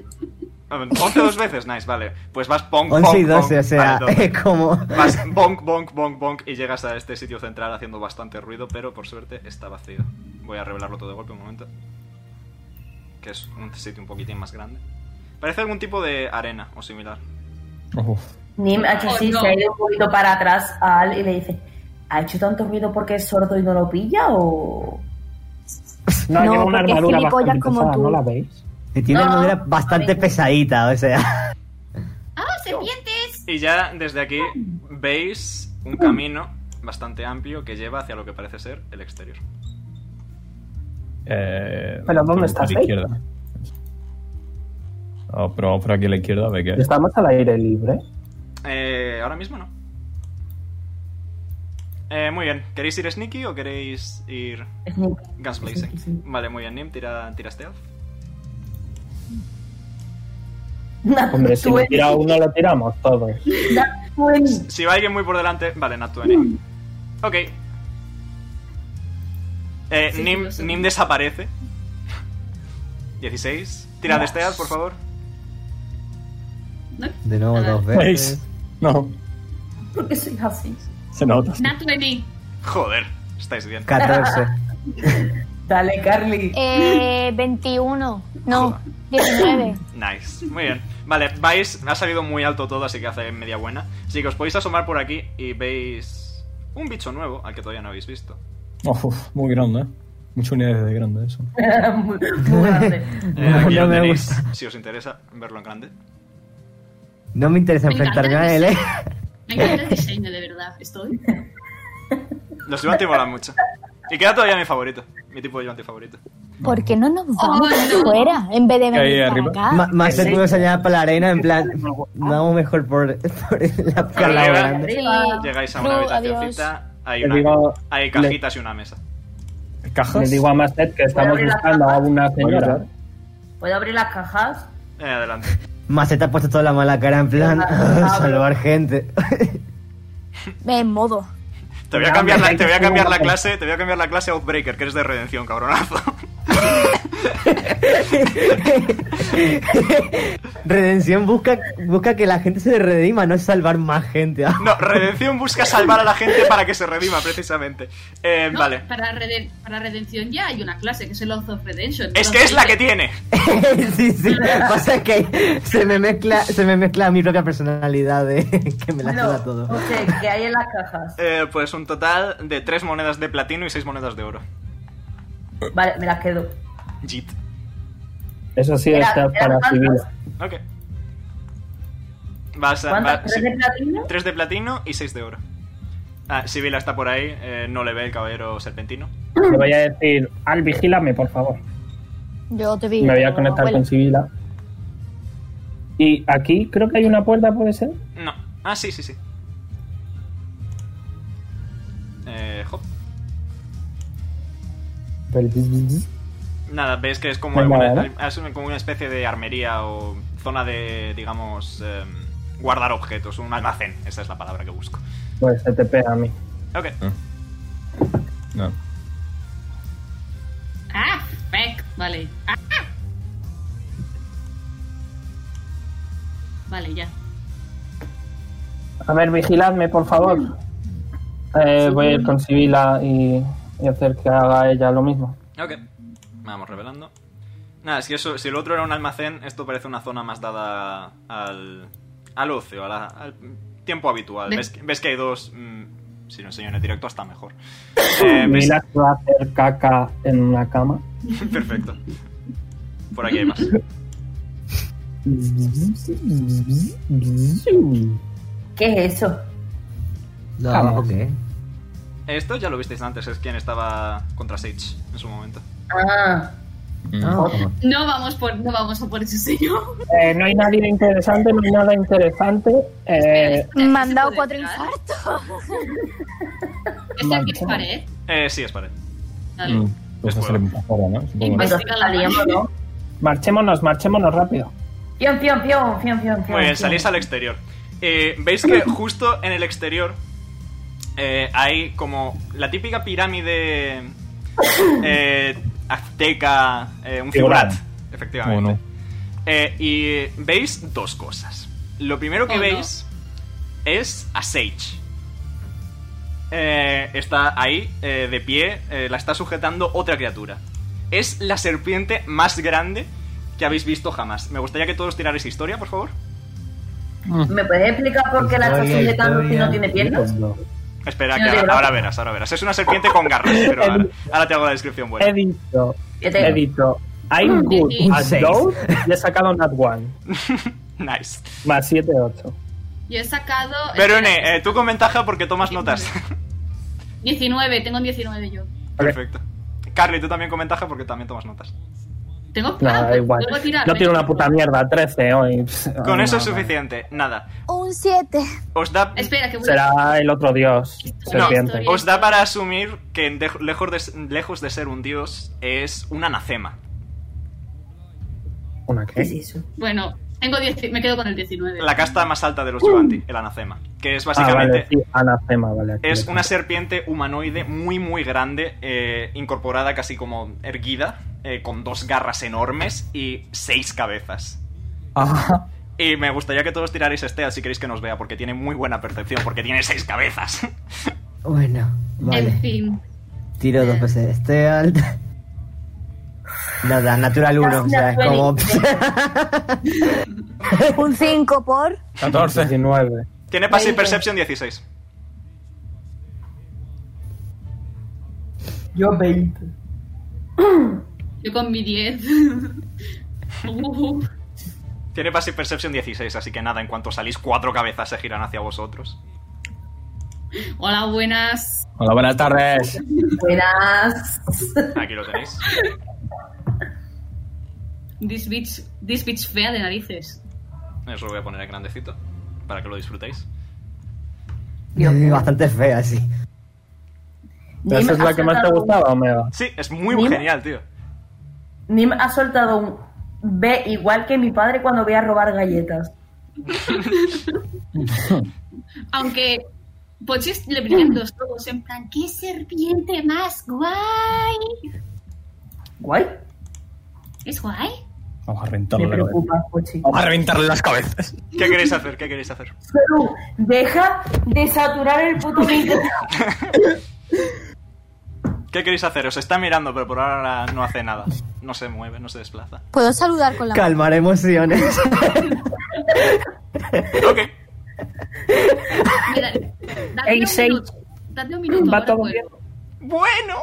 S1: Ah, 11 dos veces, nice, vale. Pues vas bonk, bonk,
S5: 11 y 12,
S1: bonk.
S5: o sea,
S1: Vale,
S5: eh,
S1: doce.
S5: es como...
S1: Vas bonk, bonk, bonk, bonk y llegas a este sitio central haciendo bastante ruido, pero por suerte está vacío. Voy a revelarlo todo de golpe un momento. Que es un sitio un poquitín más grande. Parece algún tipo de arena o similar.
S9: Ojo.
S6: Nim ha hecho
S2: Oh,
S6: así,
S2: no.
S6: se ha ido un poquito para atrás a Al y le dice: ¿Ha hecho tanto ruido porque es sordo y no lo pilla? ¿O.?
S3: No,
S4: No, lleva una
S3: porque
S4: armadura
S3: gilipollas
S4: bastante
S3: como
S4: pesada,
S3: tú.
S4: ¿no la veis?
S5: Y tiene una
S6: No,
S5: manera bastante
S6: no.
S5: pesadita, o sea...
S8: ¡Oh, serpientes!
S1: Y ya desde aquí veis un camino bastante amplio que lleva hacia lo que parece ser el exterior.
S9: Eh,
S4: Pero, ¿dónde
S9: por
S4: estás,
S9: la
S4: eh?
S9: izquierda. No, Oh, pero vamos por aquí a la izquierda, ve que.
S4: Estamos al aire libre.
S1: Eh, ahora mismo no. Eh, muy bien, ¿queréis ir sneaky o queréis ir guns blazing? Vale, muy bien, Nim, tira, tira stealth.
S4: Hombre, si
S6: Tú
S4: lo
S6: eres-
S4: tira uno, lo tiramos todos.
S6: Bueno,
S1: Si va alguien muy por delante, vale, Nat
S2: Mm.
S1: 20. Ok. Eh,
S2: Sí,
S1: Nim,
S2: lo sé.
S1: Nim desaparece. 16. Tira de stealth, por favor.
S2: ¿No?
S5: De nuevo
S2: A ver.
S5: dos
S7: Pues.
S9: ¿Veis?
S5: veces.
S9: No,
S6: ¿Por qué soy así?
S9: se nota.
S2: Nat 20.
S1: Joder, estáis bien.
S5: 14.
S6: Dale, Carly.
S3: Eh, 21.
S4: Ah.
S3: No, 19.
S1: Nice, muy bien. Vale, vais, ha salido muy alto todo, así que hace media buena. Así que os podéis asomar por aquí y veis un bicho nuevo al que todavía no habéis visto.
S9: Uf, muy grande, ¿eh? Muchas unidades de grande eso.
S6: muy, muy grande.
S1: Eh, aquí
S5: No
S1: lo
S5: me
S1: tenéis, si os interesa verlo en grande.
S5: No me interesa
S2: Me encanta
S5: enfrentarme a
S2: el
S5: él, eh.
S2: Me encanta el diseño, de verdad. Estoy.
S1: Los Yuanti molan mucho. Y queda todavía mi favorito, mi tipo de Yuanti favorito.
S3: ¿Por qué no nos vamos
S2: Oh, no.
S3: fuera en vez de
S9: Ahí
S3: venir
S9: arriba.
S3: para
S5: Ma-
S3: acá?
S5: Más te puedo señalar para la arena, en plan. Vamos mejor por, por la por la
S1: Arriba.
S5: grande.
S3: Sí.
S1: Llegáis a una
S3: Ru,
S1: habitacioncita, hay,
S4: Le
S1: una-
S4: digo-
S1: hay cajitas y una mesa.
S9: ¿Cajas?
S4: Le digo a Mastet que estamos
S6: abrir la
S4: buscando a una señora.
S6: ¿Puedo abrir las cajas?
S1: Eh, adelante.
S5: Maceta ha puesto toda la mala cara en plan
S6: Ah,
S5: "Ah, salvar gente.
S3: Ve en modo.
S1: Te voy a
S4: Ya,
S1: cambiar
S4: hombre,
S1: la,
S4: hay
S1: te voy
S4: que
S1: a cambiar la
S4: jugar.
S1: clase, te voy a cambiar la clase a Outbreaker, que eres de redención, cabronazo.
S5: Redención busca, busca que la gente se redima, no es salvar más gente.
S1: No, redención busca salvar a la gente para que se redima, precisamente. Eh,
S2: No,
S1: vale.
S2: Para, reden- para redención ya hay una clase que es el Oath of Redemption.
S1: Es que es la que tiene.
S5: sí, sí. Pasa que se me mezcla, se me mezcla mi propia personalidad de que me la suda todo.
S6: o sea, ¿qué hay en las cajas?
S1: Eh, pues un total de tres monedas de platino y seis monedas de oro.
S6: Vale, me las quedo.
S1: Jit.
S4: Eso sí,
S6: Era-
S4: está
S6: eran
S4: para
S6: tantas.
S4: civil.
S1: Ok. Vas a.
S6: ¿Cuántas?
S1: va-
S6: ¿Tres
S1: sí.
S6: de platino?
S1: Tres de platino y seis de oro. Ah, Sibila está por ahí, eh, no le ve el caballero serpentino.
S4: Le voy a decir, Al, vigílame, por favor.
S3: Yo te vi.
S4: Me voy a conectar con Sibila. Y aquí creo que hay una puerta, ¿puede ser?
S1: No. Ah, sí, sí, sí. Eh, hop.
S4: Pero-
S1: Nada, ves que es como,
S4: No hay
S1: una,
S4: nada, ¿no?
S1: es como una especie de armería o zona de, digamos, em, guardar objetos, un almacén. Esa es la palabra que busco.
S4: Pues se te pega a mí.
S1: Ok.
S9: No.
S2: Ah, fuck. Vale. Ah. Vale, ya.
S4: A ver, vigiladme, por favor. Eh, voy a ir con Sibila y, y hacer que haga ella lo mismo.
S1: Ok. Vamos revelando. Nada, si, eso, si el otro era un almacén, esto parece una zona más dada al, al ocio, a la- al tiempo habitual.
S2: Ve-
S1: ¿Ves, que- ves que hay dos... mm, si lo enseño en el directo, hasta mejor. Eh, ves-
S4: Sibila se va a hacer caca en una cama.
S1: perfecto. Por aquí hay más.
S6: ¿Qué es eso?
S5: No,
S4: Vamos.
S5: Ah, ok.
S1: Esto ya lo visteis antes, es quien estaba contra Sage en su momento.
S6: Ah,
S9: Mm.
S5: No,
S2: No vamos, por, no vamos a por ese señor.
S4: Eh, no hay nadie interesante, no hay nada interesante.
S2: este
S4: Eh,
S3: Me han dado cuatro
S2: infartos.
S3: infartos.
S2: ¿Es el que Este es pared?
S1: Eh, sí, es pared.
S2: Vale.
S9: Mm, Pues hacer un poco, ¿no? Supongo.
S2: Invas-
S6: entonces salíamos, ¿no?
S4: marchémonos, marchémonos rápido.
S6: Pion, pion, pion, pion, pion, pion.
S1: Muy bien,
S6: pion.
S1: Pues salís al exterior. Eh, Veis que justo en el exterior eh, hay como la típica pirámide eh, azteca, eh, un figurat,
S9: Figurat.
S1: efectivamente.
S9: Bueno,
S1: Eh, y veis dos cosas. Lo primero que
S2: Oh, no.
S1: veis es a Sage. Eh, está ahí, eh, de pie, eh, la está sujetando otra criatura. Es la serpiente más grande que habéis visto jamás. Me gustaría que todos tirarais historia, por favor.
S6: ¿Me puedes explicar por qué la estás
S5: Historia,
S6: sujetando si no
S5: historia.
S6: tiene piernas?
S1: Espera,
S6: Yo
S1: que
S6: digo,
S1: ahora,
S6: no.
S1: ahora verás, ahora verás. Es una serpiente con garras, pero ahora, ahora te hago la descripción
S4: He
S1: buena.
S4: dicho,
S6: Yo te-
S4: he dicho,
S2: Mm,
S4: I'm good
S2: Un
S4: at
S5: seis.
S4: those y he sacado Nat one
S1: Nice.
S4: más 7, 8.
S2: Yo he sacado. este
S1: Verone,
S2: Espera,
S1: eh, tú con ventaja porque tomas notas.
S2: 19, tengo un 19 yo.
S1: Perfecto. Carly, tú también con ventaja porque también tomas notas.
S2: Tengo
S4: Nada,
S2: ah,
S4: da igual.
S2: tengo que tirar.
S4: No tiene una puta mierda, 13 hoy. Pss,
S1: Con
S4: ah,
S1: eso es
S4: nada.
S1: suficiente. Nada.
S3: Un 7.
S1: Os da
S2: Espera, que voy
S4: Será el otro dios.
S1: No, Pues,
S4: Serpiente.
S2: Historia.
S1: os da para asumir que de- lejos, de, s- lejos de ser un dios es un anacema.
S4: ¿Una
S6: ¿Qué
S4: qué?
S6: es eso?
S2: Bueno, tengo 10, me quedo con el 19.
S1: La casta más alta de los Yuanti, el anacema. Que es
S4: Uh. Ah,
S1: básicamente...
S4: vale, sí, anacema, vale. aquí
S1: Es
S4: lo
S1: una
S4: tengo.
S1: serpiente humanoide muy muy grande, eh, incorporada casi como erguida, eh, con dos garras enormes y seis cabezas.
S9: Ah,
S4: Ajá.
S1: Y me gustaría que todos tirarais este si queréis que nos vea, porque tiene muy buena percepción, porque tiene seis cabezas.
S5: Bueno,
S2: En
S5: vale.
S2: fin.
S5: Tiro dos veces este alta. Nada, natural 1, o sea, es como...
S3: Un 5 por.
S9: 14.
S4: 19.
S1: tiene Passive Perception 16.
S6: Yo 20.
S2: Yo con mi 10. Uh,
S1: Tiene Passive Perception 16, así que nada, en cuanto salís, cuatro cabezas se giran hacia vosotros.
S2: hola, buenas.
S9: Hola, buenas tardes.
S6: Buenas.
S1: Aquí lo tenéis.
S2: This bitch, this bitch fea de narices.
S1: Eso lo voy a poner en grandecito, para que lo disfrutéis.
S5: Bastante fea, sí.
S6: Nim
S4: ¿Esa es la
S6: ha
S4: que más te
S6: soltado-
S4: gustaba, Omega?
S1: Sí, es muy
S6: Mira.
S1: genial, tío.
S6: Nim ha soltado un B igual que mi padre cuando voy a robar galletas.
S2: Aunque Pochi es- le brillan los ojos en plan.
S8: ¡Qué serpiente más guay!
S6: Guay.
S8: ¿Es guay?
S9: Vamos a
S6: Me
S9: reventarle la cabeza.
S6: preocupa, Pochi.
S9: Vamos a reventarle las cabezas.
S1: ¿Qué queréis hacer? ¿Qué queréis hacer?
S6: Pero deja de saturar el puto micro.
S1: ¿Qué queréis hacer? Os está mirando, pero por ahora no hace nada. No se mueve, no se desplaza.
S3: ¿Puedo saludar con la mano?
S5: Calmar emociones.
S1: Ok.
S2: Mira, dadle
S6: Ey,
S2: un
S6: seis.
S2: minuto. Dadle un minuto.
S6: Va
S2: ahora
S6: todo
S2: vuelvo.
S6: bien.
S1: Bueno.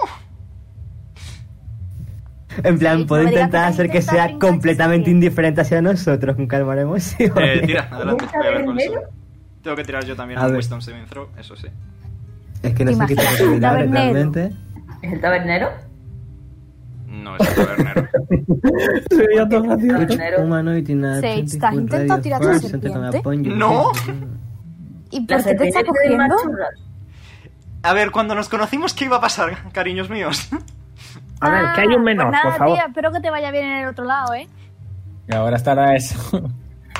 S5: En plan,
S3: Sí,
S5: puedo
S3: no me digas que
S5: intentar
S3: te
S5: hacer que
S3: intenta
S5: sea
S3: brincar,
S5: completamente
S3: sí.
S5: indiferente hacia nosotros con calmar emociones.
S1: Eh, tira, adelante.
S6: ¿Nunca
S1: Voy a ver cuál
S6: ves
S1: es. el- Tengo que tirar yo también
S5: A
S1: un
S5: ver.
S1: Wisdom Saving Throw, eso sí.
S5: Es que no
S3: ¿Te
S5: sé qué
S3: imaginas
S5: te
S3: un tabernero?
S5: realmente.
S6: ¿Es el tabernero?
S1: No es el tabernero.
S5: Which
S6: Tabernero.
S5: humanoid in a
S3: Sage,
S5: 20
S3: ¿te has
S5: foot
S3: intentado
S5: radius
S3: tirar a la
S5: first, and
S3: serpiente?
S5: take an upon you.
S1: No.
S3: ¿Y por qué
S6: La
S3: te está
S6: serpiente de
S3: cogiendo?
S6: Machurra.
S1: A ver, cuando nos conocimos, ¿qué iba a pasar, cariños míos?
S4: A ver, que hay
S3: Ah,
S4: un menor,
S3: pues nada,
S4: por favor.
S3: tía, espero que te vaya bien en el otro lado, ¿eh?
S9: Y ahora estará eso.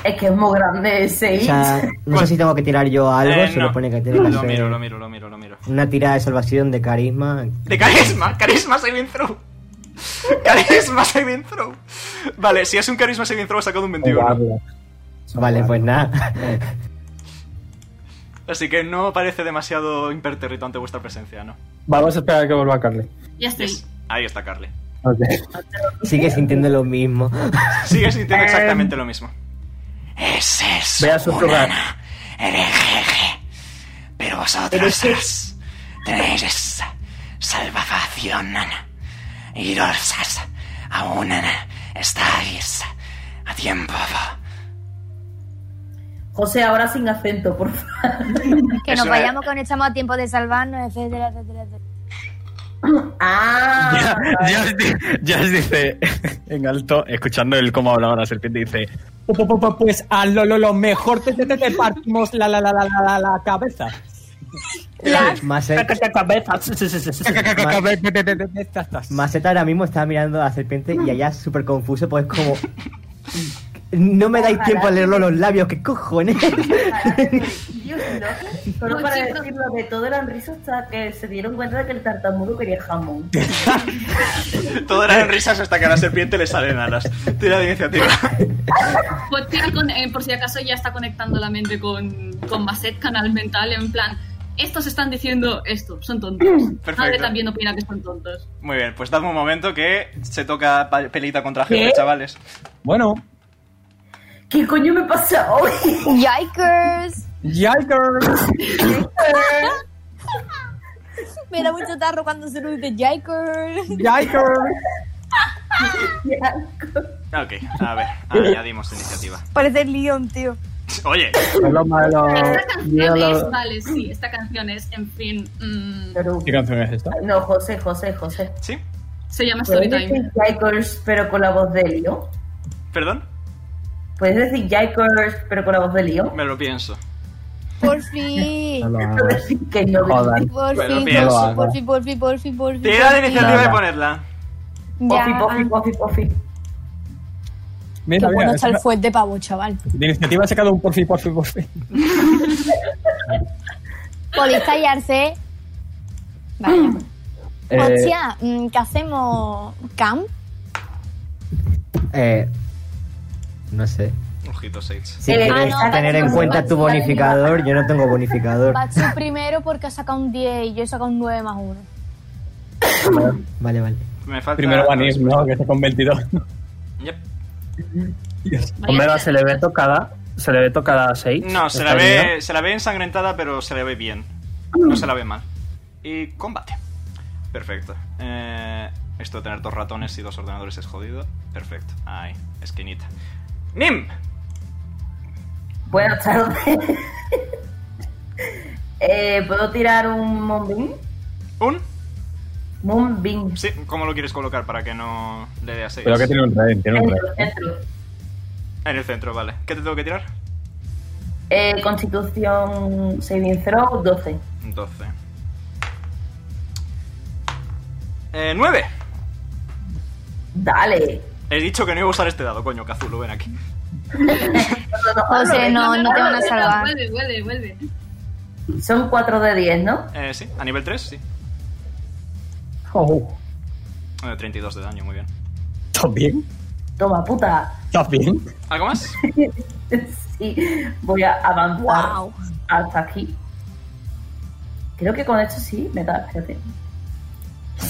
S6: Es que es muy grande ese.
S5: O sea, no sé si tengo que tirar yo algo,
S1: Eh,
S5: se
S1: no.
S5: supone que tiene que
S1: Lo
S5: hacer
S1: miro, lo miro, lo miro, lo miro.
S5: una tirada de salvación de carisma.
S1: De carisma, carisma saving throw. Carisma saving throw. Vale, si es un carisma saving throw, he sacado un 21.
S4: Guarda.
S5: Vale, pues nada.
S1: Así que no parece demasiado impertérrito ante vuestra presencia, ¿no?
S4: Vamos a esperar a que vuelva Carly.
S2: Ya estoy.
S1: Yes. Ahí está Carly.
S4: Ok.
S5: Sigue sintiendo lo mismo.
S1: Sigue sintiendo exactamente lo mismo. Eh, Ese es
S4: Voy a susurrar.
S1: hereje. Pero vosotros tenéis salvación, nana. Y los aún estáis a tiempo.
S6: José, ahora sin acento, por favor.
S3: Que
S1: Eso
S3: nos
S1: es.
S3: vayamos, que no echamos a tiempo de salvarnos, etcétera, etcétera, etcétera.
S6: Ah,
S9: Jazz di- Jazz dice en alto, escuchando el cómo hablaba la serpiente, dice: "Pu, pu, pu, pu, Pues a lo, lo, lo mejor te, te, te- te partimos la, la, la, la, la, la, la cabeza.
S5: Maceta,
S9: Cabeza, te, te, te, te, tas, tas.
S5: Maceta ahora mismo está mirando a la serpiente y allá súper confuso, pues como... No me dais tiempo a leerlo los labios, ¿qué cojones?
S6: Dios, no. Solo para decirlo de todo eran risas hasta que se dieron cuenta de que el tartamudo quería jamón.
S1: Todo eran risas hasta que a la serpiente le salen alas. Tira de iniciativa.
S2: Pochi, con- eh, por si acaso, ya está conectando la mente con, con Baset, canal mental, en plan. Estos están diciendo esto, son tontos. Madre también opina que son tontos.
S1: Muy bien, pues dadme un momento que se toca pa- pelita contra jefe,
S6: ¿Qué?
S1: chavales.
S9: Bueno,
S6: ¿Qué coño me pasa hoy?
S3: Yikers.
S9: Yikers.
S3: Me da mucho tarro cuando se nos dice Yikers.
S9: Yikers.
S1: Ok, a ver, añadimos iniciativa.
S3: Parece Leon, tío.
S1: Oye,
S4: Malo, malo.
S2: Esta canción es,
S4: Diablo.
S2: vale, sí, esta canción es, en fin, mm,
S6: Pero...
S7: ¿Qué canción es esta?
S6: No, José, José, José.
S1: ¿sí?
S2: se llama
S6: ¿Puedes
S2: Storytime.
S6: decir Jikers pero con la voz de Leo?
S1: ¿Perdón?
S6: ¿Puedes decir Jikers pero con la voz de Leo?
S1: Me lo pienso.
S10: Por
S4: No
S10: fin.
S4: lo
S6: Quiero
S4: hagas.
S6: decir que no.
S4: Jodan.
S10: Por
S1: Bueno,
S10: fin,
S1: pienso.
S10: por fin, por fin, por fin, por fin.
S1: Tira la
S10: por fin.
S1: iniciativa y
S4: Nada.
S1: ponerla.
S6: Pofi,
S3: Ya,
S6: pofi,
S3: ah,
S6: pofi, pofi.
S3: qué
S7: Mira,
S3: bueno
S7: mira,
S3: está el
S7: esa-
S3: fuet de pavo, chaval.
S7: de iniciativa ha sacado un por fin, por fin, por fin.
S3: Podéis callarse. Vale.
S4: Eh,
S3: Hostia, mm, ¿qué hacemos? ¿Camp?
S5: Eh, no sé.
S1: Ojito, Sage.
S5: Si
S6: El
S5: quieres
S3: hermano,
S5: tener
S3: vale,
S5: en
S3: no,
S5: cuenta
S3: no,
S5: tu
S3: vale,
S5: bonificador, yo no tengo bonificador.
S3: Vas tú primero porque has sacado un 10 y yo he sacado un 9 más 1.
S5: Vale, vale.
S1: Me falta.
S7: Primero Vanis, ¿no? Que está con 22.
S1: Yep.
S4: Omega se le ve tocada. Se le ve tocada a 6.
S1: No, se la, ve, se la ve ensangrentada, pero se la ve bien.
S7: Ah.
S1: No se la ve mal. Y combate. Perfecto. Eh, esto de tener dos ratones y dos ordenadores es jodido. Perfecto. Ay, esquinita. ¡Nim!
S6: Buenas tardes. eh, ¿Puedo tirar un Moonbeam?
S1: ¿Un?
S6: Moonbeam.
S1: Sí, ¿cómo lo quieres colocar para que no le dé a seis?
S7: Pero que tiene un rehén, tiene un
S6: Centro,
S7: rehén.
S6: centro.
S1: En el centro, vale. ¿Qué te tengo que tirar?
S6: Eh, Constitución Saving Throw 12.
S1: 12. Eh, 9.
S6: Dale.
S1: He dicho que no iba a usar este dado, coño, Cazulo, ven aquí.
S3: José, no, no te van a salvar.
S2: Vuelve, vuelve, vuelve.
S6: Son 4 de 10, ¿no?
S1: Eh, sí, a nivel 3, sí.
S4: Oh,
S1: Eh, 32 de daño, muy bien.
S7: ¿Estás bien?
S6: Toma, puta.
S7: ¿Estás bien?
S1: ¿Algo más?
S6: sí, voy a avanzar
S3: Wow.
S6: hasta aquí. Creo que con esto sí me da. Espérate.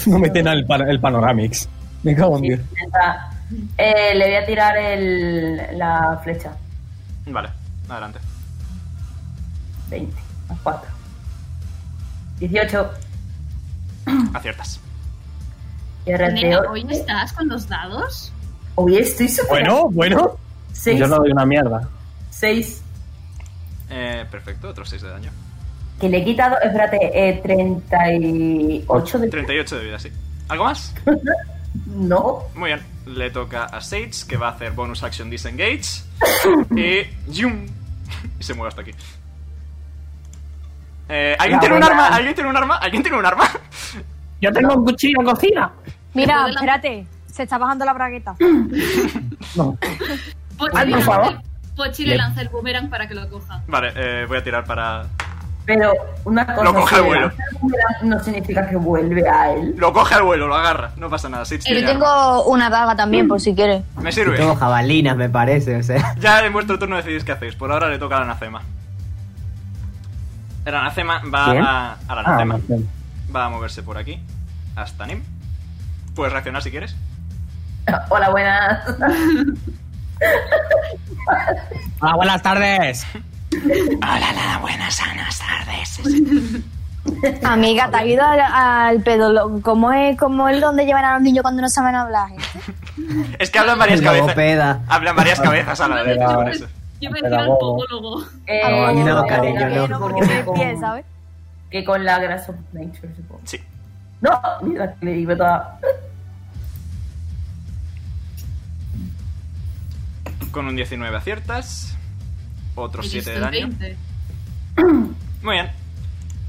S7: No meten al pan- el Panoramix. Me cago en
S6: Sí,
S7: Dios.
S6: me da. Eh, le voy a tirar el, la flecha.
S1: Vale, adelante.
S6: 20 más 4. 18.
S1: Aciertas.
S6: Y ahora es de
S2: Nena,
S6: ocho.
S2: ¿hoy estás con los dados?
S6: Hoy estoy super.
S7: Bueno, bueno.
S6: 6.
S4: Yo no doy una mierda.
S1: Eh, perfecto, otros 6 de daño.
S6: Que le he quitado, espérate, eh, 38 de.
S1: 38 de vida, sí. ¿Algo más?
S6: No.
S1: Muy bien. Le toca a Sage, que va a hacer bonus action disengage. Y. ¡Yum! Y se mueve hasta aquí. Eh, ¿Alguien
S6: La
S1: tiene un
S6: buena.
S1: arma? ¿Alguien tiene un arma? ¿Alguien tiene un arma?
S4: Yo tengo un cuchillo en cocina.
S3: Mira, espérate, se está bajando la bragueta.
S2: Pochi,
S4: Ay, por
S2: lanza-
S4: favor.
S2: Pochi le lanza el boomerang para que lo coja.
S1: Vale, eh, voy a tirar para.
S6: Pero una cosa.
S1: Lo coge al
S6: si le
S1: vuelo.
S6: lanza el boomerang, No significa que vuelve a él.
S1: Lo coge al vuelo, lo agarra. No pasa nada, Sage.
S3: Yo
S1: tiene arma.
S3: Eh, tengo una daga también, por si quieres.
S1: Me
S5: Yo
S1: sirve.
S5: tengo jabalinas, me parece, o sea.
S1: Ya en vuestro turno decidís qué hacéis. Por ahora le toca al anacema. El anacema va
S4: ¿Quién?
S1: a, al
S4: Ah,
S1: anacema. va a moverse por aquí. Hasta Nim. Puedes reaccionar si quieres.
S6: Hola, buenas.
S9: Ah, buenas tardes.
S1: Hola, la buenas, sanas tardes.
S3: Amiga, te ha ido al, al pedólogo. ¿Cómo es, ¿Cómo es donde llevan a los niños cuando no saben hablar? gente?
S1: Es que hablan varias cabezas.
S5: Logopeda.
S1: Hablan varias cabezas a la vez.
S4: Pero-
S1: por eso.
S2: Yo me tiro al
S4: Pedagogo.
S2: podólogo.
S5: No,
S6: Eh,
S5: no, cariño,
S6: que
S5: no.
S6: con-
S3: Porque me
S6: con-
S3: pie, ¿sabes?
S6: Que con la Grass of Nature, supongo.
S1: Sí.
S6: No, mira, le digo toda.
S1: Con un 19 aciertas. Otros
S2: Y
S1: 7 de
S2: estoy
S1: daño.
S2: 20.
S1: Muy bien.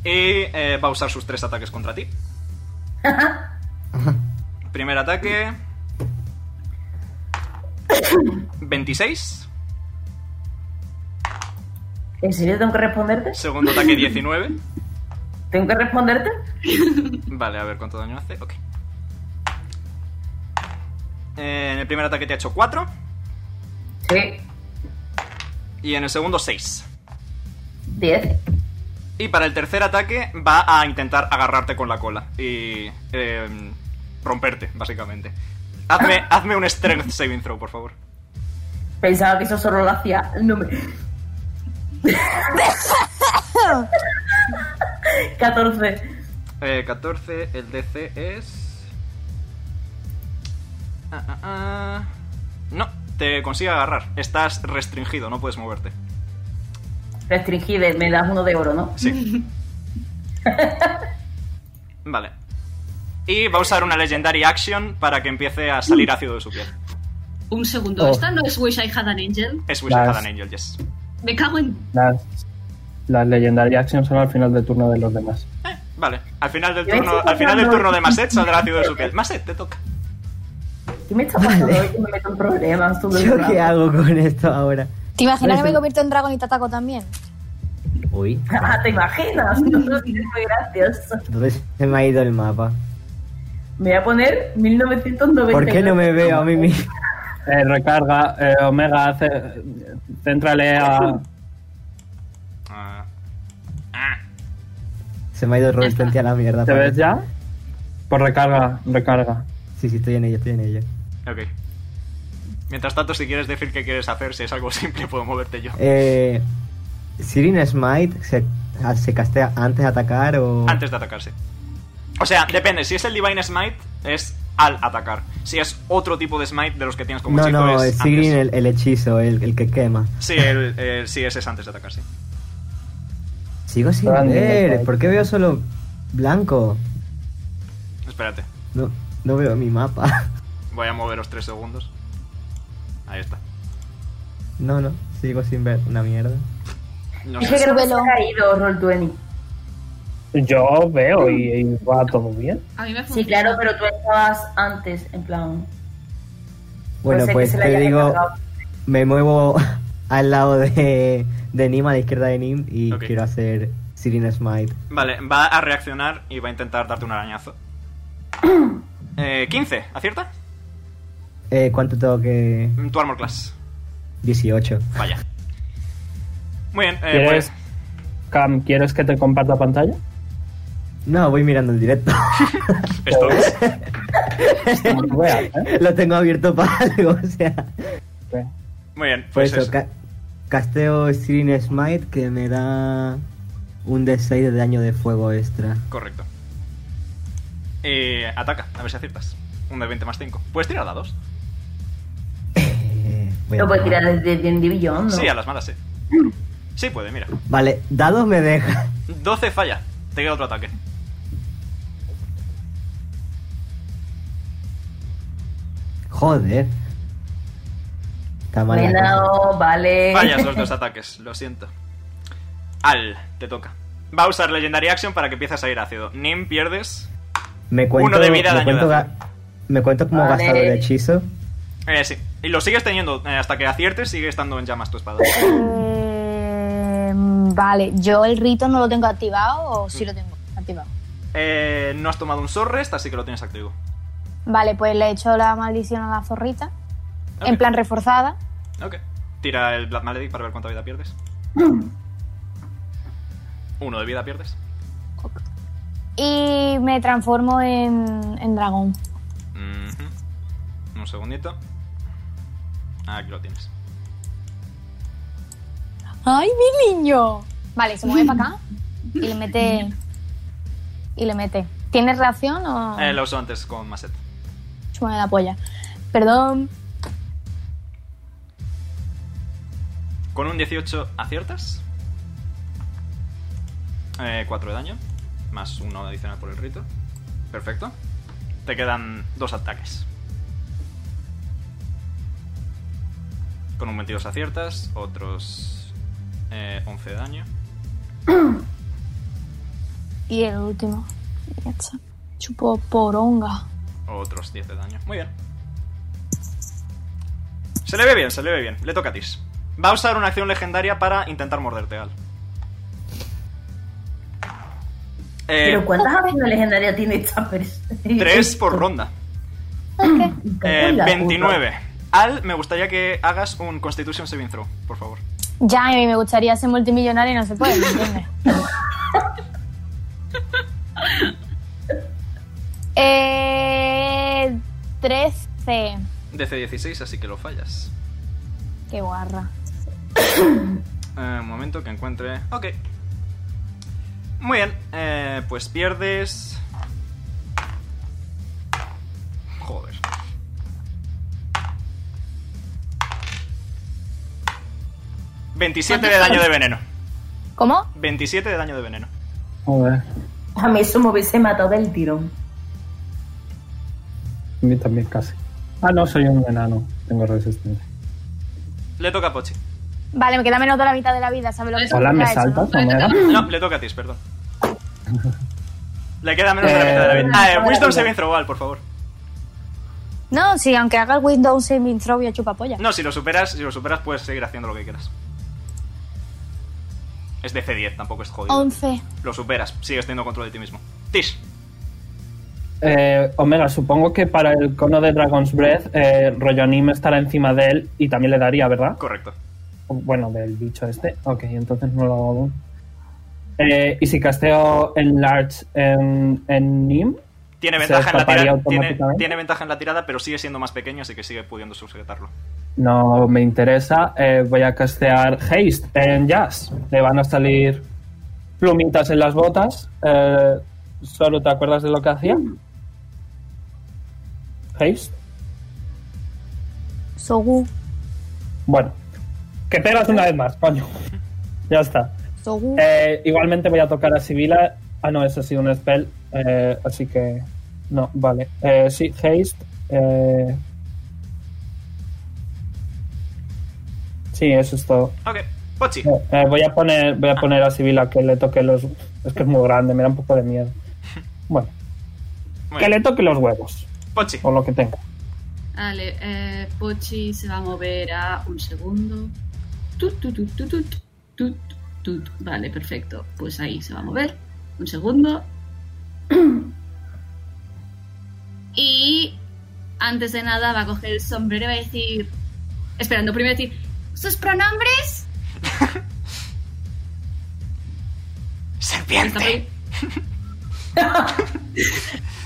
S1: Y eh, va a usar sus tres ataques contra ti. Primer ataque. 26.
S6: ¿En serio tengo que responderte?
S1: Segundo ataque 19.
S6: ¿Tengo que responderte?
S1: Vale, a ver cuánto daño hace. Ok. Eh, en el primer ataque te ha hecho 4.
S6: Sí.
S1: Y en el segundo 6.
S6: 10.
S1: Y para el tercer ataque va a intentar agarrarte con la cola. Y. eh, romperte, básicamente. Hazme, hazme un strength saving throw, por favor.
S6: Pensaba que eso solo lo hacía. No me... 14.
S1: Eh, 14, el DC es. Ah, ah, ah. No, te consigue agarrar. Estás restringido, no puedes moverte.
S6: Restringide, me das uno de oro, ¿no?
S1: Sí. Vale. Y va a usar una Legendary Action para que empiece a salir ácido de su piel.
S2: Un segundo,
S1: Oh.
S2: ¿esta no es Wish I Had an Angel?
S1: Es Wish
S4: Las-
S1: I Had an Angel, yes.
S2: Me cago en.
S4: Las, las legendarias acciones son al final del turno de los demás.
S1: Vale, al final del
S6: Yo estoy
S1: turno, al final del
S6: tocando-
S1: turno de Maset saldrá ácido de su piel. Maset, te toca.
S6: ¿Qué me está pasando hoy que me meto en problemas? todo el
S5: ¿Yo
S6: rato?
S5: qué hago con esto ahora?
S3: ¿Te imaginas que
S5: Parece-
S3: me convierto en dragón y te ataco también?
S5: Uy,
S6: Ah, ¿Te imaginas? No, sí, es muy gracioso.
S5: ¿dónde se me ha ido el mapa?
S6: Me voy a poner 1990.
S5: ¿Por qué no me veo a mí mismo?
S4: Eh, recarga, eh, Omega, hace, céntrale a.
S1: Ah.
S5: Se me ha ido el Roll20 a la mierda.
S4: ¿Te
S5: padre.
S4: ves ya? Pues recarga, recarga.
S5: Sí, sí, estoy en ella, estoy en ella.
S1: Ok. Mientras tanto, si quieres decir qué quieres hacer, si es algo simple, puedo moverte yo.
S5: Eh, Sirin Smite se, ah, se castea antes de atacar o.
S1: Antes de atacarse. O sea, depende. Si es el Divine Smite, es al atacar. Si es otro tipo de Smite de los que tienes como
S5: No,
S1: hechizo,
S5: no,
S1: es
S5: Sirin
S1: antes.
S5: el, el hechizo, el, el que quema.
S1: Sí, el, el- sí, ese es antes de atacar, sí.
S5: Sigo sin
S4: Grande,
S5: ver,
S4: Smite.
S5: ¿por qué veo solo blanco?
S1: Espérate.
S5: No, no veo mi mapa.
S1: Voy a moveros tres segundos. Ahí está.
S5: No, no, sigo sin ver una mierda.
S1: No
S6: Es que
S1: sé.
S6: creo que se ha caído Roll20.
S4: Yo veo y, y va todo bien.
S2: A mí me funciona.
S6: Sí, claro, pero tú estabas antes, en plan.
S5: Bueno,
S6: Puede ser que
S5: pues
S6: se la
S5: te
S6: haya
S5: digo,
S6: cargado.
S5: me muevo al lado de, de Nim, a la izquierda de Nim, y
S1: Ok.
S5: quiero hacer Sirin Smite.
S1: Vale, va a reaccionar y va a intentar darte un arañazo. Eh, 15, ¿acierta?
S5: Eh, ¿Cuánto tengo que...?
S1: Mm, Tu armor class.
S5: 18.
S1: Vaya. Muy bien, eh,
S4: ¿Quieres,
S1: pues.
S4: Cam, ¿quieres que te comparta pantalla?
S5: No, voy mirando el directo.
S1: pues, Esto es.
S4: Como veas, ¿eh?
S5: Lo tengo abierto para algo, o sea...
S1: Muy bien,
S5: Por
S1: pues
S5: eso,
S1: eso.
S5: ca- casteo Sirin Smite que me da un D6 de daño de fuego extra.
S1: Correcto. Eh, ataca, a ver si aciertas. Un de 20 más 5. ¿Puedes tirar dados?
S5: Eh, voy a
S6: Lo puedes
S5: probar.
S6: tirar desde de, Billón, ¿no?
S1: Sí, a las malas, sí. Sí puede, mira.
S5: Vale, dados me deja.
S1: 12 falla. Te queda otro ataque.
S5: Joder. Está mal. la cosa.
S6: Bueno, vale.
S1: Fallas los dos ataques, lo siento. Al, te toca. Va a usar Legendary Action para que empieces a ir ácido. Nim, pierdes.
S5: Me cuento,
S1: Uno de vida,
S5: me
S1: daño
S5: cuento,
S1: de
S5: ga- me cuento como
S6: Vale.
S5: gastador de hechizo.
S1: Eh, sí. Y lo sigues teniendo eh, hasta que aciertes, sigue estando en llamas tu espada.
S3: Eh, vale, yo el rito no lo tengo activado o sí lo tengo activado.
S1: Eh, no has tomado un Sword Rest, así que lo tienes activo.
S3: Vale, pues le echo la maldición a la zorrita.
S1: Ok.
S3: En plan reforzada.
S1: Ok. Tira el Blood Maledict para ver cuánta vida pierdes. Uno de vida pierdes.
S3: Y me transformo en, en dragón.
S1: Ujú. Un segundito. Ah, Aquí lo tienes.
S3: ¡Ay, mi niño! Vale, se mueve para acá y le mete. Y le mete. ¿Tienes reacción o.?
S1: Eh, lo uso antes con Maset.
S3: Chúpame la polla. Perdón.
S1: Con un 18 aciertas. Eh, 4 de daño. Más uno adicional por el rito. Perfecto. Te quedan dos ataques. Con un 22 aciertas. Otros eh, 11 de daño.
S3: Y el último. Ya está. Chupo poronga.
S1: Otros 10 de daño. Muy bien. Se le ve bien, se le ve bien. Le toca a Tis. Va a usar una acción legendaria para intentar morderte, Al. Eh,
S6: Pero ¿cuántas acciones legendarias tiene esta persona?
S1: 3 por ronda. Eh,
S6: Hola,
S1: 29. Al, me gustaría que hagas un Constitution Saving Throw, por favor.
S3: Ya, y me gustaría ser multimillonaria y no se puede, ¿me entiendes? eh, 13.
S1: DC 16, así que lo fallas.
S3: Qué guarra.
S1: Eh, un momento que encuentre. Ok. Muy bien. eh, pues pierdes. Joder. ¿27 de daño de veneno?
S3: ¿Cómo?
S1: 27 de daño de veneno.
S4: Joder,
S6: A mí eso me hubiese matado del tirón.
S4: a mí también casi. Ah, no, soy un enano. Tengo resistencia.
S1: Le toca a Pochi.
S3: Vale, me queda menos de la mitad de la vida, ¿sabes lo que
S4: Hola, ¿me
S3: significa eso,
S4: saltas,
S3: no?
S4: Omega?
S1: No, le toca a Tis, perdón. Le queda menos de la mitad de la vida. Ah, eh, Wisdom Saving Throw, Val, por favor.
S3: No, sí, aunque haga el Windows Saving Throw y a chupapolla.
S1: No, si lo superas, si lo superas puedes seguir haciendo lo que quieras. Es de C10, tampoco es jodido.
S3: 11.
S1: Lo superas, sigues teniendo control de ti mismo. Tish,
S4: Eh, Omega, supongo que para el cono de Dragon's Breath, eh, rollo anime estará encima de él y también le daría, ¿verdad?
S1: correcto.
S4: Bueno, del bicho este. Ok, entonces no lo hago aún. Eh, y si casteo Enlarge en, en Nim,
S1: Tiene
S4: Se
S1: ventaja, en la
S4: escaparía
S1: tirada, tiene,
S4: automáticamente.
S1: tiene ventaja en la tirada, pero sigue siendo más pequeño, así que sigue pudiendo sujetarlo.
S4: no me interesa. Eh, voy a castear Haste en Jazz. Le van a salir plumitas en las botas. Eh, ¿Solo te acuerdas de lo que hacía? Haste.
S3: Sogu.
S4: Bueno, que pegas una vez más, coño. Ya está.
S3: Sogu.
S4: Eh, igualmente voy a tocar a Sibila. Ah, no, eso ha sido un spell. eh, así que. No, vale. Eh, sí, haste. eh. Sí, eso es todo.
S1: Ok, Pochi.
S4: Eh, eh, voy a poner voy a poner a Sibila que le toque los. Es que es muy grande, me da un poco de miedo. Bueno,
S1: Muy
S4: que
S1: bien.
S4: le toque los huevos,
S1: Pochi,
S4: o lo que tenga.
S2: Vale, eh, Pochi se va a mover a un segundo. Tut, tut, tut, tut, tut, tut, tut. Vale, perfecto. Pues ahí se va a mover. Un segundo. Y antes de nada va a coger el sombrero y va a decir... Esperando, primero decir...
S8: ¿Sus pronombres?
S2: "Está
S1: serpiente.
S2: bien".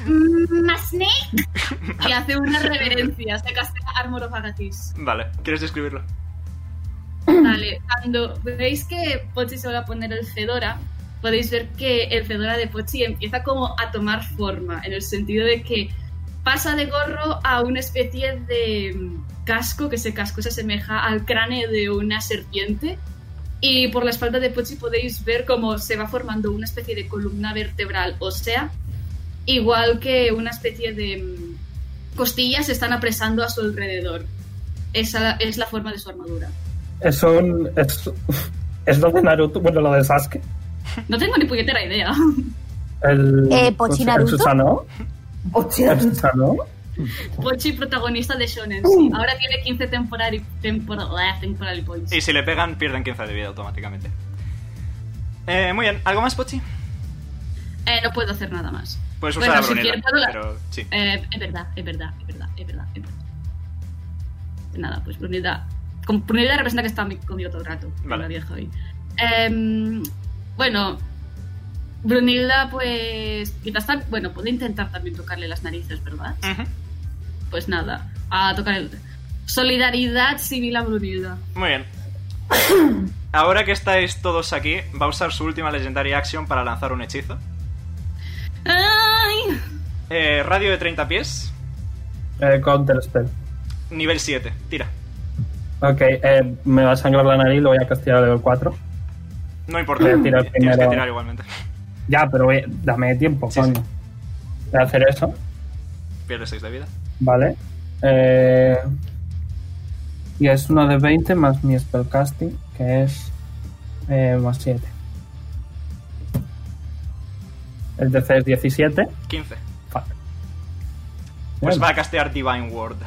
S8: Mm, ¿Más Snake?
S2: Y hace una reverencia. Se castea Armor of Agathis.
S1: Vale, ¿quieres describirlo?
S2: Vale, cuando veis que Pochi se va a poner el Fedora, podéis ver que el Fedora de Pochi empieza como a tomar forma, en el sentido de que pasa de gorro a una especie de mm, casco, que ese casco se asemeja al cráneo de una serpiente. Y por la espalda de Pochi podéis ver cómo se va formando una especie de columna vertebral ósea, igual que una especie de mm, costillas se están apresando a su alrededor. Esa es la forma de su armadura.
S4: Es un. Es, es lo de Naruto, bueno, lo de Sasuke.
S2: No tengo ni puñetera idea.
S4: El,
S3: Eh, Pochi
S4: el
S3: Naruto.
S4: Susanoo.
S6: Hostia,
S4: ¿El Susanoo?
S2: Pochi, protagonista de Shonen. sí. Ahora tiene 15 temporary, tempor- ah, temporary points.
S1: Y si le pegan, pierden 15 de vida automáticamente. Eh, muy bien, ¿algo más, Pochi?
S2: Eh, no puedo hacer nada más.
S1: Puedes usar
S2: Bueno,
S1: a
S2: si
S1: Brunella,
S2: quiere puedo la-
S1: pero sí.
S2: Eh, es verdad, es verdad, es verdad, es verdad, es verdad. Nada, pues Brunilda. Con Brunilda representa que está mi- conmigo todo el rato. con
S1: Vale.
S2: La vieja hoy. Em, bueno, Brunilda, pues. Quizás tan- Bueno, puede intentar también tocarle las narices, ¿verdad?
S1: Ujú.
S2: Pues nada, a tocar el. Solidaridad civil a Brunilda.
S1: Muy bien. Ahora que estáis todos aquí, va a usar su última legendaria action para lanzar un hechizo.
S2: ¡Ay!
S1: Eh, radio de 30 pies,
S4: Eh, counter spell.
S1: nivel 7. Tira.
S4: Ok, eh, me va a sangrar la nariz, lo voy a castigar el 4.
S1: No importa.
S4: Voy a tirar
S1: Tienes que
S4: primero.
S1: tirar igualmente.
S4: Ya, pero voy- dame tiempo,
S1: Sí,
S4: coño.
S1: sí.
S4: Voy a hacer eso,
S1: Pierdes 6 de vida.
S4: ¿vale? Eh, y es uno de 20 más mi spellcasting, que es eh, más 7. El DC es 17.
S1: 15.
S4: Fuck.
S1: Pues
S4: Bueno,
S1: va a castear Divine Word.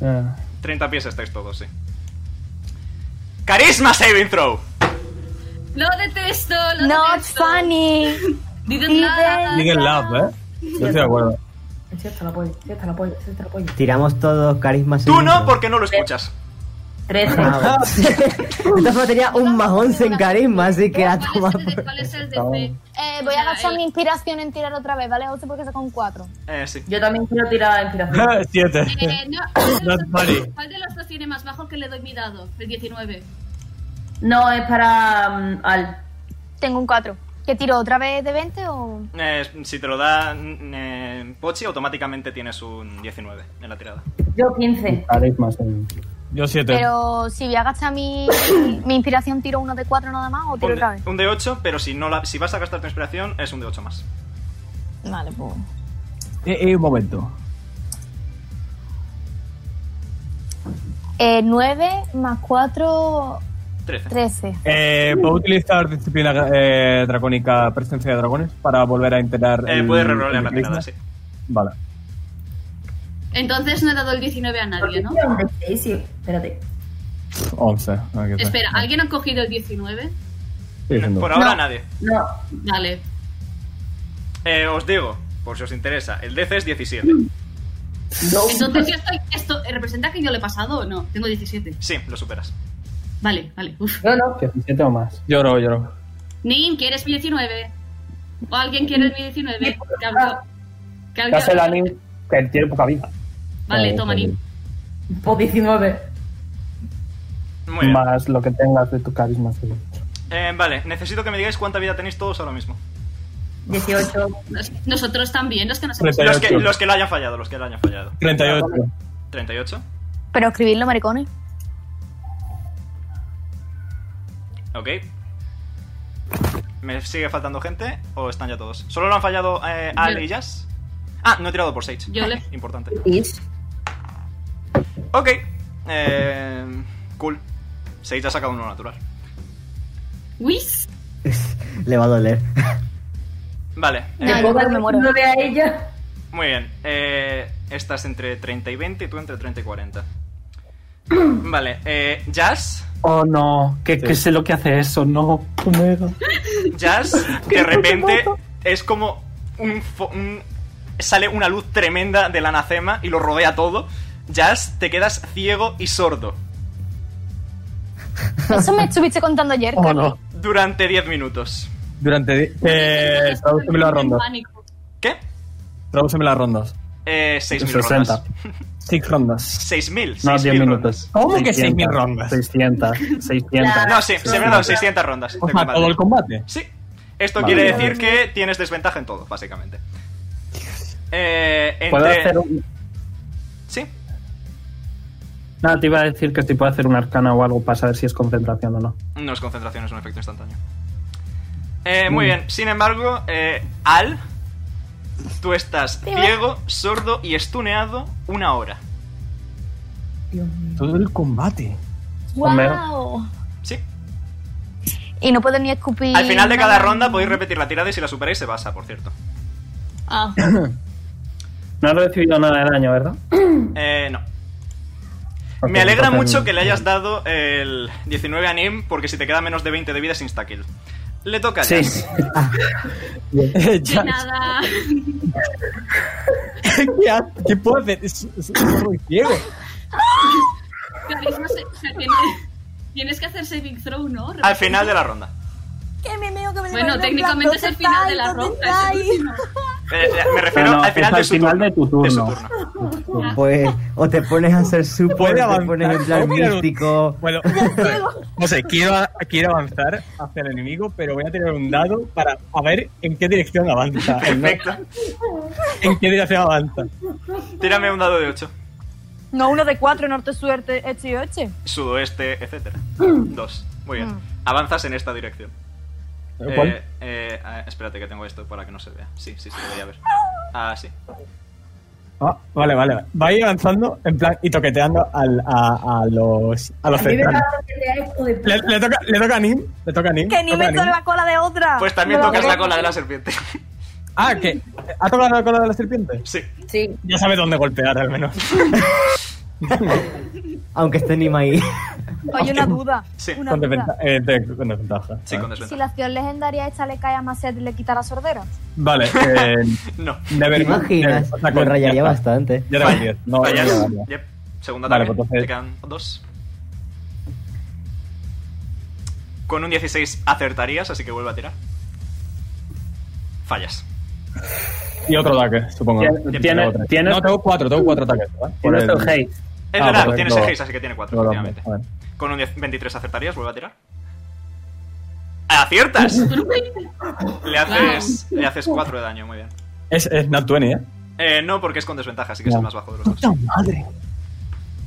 S4: eh,
S1: 30 pies estáis todos, sí. Carisma Saving Throw.
S2: Lo detesto, lo
S3: Not
S2: detesto.
S3: funny.
S2: Didn't laugh.
S7: Miguel Lab, ¿eh? Yo estoy de acuerdo.
S6: Sí, hasta la polla, sí, hasta la polla, sí, hasta la polla.
S5: Tiramos todos carisma.
S1: Tú
S5: saving
S1: no,
S5: throw.
S1: porque no lo escuchas.
S6: 13.
S5: Ah, vale. De todas formas, tenía un más 11 en carisma, así que la toma
S2: ¿Cuál es el,
S5: por...
S2: cuál es el
S4: No.
S2: DC?
S3: Eh, voy a gastar mi inspiración en tirar otra vez, ¿vale? 11 porque saco un 4.
S1: Eh, sí.
S6: Yo también quiero tirar
S1: Ah.
S6: inspiración.
S7: Siete.
S2: Eh, no, ¿cuál de los
S7: Not
S2: dos-
S7: funny.
S2: ¿Cuál de los dos tiene más bajo que le doy mi dado? El 19.
S6: No, es para mm, Al.
S3: Tengo un 4. ¿Que tiro otra vez de 20 o...?
S1: Eh, si te lo da mm, eh, Pochi, automáticamente tienes un 19 en la tirada.
S6: Yo 15.
S4: carisma, sí.
S7: Yo siete.
S3: Pero si voy a gastar mi, mi inspiración, tiro uno de cuatro nada más o tiro
S1: Un
S3: otra
S1: de,
S3: vez.
S1: un de 8, pero si, no la- si vas a gastar tu inspiración, es un de 8 más.
S3: Vale, pues.
S7: Eh, eh, un momento.
S3: Eh, 9 más 4,
S1: 13.
S3: 13.
S7: Eh, ¿Puedo utilizar disciplina eh, dracónica, presencia de dragones, para volver a enterar?
S1: Eh,
S7: el-
S1: puedes rerolear la
S7: el
S1: tirada, sí.
S7: crisma? Vale.
S2: Entonces no he dado el 19 a nadie, ¿no?
S6: Espérate.
S7: 11. Ah, qué tal.
S2: Espera, ¿alguien ha cogido el 19?
S7: Sigue siendo.
S1: Por ahora nadie.
S6: No.
S2: Vale.
S1: Eh, os digo, por si os interesa, el DC es 17.
S2: Entonces yo estoy. Esto, ¿Representa que yo le he pasado o no? Tengo 17.
S1: Sí, lo superas.
S2: Vale, vale. Uf.
S6: No, no.
S4: 17 o más.
S7: Lloro, lloro.
S2: Nim, ¿quieres mi 19? ¿O alguien quiere mi 19? Que algo- que algo-
S4: Dásela a Nim, que él tiene poca vida.
S2: Vale, toma Nim.
S6: O 19.
S1: Muy bien.
S4: Más lo que tengas de tu carisma. sí.
S1: Eh, vale, necesito que me digáis cuánta vida tenéis todos ahora mismo.
S6: 18.
S2: Nos- Nosotros también, los que nos hemos...
S1: Los que,
S7: 38.
S1: los que lo hayan fallado, los que lo hayan fallado.
S7: 38.
S1: 38.
S3: Pero escribirlo, maricones.
S1: Ok. ¿Me sigue faltando gente o están ya todos? ¿Solo lo han fallado eh,
S2: Yo-
S1: Ale y Jazz? Ah, no he tirado por Sage.
S2: Yo le-
S1: Importante.
S6: Is.
S1: Ok. Eh, cool. Sage ha sacado uno natural.
S2: ¿Whis?
S5: Le va a doler.
S1: Vale.
S3: No,
S1: eh,
S3: yo creo que me muero.
S6: 19 a ella.
S1: Muy bien. Eh, estás entre 30 y 20 y tú entre 30 y 40. Vale. Eh, Jazz.
S4: Oh no, que, que sé lo que hace eso, no. Omega.
S1: Jazz, de repente, es como un, fo- un- Sale una luz tremenda del anacema y lo rodea todo. Jazz, te quedas ciego y sordo
S3: Eso me estuviste contando ayer.
S4: Oh
S3: Carlos.
S4: no.
S1: durante 10 minutos.
S7: Durante. di- Eh, tradúcemelo a rondas.
S2: Pánico.
S1: ¿Qué?
S7: Tradúcemelo a rondas.
S1: Eh, 6.000
S4: 60.
S1: rondas.
S7: 6 rondas.
S1: 6.000.
S4: No,
S1: 6.000
S4: 10
S1: rondas.
S4: minutos.
S7: ¿Cómo que
S4: 600,
S7: 6.000 rondas?
S4: 600, 600.
S1: No, sí, se me han dado 600 rondas. de
S7: O sea,
S1: combate.
S7: todo el combate.
S1: Sí. Esto
S7: Vale.
S1: quiere decir que tienes desventaja en todo, básicamente. Eh, entre...
S4: ¿Puedo hacer un...
S1: Sí.
S4: Nada, te iba a decir que si puedo hacer un arcana o algo para saber si es concentración o no.
S1: No es concentración, es un efecto instantáneo. Eh,
S4: Mm.
S1: muy bien, sin embargo, eh, Al, tú estás ciego, sordo y estuneado una hora.
S7: Todo el combate.
S4: Homero.
S3: ¡Wow!
S1: Sí.
S3: Y no puedo ni escupir.
S1: Al final de cada
S3: nada.
S1: ronda podéis repetir la tirada y si la superáis se basa, por cierto.
S2: Ah,
S4: No has recibido nada de daño, ¿verdad?
S1: Eh, no.
S4: Ok,
S1: Me alegra
S4: entonces-
S1: mucho que le hayas dado el 19 a Nim, porque si te queda menos de 20 de vida es instakill. Le toca a
S4: Sí.
S1: Jazz.
S2: de nada.
S7: ¿Qué, ha- ¿Qué puedo hacer? Es, es- es muy ciego.
S2: Carisma se- o sea, tiene- Tienes que hacer saving throw, ¿no?
S1: Al final de la ronda.
S11: Que me meo, que me
S2: Bueno,
S11: digo,
S2: técnicamente
S11: ¿dónde
S2: es el
S11: estáis?
S2: final de la
S11: ¿Dónde
S2: ronda. es el
S11: estáis?
S2: último.
S1: Eh, eh, me refiero
S4: No, no,
S1: al final,
S4: es
S1: de,
S4: al
S1: su
S4: final
S1: turno,
S4: de tu
S1: De su
S4: turno.
S1: turno.
S5: Pues, o te pones a hacer super,
S7: Puede
S5: te
S7: avanzar.
S5: pones en plan
S7: Mira, no-
S5: místico.
S7: Bueno, no sé, quiero, a- quiero avanzar hacia el enemigo, pero voy a tener un dado para a ver en qué dirección avanza.
S1: Perfecto.
S7: ¿En qué dirección avanza?
S1: Tírame un dado de 8.
S11: No, uno de cuatro, norte, suerte, Mm. este y oeste.
S1: sudoeste, etcétera. Dos. Muy bien. Avanzas en esta dirección.
S7: ¿Cuál?
S1: Eh, eh, ah, espérate que tengo esto para que no se vea. Sí, sí, se debería ver. Ah, sí.
S7: Ah, vale, vale. vale. Va a ir avanzando en plan y toqueteando al, a, a los a los
S6: A mí me
S7: cercanos.
S6: da que te esto de
S7: Le, le toca, le toca a Nim, le toca a Nim.
S11: Que ni
S7: toca a
S11: me
S7: Nim.
S11: toca la cola de otra.
S1: Pues también
S11: Ah, Me
S1: tocas la
S11: voy.
S1: cola de la serpiente.
S7: Ah, que ha tocado la cola de la serpiente.
S1: Sí.
S6: Sí.
S7: Ya sabe dónde golpear al menos.
S5: Aunque esté Nima ahí.
S11: Oye, una duda.
S1: Sí.
S11: Una
S7: con,
S11: duda.
S7: desventa- eh, de- con desventaja.
S1: Sí, con
S3: Si
S1: desventaja.
S3: la acción legendaria esta le cae a Macet y le quita la sordera.
S7: Vale, eh,
S1: No.
S7: Never
S5: ¿Te imaginas?
S7: never- o sea,
S5: Lo
S7: con-
S5: rayaría
S7: ya está.
S5: bastante.
S7: Ya era
S1: Falla-
S7: un 10. No, ya
S1: fallas.
S7: era un 10.
S1: Yep. Segundo
S7: Vale,
S1: ataque.
S7: pues entonces-
S1: Te quedan dos. Con un 16 acertarías, así que vuelve a tirar. Fallas.
S7: Y otro ataque, supongo.
S4: Tien-
S7: Tengo
S4: tienes-
S7: otro.
S4: tienes-
S7: No, tengo cuatro, tengo cuatro ataques. ¿verdad? Por
S4: Tienes el hate.
S1: Es
S7: Ah,
S1: verdad,
S7: vale,
S1: tienes
S7: no.
S1: 6, así que tiene 4,
S7: Perdón,
S1: efectivamente.
S7: a ver.
S1: Con un 10 23 acertarías, vuelve a tirar. ¡Aciertas! le haces. Le haces 4 de daño, muy bien.
S7: Es, es Nat 20, ¿eh?
S1: Eh, no, porque es con desventaja, así que es
S7: No.
S1: el más bajo de los dos.
S7: madre!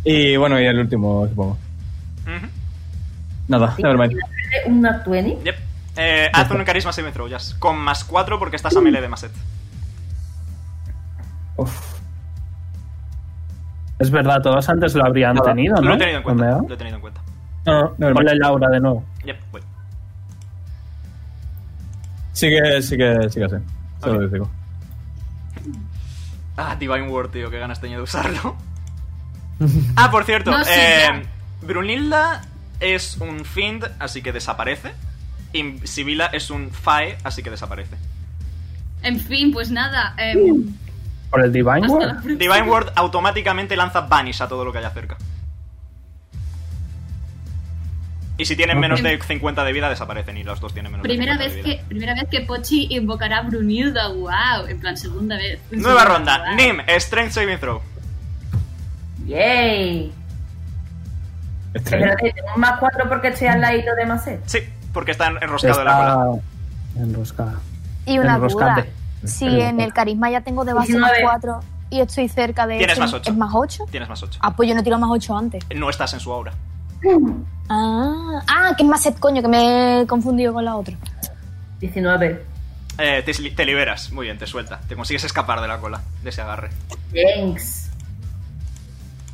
S7: Y bueno, y el último, supongo. Nada, nevermind.
S6: ¿Un Nat 20?
S1: Yep. Eh, haz un carisma saving throw, Jazz. Con más 4 porque estás a melee de Maset.
S4: Uf. Es verdad, todos antes lo habrían
S1: Nada.
S4: tenido, ¿no?
S1: Lo he
S7: Pues
S1: tenido en cuenta.
S4: ¿Me da?
S1: Lo he tenido en cuenta.
S7: No, no,
S4: Ponle Laura de nuevo.
S1: Yep, voy.
S7: Sigue, sigue, sigue así. Se lo digo.
S1: Ah, Divine Word, tío, qué ganas tenía de usarlo. ah, por cierto,
S2: No, sí,
S1: eh, Brunilda es un Fiend, así que desaparece. Y Sibila es un Fae, así que desaparece.
S2: En fin, pues nada. eh,
S4: Por el Divine
S2: hasta
S4: Ward.
S2: la próxima.
S1: Divine Word automáticamente lanza Banish a todo lo que haya cerca. Y si tienen
S4: Ok.
S1: menos de 50 de vida, desaparecen. Y los dos tienen menos
S2: Primera
S1: de 50
S2: vez,
S1: de vida.
S2: que, primera vez que Pochi invocará a Brunilda, wow. En plan, segunda vez.
S1: Nueva
S2: Segunda,
S1: ronda.
S2: guau.
S1: Nim, Strength Saving Throw.
S6: ¡Yay!
S7: Estrella.
S6: Pero que tengo un más 4 porque estoy al ladito de Macet.
S1: Sí, porque está enroscado en la cola.
S4: Está enroscada.
S3: Y una duda.
S4: Enroscante.
S3: Si en el carisma ya tengo de base más
S6: Nueve.
S3: 4 y estoy cerca de.
S1: Tienes
S3: ocho,
S1: más ocho.
S3: ¿Es más 8?
S1: Tienes más 8.
S3: Ah, pues yo no tiro más 8 antes.
S1: No estás en su aura.
S3: Ah, ah, que es más set, coño, que me he confundido con la otra.
S6: 19.
S1: Eh, te, te liberas. Muy bien, te suelta. Te consigues escapar de la cola, de ese agarre.
S6: Thanks.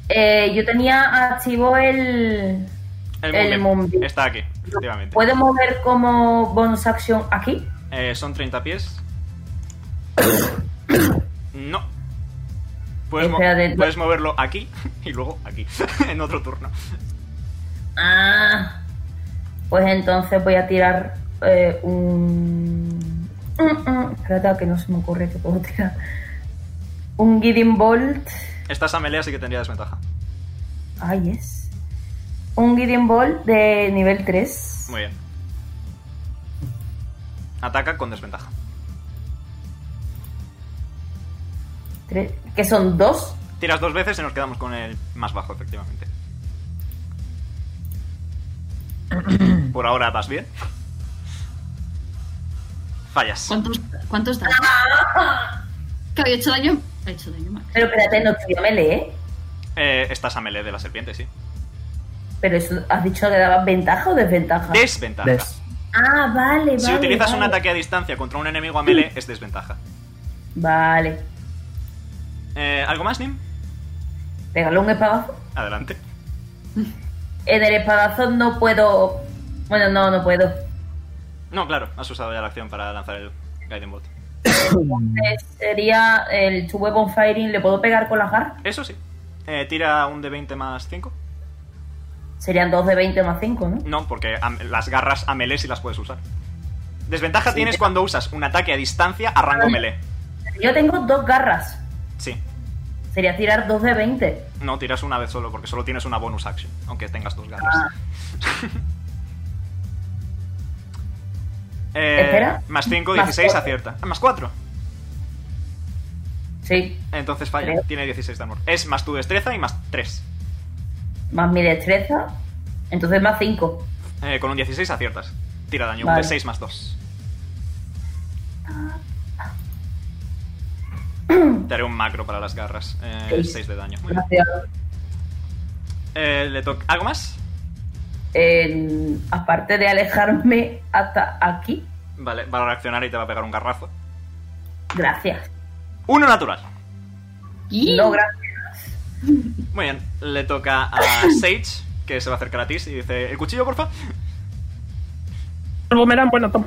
S6: Eh, yo tenía activo el. El
S1: Moonbeam
S6: Moonbeam.
S1: está aquí, efectivamente.
S6: ¿Puedo mover como bonus action aquí?
S1: Eh, son 30 pies. no. Puedes, mo-
S6: Espérate.
S1: puedes moverlo aquí y luego aquí, en otro turno.
S6: Ah. Pues entonces voy a tirar eh, un. Mm, mm, espérate, que no se me ocurre que puedo tirar. Un Guiding Bolt.
S1: Estás a melee, así que tendría desventaja.
S6: Ay, yes. Un Guiding Bolt de nivel 3.
S1: Muy bien. Ataca con desventaja.
S6: que son dos.
S1: Tiras dos veces y nos quedamos con el más bajo, efectivamente. Por ahora vas bien. Fallas.
S2: ¿Cuántos, cuántos daños? Que había hecho daño. Ha hecho daño mal.
S6: Pero espérate, no estoy a melee, ¿eh?
S1: Eh, estás a melee de la serpiente, sí.
S6: Pero eso, ¿has dicho que dabas ventaja o desventaja?
S1: Desventaja.
S4: Des.
S6: Ah, vale, vale.
S1: si utilizas un
S6: vale.
S1: ataque a distancia contra un enemigo a melee, es desventaja.
S6: Vale.
S1: Eh, ¿Algo más, Nim?
S6: Pégale un espadazo.
S1: Adelante.
S6: En el espadazo no puedo. Bueno, no, no puedo.
S1: No, claro, has usado ya la acción para lanzar el Guiding Bolt.
S6: Eh, sería el Two Weapon Firing. ¿Le puedo pegar con la jarra?
S1: Eso sí. Eh, tira un de 20 más 5.
S6: Serían dos de 20 más 5, ¿no?
S1: No, porque am- las garras a melee sí las puedes usar. Desventaja tienes cuando usas un ataque a distancia a rango melee.
S6: Yo tengo dos garras.
S1: Sí.
S6: Sería tirar dos de 20.
S1: No, tiras una vez solo porque solo tienes una bonus action, aunque tengas dos garras.
S6: Ah.
S1: Eh,
S6: Espera.
S1: Más 5,
S6: Más
S1: 16,
S6: cuatro.
S1: acierta. Ah, Más 4.
S6: Sí.
S1: Entonces falla,
S6: Creo.
S1: tiene 16 de amor. Es más tu destreza y más 3.
S6: Más mi destreza. Entonces más 5.
S1: Eh, con un 16 aciertas. Tira daño, un
S6: Vale.
S1: de 6 más 2. Te haré un macro para las garras. Eh,
S6: Seis.
S1: 6 de daño. Muy bien.
S6: Gracias.
S1: Eh, le toca- ¿Algo más?
S6: En- aparte de alejarme hasta aquí.
S1: Vale, va a reaccionar y te va a pegar un garrazo.
S6: Gracias.
S1: Uno natural.
S2: Y-
S6: No, gracias.
S1: Muy bien, le toca a Sage, que se va a acercar a ti y dice: ¿El cuchillo, porfa?
S4: El boomerang, bueno, toma.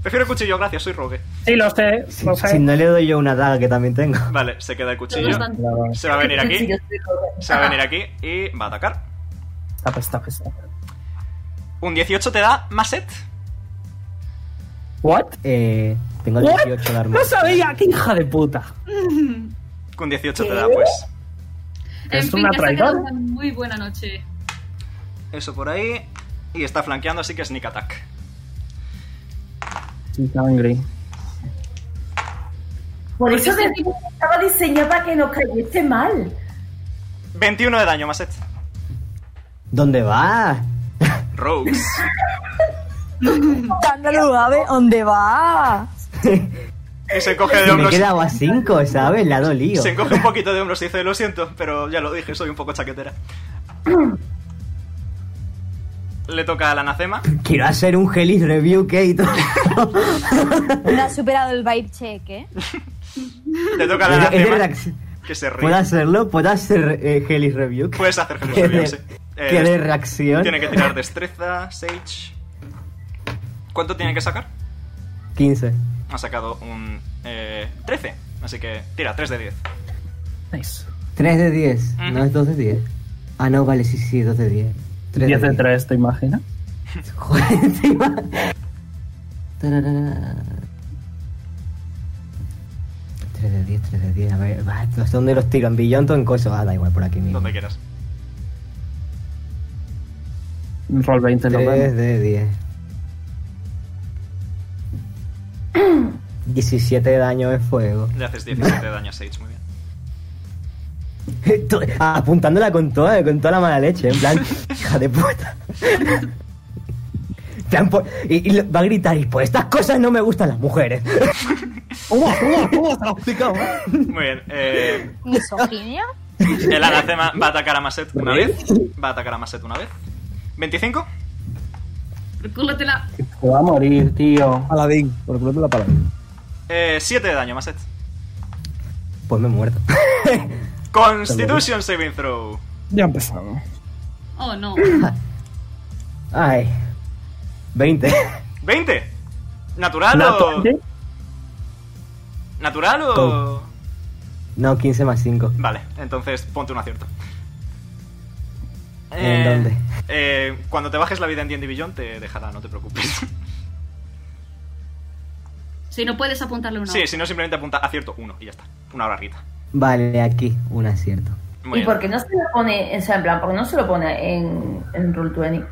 S1: Prefiero el cuchillo, gracias, soy rogue.
S4: Sí, lo sé,
S5: Si,
S4: lo sé.
S5: si no le doy yo una daga que también tengo.
S1: Vale, se queda el cuchillo.
S2: Todos dan-
S1: Se va a venir aquí.
S6: Sí, yo estoy con-
S1: Se va a venir aquí y va a atacar.
S4: Está, pues, está, pues, está.
S1: Un 18 te da más set.
S4: ¿What?
S5: Eh, tengo
S4: ¿What?
S5: 18 de arma.
S4: No sabía, qué hija de puta.
S1: Con 18 te da, pues.
S4: Es
S2: en fin,
S4: una
S2: que se ha quedado
S4: traidora.
S2: una muy buena noche.
S1: Eso por ahí. Y está flanqueando, así que sneak attack.
S4: She's angry.
S6: Por eso te digo que estaba diseñada para que nos cayese mal.
S1: 21 de daño, Maset.
S5: ¿Dónde va?
S1: Rogues.
S10: Cándalo, ave, ¿dónde va?
S1: Y se encoge de
S5: me he
S1: hombros.
S5: quedado a 5, ¿sabes? La ha dolido.
S1: Se encoge un poquito de hombros y dice, lo siento, pero ya lo dije, soy un poco chaquetera. Le toca a la Nacema.
S5: Quiero hacer un Helis review, Kate.
S10: No ha superado el vibe check, ¿eh?
S1: Le toca a la
S5: Es de- es de
S1: Nacema.
S5: reacc-
S1: Que se ríe.
S5: ¿Puedo hacerlo? ¿Puedo hacer eh, Helis review?
S1: Puedes hacer Helis
S5: ¿Qué
S1: review,
S5: de-
S1: sí. Eh,
S5: ¿Qué de
S1: dest-
S5: reacción?
S1: Tiene que tirar destreza, Sage. ¿Cuánto tiene que sacar?
S5: 15.
S1: Ha sacado un eh, 13. Así que tira, 3 de 10.
S4: Nice.
S5: 3 de 10. No es 2 de 10. Ah, no, vale, sí, sí, 2 de 10.
S4: 10 de 3, ¿te imaginas?
S5: Tararara. 3 de 10, 3 de 10. A ver, va, ¿dónde los tiro? ¿En Billonto o en Coso? Ah, da igual, por aquí mismo.
S1: Donde quieras.
S4: Roll 20 no
S5: 3
S4: vale.
S5: de 10. 17 de daño de fuego.
S1: Le haces 17 de daño a Sage, muy bien.
S5: To- Apuntándola con toda, con toda la mala leche, en plan, hija de puta. En plan, por- y, y lo- va a gritar, y por estas cosas no me gustan las mujeres.
S9: ¿Cómo? ¿Cómo? ¿Cómo? ¿Te lo he explicado?
S1: Muy bien. Eh,
S10: ¿Misoginia?
S1: el anacema va a atacar a Maset una vez. Va a atacar a Maset una vez. ¿25?
S2: Recúrlatela.
S4: Se va a morir, tío.
S7: Paladín, por culo de la palabra.
S1: Eh, 7 de daño, Maset.
S5: Pues me he muerto.
S1: Constitution Saving Throw.
S9: Ya ha empezado.
S2: Oh, no.
S5: Ay. 20.
S1: ¿20? ¿Natural o.?
S4: Nato-
S1: ¿Natural o.?
S5: No, 15 más 5.
S1: Vale, entonces ponte un acierto.
S5: ¿En dónde?
S1: eh, cuando te bajes la vida en D&D Beyond te dejará, no te preocupes.
S2: Si no puedes apuntarle una.
S1: Sí, si no simplemente apunta acierto 1 y ya está. Una barrita.
S5: Vale, aquí, un acierto.
S1: Muy
S6: ¿Y
S1: bien.
S6: por qué no se lo pone, o sea, en plan, por qué no se lo pone en, en Roll20?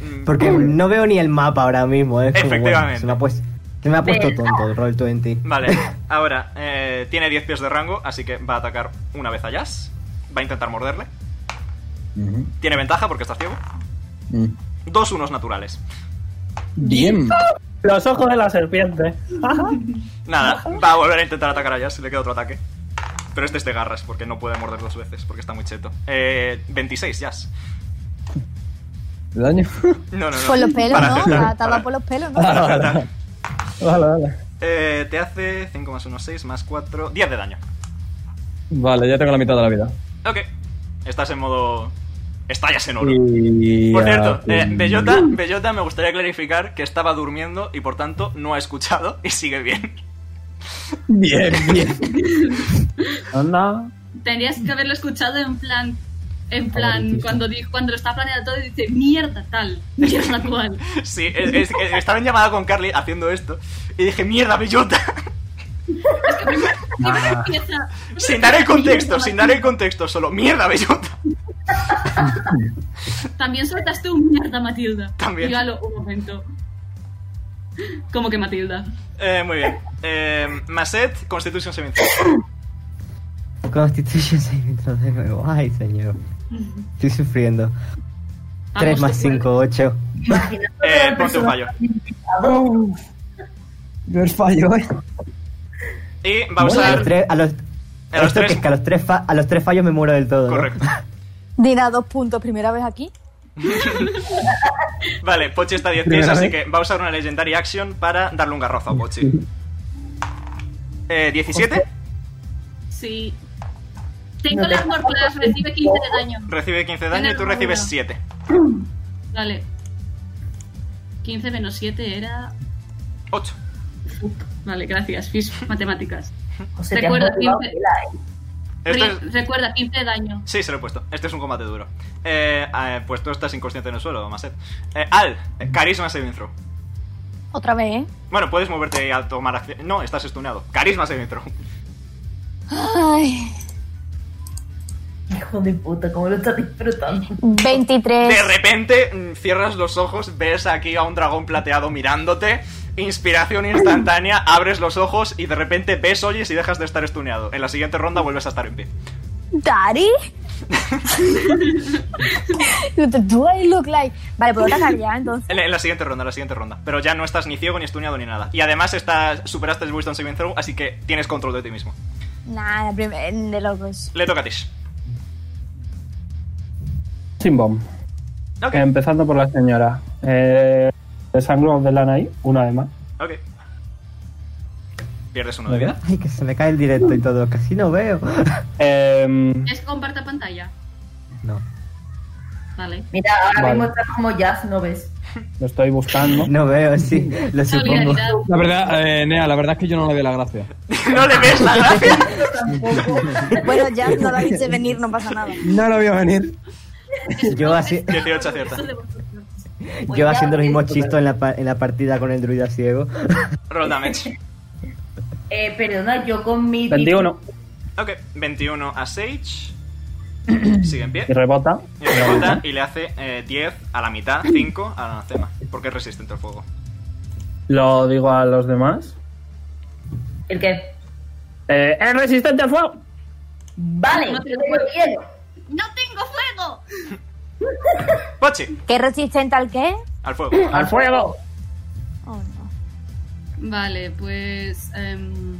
S1: Mm,
S5: Porque no veo ni el mapa ahora mismo. ¿eh? Es como, bueno,
S1: Efectivamente.
S5: se, me ha puesto, se me ha puesto
S6: Venga.
S5: tonto el roll 20.
S1: Vale, ahora eh, tiene 10 pies de rango, así que va a atacar una vez a Jazz. Va a intentar morderle. Tiene ventaja porque está ciego. Dos unos naturales.
S9: Bien.
S4: Los ojos de la serpiente.
S1: Nada, va a volver a intentar atacar a Jazz, le queda otro ataque. Pero este es de garras, porque no puede morder dos veces, porque está muy cheto. Eh, 26, Jazz.
S7: ¿El daño?
S1: No, no, no.
S3: Con los pelos,
S1: Para
S3: ¿no?
S1: acertar,
S3: Te ha
S1: para-
S3: dado por los pelos, ¿no?
S1: para acertar.
S7: Vale, vale.
S1: Eh, te hace 5 más 1, 6 más 4, 10 de daño.
S7: Vale, ya tengo la mitad de la vida.
S1: Ok. Estás en modo. Estallas en oro.
S7: Y-
S1: Por cierto,
S7: ah,
S1: eh,
S7: sí.
S1: Bellota, Bellota me gustaría clarificar que estaba durmiendo y por tanto no ha escuchado y sigue bien.
S7: Bien, bien.
S4: Anda.
S2: Tendrías que haberlo escuchado en plan. En plan, cuando, dijo, cuando lo está planeando todo, dice mierda tal, mierda cual.
S1: Sí, es- es- es- estaba en llamada con Carly haciendo esto y dije, mierda, Bellota.
S2: Primero empieza-
S1: Sin dar el contexto, sin dar el contexto, solo, mierda, Bellota.
S2: También soltaste un mierda, Matilda.
S1: También.
S2: Y Galo, un momento. Como que Matilda.
S1: Eh, muy bien. Eh, Maset, Constitution 70.
S5: Constitution saving throw de nuevo. Ay, señor. Estoy sufriendo.
S2: Vamos,
S5: 3 más
S2: tú puedes.
S5: 5, 8.
S1: Eh, ponte un fallo.
S7: Yo el fallo, eh.
S1: Y va a
S5: A los
S1: usar.
S5: tres- a los,
S1: A los
S5: esto que
S1: tres.
S5: es que a los, tres fa- a los tres fallos me muero del todo. ¿no?
S1: Correcto.
S10: Dina, dos puntos. Primera vez aquí.
S1: Vale, Pochi está a 10 pies,
S7: Primera
S1: así
S7: vez.
S1: que va a usar una Legendary Action para darle un garrozo a Pochi. Eh, 17,
S2: Sí. Tengo las morclas, recibe 15 de daño.
S1: recibe 15 de daño y tú recibes 7.
S2: Vale. 15 menos 7 era.
S1: 8.
S2: Vale, gracias, Fis, matemáticas.
S6: O sea, te has
S2: Recuerda,
S6: motivado,
S2: siempre-
S6: la-
S1: Esto
S2: Re-
S1: es-
S2: Recuerda, 15 de daño.
S1: Sí, se lo he puesto. Este es un combate duro. Eh, eh, pues tú estás inconsciente en el suelo, Maset. Eh, Al, eh, carisma saving throw.
S10: Otra vez, ¿eh?
S1: Bueno, puedes moverte y a tomar acción. No, estás estuneado. Carisma saving throw.
S10: Ay,
S6: Hijo de puta, cómo lo estás disfrutando.
S10: 23.
S1: De repente mm, cierras los ojos, ves aquí a un dragón plateado mirándote. Inspiración instantánea, abres los ojos y de repente ves, oyes y dejas de estar estuneado. En la siguiente ronda vuelves a estar en pie.
S10: ¿Dari?
S3: Do I look like? Vale, puedo atacar ya, entonces.
S1: En, en la siguiente ronda, en la siguiente ronda. Pero ya no estás ni ciego, ni estuneado, ni nada. Y además estás, superaste el Wisdom Saving Throw, así que tienes control de ti mismo.
S3: Nada, eh, de locos.
S1: Le toca a Tish.
S4: Sin bomb. Eh,
S1: Ok.
S4: Empezando por la señora. Eh, de sangre de lana ahí, una vez más.
S1: Ok. Pierdes uno
S5: ¿Me
S1: de
S5: queda?
S1: vida.
S5: Ay, que se me cae el directo y todo. Casi no veo.
S4: Em,
S2: ¿Es que comparta pantalla?
S5: No,
S2: Vale.
S6: Mira, ahora
S4: Vale.
S6: mismo está como jazz, ¿no ves?
S4: lo estoy buscando.
S5: no veo, sí. Lo supongo.
S2: Solidaridad.
S7: La verdad, eh, Nea, la verdad es que yo no le doy la gracia.
S1: no le ves la gracia.
S10: Bueno, ya no la viste venir, no pasa nada.
S7: No lo voy a venir.
S5: Yo, así,
S1: 18 acierta.
S5: yo haciendo los mismos chistos en la, pa- en la partida con el druida ciego.
S1: Roll damage.
S6: Eh, perdona, yo con mi...
S4: 21.
S1: Ok, 21 a Sage. Sigue en pie.
S4: Y rebota.
S1: Y le rebota y le hace eh, 10 a la mitad, 5 a la cema. Porque es resistente al fuego.
S4: Lo digo a los demás.
S6: ¿El qué?
S4: Eh, ¡Es resistente al fuego!
S6: Vale,
S2: No te
S6: yo
S2: lo
S6: tengo hielo.
S8: ¡No tengo fuego!
S1: Pochi,
S3: ¿Qué resistente al qué?
S1: al fuego.
S4: ¡Al fuego!
S3: Oh, no.
S2: Vale, pues. em,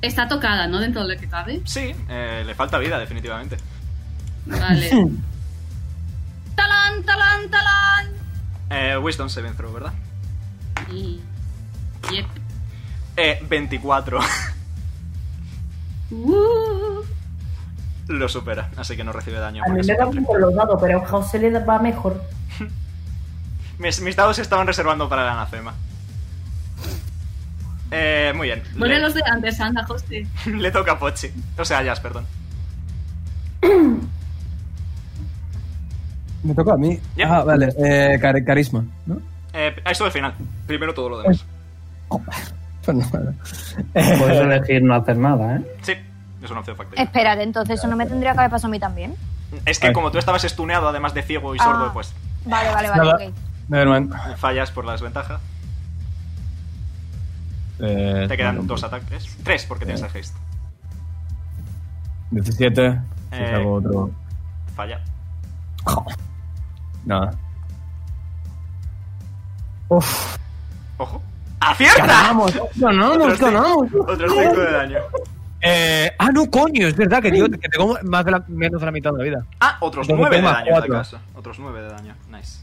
S2: está tocada, ¿no? Dentro de lo que cabe.
S1: Sí, eh, le falta vida, definitivamente.
S2: Vale. ¡Talán, talán, talán!
S1: Eh, Wisdom Saving Throw, ¿verdad?
S2: Y. Yep.
S1: Eh, 24.
S2: Uh,
S1: Lo supera, así que no recibe daño.
S6: A mí
S1: porque
S6: me
S1: se
S6: va
S1: encuentra.
S6: por los dados, pero a José le va mejor.
S1: Mis, mis dados se estaban reservando para la anacema. Eh, muy bien.
S2: Bueno,
S1: le,
S2: los de antes, anda, José.
S1: le toca a Pochi. O sea, a Jazz, perdón.
S7: Me tocó a mí.
S1: Ya.
S7: Ah, vale. Eh, car- carisma, ¿no?
S1: Eh, esto al final. Primero todo lo demás.
S7: Pues no, vale.
S4: Puedes elegir no hacer nada, ¿eh?
S1: Sí, es una opción
S2: Eh.
S1: factible.
S3: Espérate, entonces, ¿eso no me tendría que haber pasado a mí también?
S1: Es
S7: Eh.
S1: que como tú estabas estuneado, además de ciego y sordo,
S3: Ah.
S1: pues
S3: Vale, vale, vale,
S7: Nada.
S3: ok.
S7: Nevermind.
S1: fallas por la desventaja.
S7: Eh,
S1: Te quedan dos ataques. Tres, porque tienes el haste.
S7: 17. Si
S1: Eh.
S7: hago otro.
S1: Falla.
S7: Nada.
S1: Ojo. ¡Acierta!
S7: ¡Ganamos! ¡No, no,
S1: Otros
S7: nos ganamos!
S1: cinco- Otros 5 de daño.
S7: Eh, ah, no, coño, es verdad que, digo que tengo más de la- menos de la mitad de la vida.
S1: Ah, otros
S7: Entonces
S1: 9 de
S7: toma
S1: daño en tal
S7: cuatro.
S1: caso. Otros 9 de daño. Nice.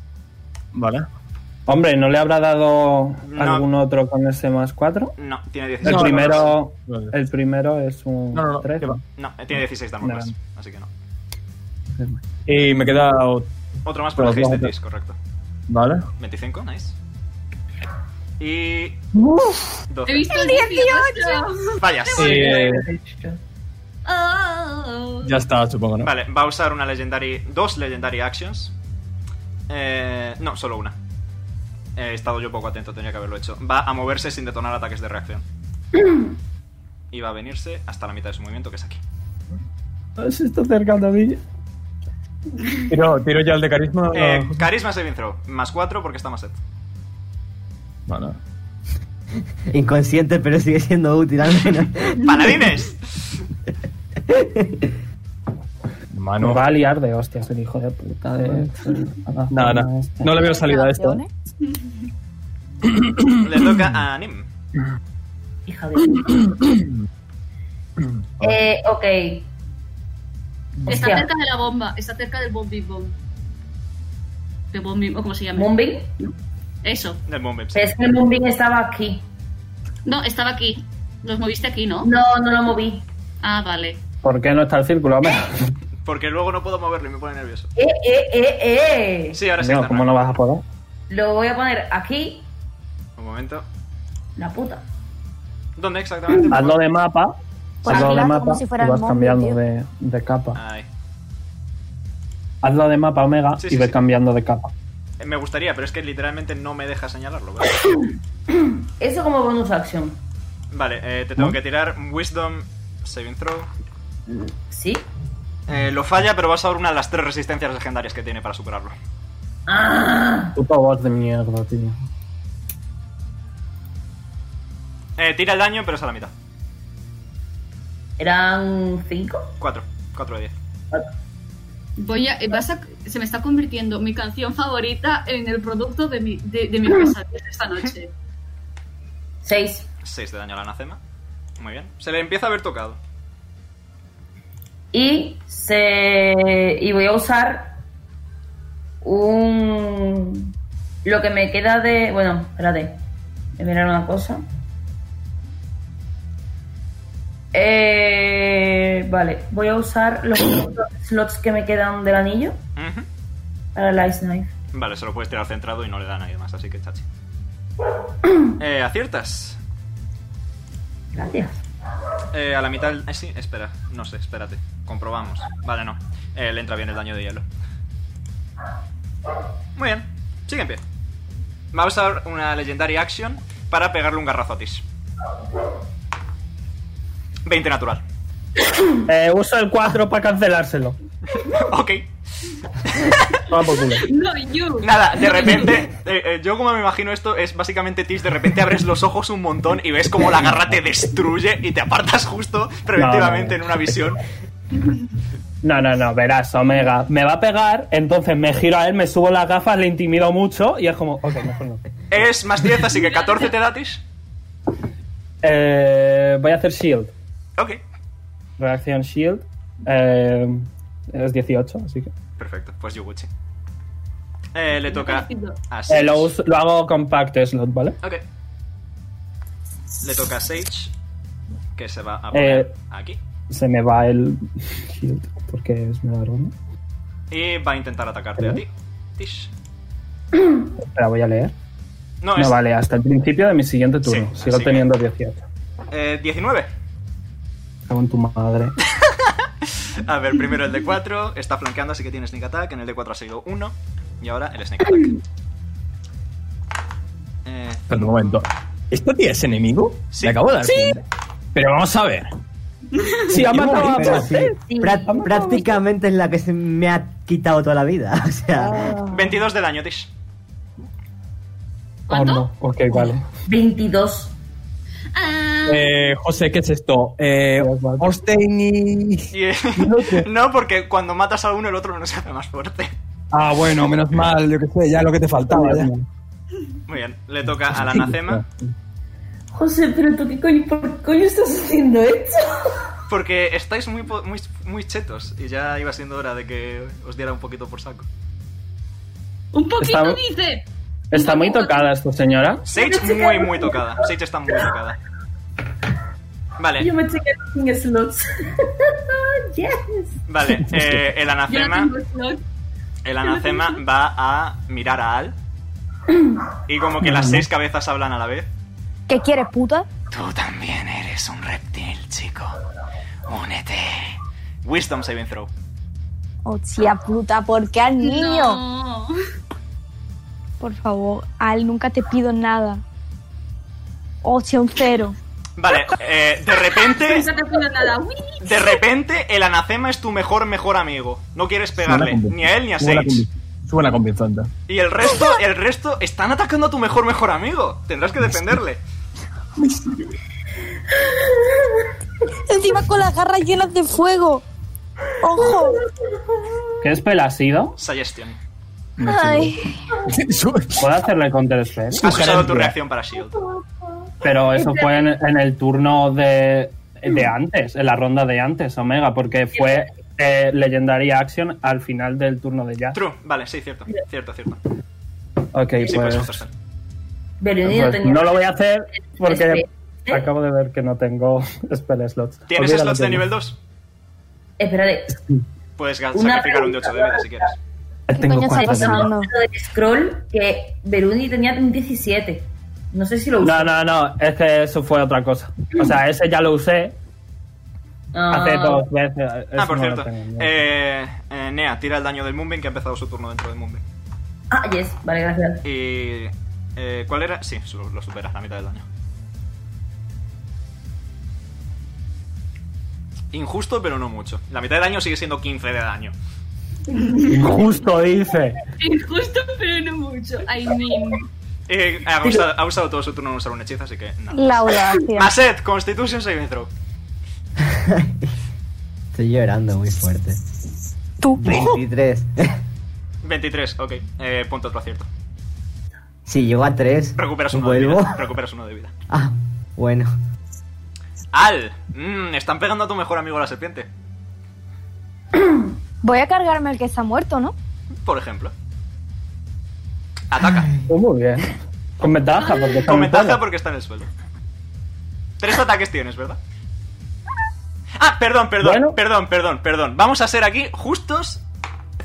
S7: Vale.
S4: Hombre, ¿no le habrá dado
S1: No.
S4: algún otro con ese más 4?
S1: No, tiene
S4: El
S1: 16
S7: No, no,
S4: primero
S7: Vale.
S4: el primero es un
S7: Eh, No, no, no,
S4: 13.
S7: que va.
S1: No, eh, tiene 16 de
S4: Nada.
S1: más, así que no.
S7: Y me queda. ot-
S1: Otro más por el
S7: Pero
S1: haste
S7: Pues vamos a-
S1: tis, correcto.
S7: Vale.
S1: 25, nice. Y.
S2: He
S1: 12.
S2: visto el 18.
S1: Fallas.
S7: Eh,
S8: Oh.
S7: ya está, supongo, ¿no?
S1: Vale, va a usar una legendary. Dos legendary actions. Eh, no, solo una. He estado yo poco atento, tenía que haberlo hecho. Va a moverse sin detonar ataques de reacción. Y va a venirse hasta la mitad de su movimiento, que es aquí.
S4: Se está acercando a mí.
S7: Tiro, tiro ya el de carisma.
S1: Eh,
S7: pues ¿no?
S1: carisma saving throw. Más 4 porque está más set.
S7: Vale.
S5: Inconsciente, pero sigue siendo útil al menos.
S1: ¡Paladines!
S7: Mano.
S4: No va a liar de hostias el hijo de puta. eh. Ah, De...
S7: Nada, nada.
S4: este.
S7: No le veo salida a esto.
S3: Opciones.
S1: Le toca a Nim.
S6: Hija de... eh, ok.
S2: Está
S6: Hostia.
S2: cerca de la bomba. Está cerca del bombing bomb. De bombing, o como se llama.
S6: Moonbeam.
S2: Eso.
S1: Del Moonbeam. sí.
S7: Eh.
S6: Pero es que el Moonbeam estaba aquí.
S2: No, estaba aquí. Los moviste aquí, ¿no?
S6: No, no lo moví.
S2: Ah, vale.
S4: ¿Por qué no está el círculo? Hombre?
S1: Porque luego no puedo moverlo y me pone nervioso.
S6: Eh, eh, eh, eh.
S1: Sí, ahora sí.
S4: No,
S1: está
S4: ¿cómo
S1: raro.
S4: no vas a poder?
S6: Lo voy a poner aquí.
S1: Un momento.
S6: La puta.
S1: ¿Dónde exactamente?
S4: Hazlo de mapa.
S3: Pues
S4: hazlo de
S3: hazlo como
S4: mapa
S3: si fuera
S4: y
S3: el
S4: vas
S3: móvil,
S4: cambiando
S3: tío.
S4: de, de capa.
S1: Ay.
S4: Hazlo de mapa Omega
S1: Sí,
S4: y
S1: sí,
S4: ve
S1: sí.
S4: cambiando de capa.
S1: Eh, Me gustaría, pero es que literalmente no me deja señalarlo. ¿verdad?
S6: Eso como bonus action.
S1: Vale, eh, te tengo que tirar Wisdom Saving Throw.
S6: ¿Sí?
S1: Eh, lo falla, pero vas a usar una de las tres resistencias legendarias que tiene para superarlo.
S6: Ah,
S4: Puto boss de mierda, tío.
S1: Eh, tira el daño, pero es a la mitad.
S6: ¿Eran cinco?
S1: Cuatro. 4 de 10.
S2: Voy a, eh, vas a- se me está convirtiendo mi canción favorita en el producto de mi, de, de mi pesadilla esta noche.
S6: 6.
S1: 6 de daño a la anacema. Muy bien. Se le empieza a haber tocado.
S6: Y se. Y voy a usar un. Lo que me queda de. Bueno, espérate. Voy a mirar una cosa. Eh, vale, voy a usar los slots que me quedan del anillo
S1: Ujú.
S6: para el Ice Knife.
S1: Vale, se lo puedes tirar centrado y no le da a nadie más, así que chachi. Eh, aciertas.
S6: Gracias.
S1: Eh, a la mitad. del- eh, sí, espera. No sé, espérate. Comprobamos. Vale, no. Eh, le entra bien el daño de hielo. Muy bien. Sigue en pie. Va a usar una Legendary Action para pegarle un garrazo a Tis. 20 natural.
S4: Eh, uso el 4 para cancelárselo.
S1: ok.
S4: Toma por culo.
S2: No, you.
S1: Nada, de repente, eh, eh, yo como me imagino esto, es básicamente Tis, de repente abres los ojos un montón y ves como la garra te destruye y te apartas justo preventivamente en una visión.
S4: No, no, no, verás, Omega. Me va a pegar, entonces me giro a él, me subo las gafas, le intimido mucho y es como, ok, mejor no.
S1: Es más 10, así que 14 te da Tis.
S4: Eh, voy a hacer shield.
S1: Ok,
S4: Reacción shield. Eh, es 18, así que.
S1: perfecto, pues Yuguchi. Eh, le toca a
S4: Eh,
S1: Sage.
S4: lo, uso- lo hago compact slot, ¿vale?
S1: Ok. Le toca a Sage, que se va a poner
S4: Eh.
S1: aquí.
S4: Se me va el shield porque es una dragón.
S1: Y va a intentar atacarte a ti. Tish.
S4: Espera, voy a leer.
S1: No,
S4: No,
S1: es
S4: vale, hasta el principio de mi siguiente turno.
S1: Sí,
S4: Sigo
S1: así que-
S4: teniendo 18.
S1: eh, 19.
S4: Cago en tu madre.
S1: A ver, primero el de 4 está flanqueando, así que tiene sneak attack. En el de 4 ha sido 1. Y ahora el sneak attack. Eh,
S7: Pero un momento. ¿Esto tía es enemigo?
S1: Sí.
S7: Me acabo de dar
S1: Sí.
S7: cuenta. Pero vamos a ver.
S4: Sí, ha matado a
S5: Pero sí,
S4: Marcel.
S5: prá- prácticamente es la que se me ha quitado toda la vida. O sea,
S1: 22 de daño, Tish.
S4: Oh, no. Ok, vale.
S6: 22.
S7: Eh, José, ¿qué es esto? Eh, Orstein y...
S1: Y, eh, no, porque cuando matas a uno, el otro no se hace más fuerte.
S7: Ah, bueno, menos mal, yo qué sé, ya lo que te faltaba. ya.
S1: Muy bien, le toca a la Nacema.
S6: José, pero tú qué coño, ¿por qué coño estás haciendo esto?
S1: Porque estáis muy, po- muy, muy chetos. Y ya iba siendo hora de que os diera un poquito por saco.
S2: Un poquito
S4: Está-
S2: dice.
S4: Está muy tocada esta señora.
S1: Sage muy, muy tocada. Sage está muy tocada. Vale,
S6: Yo me estoy quedando sin slots. yes.
S1: vale. eh, el
S2: Yo no
S1: anacema.
S2: tengo slot.
S1: El anacema va a mirar a Al. Y como que las seis cabezas hablan a la vez.
S3: ¿Qué quieres, puta?
S1: Tú también eres un reptil, chico. Únete. Wisdom saving throw.
S3: Hostia puta, ¿por qué al niño?
S2: No.
S3: Por favor, Al, nunca te pido nada. Hostia, un cero.
S1: Vale, eh, de repente.
S2: Nunca te pido nada. Uy,
S1: De repente, el anacema es tu mejor, mejor amigo. No quieres pegarle,
S7: Sube la convi-
S1: ni a él ni a
S7: sube la
S1: Sage.
S7: convi- Sube la convenzonda.
S1: Y el resto, el resto, están atacando a tu mejor, mejor amigo. Tendrás que defenderle.
S3: Encima con las garras llenas de fuego. Ojo.
S4: ¿Qué spell ha sido?
S1: Suggestion.
S3: Ay.
S4: Puedo hacerle counter spell.
S1: Has usado tu
S7: Sugerencia.
S1: reacción para shield.
S4: Pero eso fue en, en el turno de, de antes, en la ronda de antes, Omega, porque fue eh, Legendary Action al final del turno de ya.
S1: True, vale, sí, cierto, cierto, cierto.
S4: Ok,
S1: Sí, puedes
S4: pues,
S1: contestar.
S6: Bienvenido,
S4: pues
S6: tenía.
S4: no lo voy a hacer porque
S6: Espérate.
S4: acabo de ver que no tengo spell slots.
S1: ¿Tienes
S4: Olvídalo,
S1: slots de
S4: tío.
S1: nivel 2?
S6: Espérate,
S1: Puedes ga-
S6: Una
S1: sacrificar un de 8 de vida si quieres.
S3: ¿Qué coño está
S4: Eh, cuatro de nivel.
S3: pasando?
S6: lo del scroll que Beruni tenía un 17. No sé si lo usé.
S4: No, no, no, es que eso fue otra cosa. O sea, ese ya lo usé
S6: Ah,
S4: hace dos veces. eh,
S1: Ah,
S4: eso
S1: por
S4: no lo
S1: cierto.
S4: tengo, no.
S1: Eh, eh, Nea, tira el daño del Moonbeam que ha empezado su turno dentro del Moonbeam.
S6: Ah, yes, vale, gracias.
S1: Y. eh, ¿Cuál era? Sí, su- lo superas, la mitad del daño. Injusto, pero no mucho. La mitad de daño sigue siendo 15 de daño.
S4: Injusto, dice.
S2: Injusto, pero no mucho. I mean.
S1: Eh, ha, usado, ha usado todo su turno en usar un hechizo, así que nada.
S3: La audacia.
S1: Maset, Constitution Saving Throw.
S5: Estoy llorando muy fuerte. Tú. 23.
S1: 23, ok. Eh, punto otro acierto.
S5: si llego a 3,
S1: Recuperas uno de
S5: vuelvo.
S1: vida. Recuperas uno de vida.
S5: Ah, bueno.
S1: Al, mm, están pegando a tu mejor amigo la serpiente,
S3: Voy a cargarme al que está muerto, ¿no?
S1: por ejemplo. Ataca.
S4: Pues muy bien. Con ventaja,
S6: Ah.
S4: porque está
S1: Con
S4: muy
S1: ventaja
S4: bueno.
S1: porque está en el suelo. Tres ataques tienes, ¿verdad? Ah, perdón, perdón, perdón, perdón, perdón. Vamos a ser aquí justos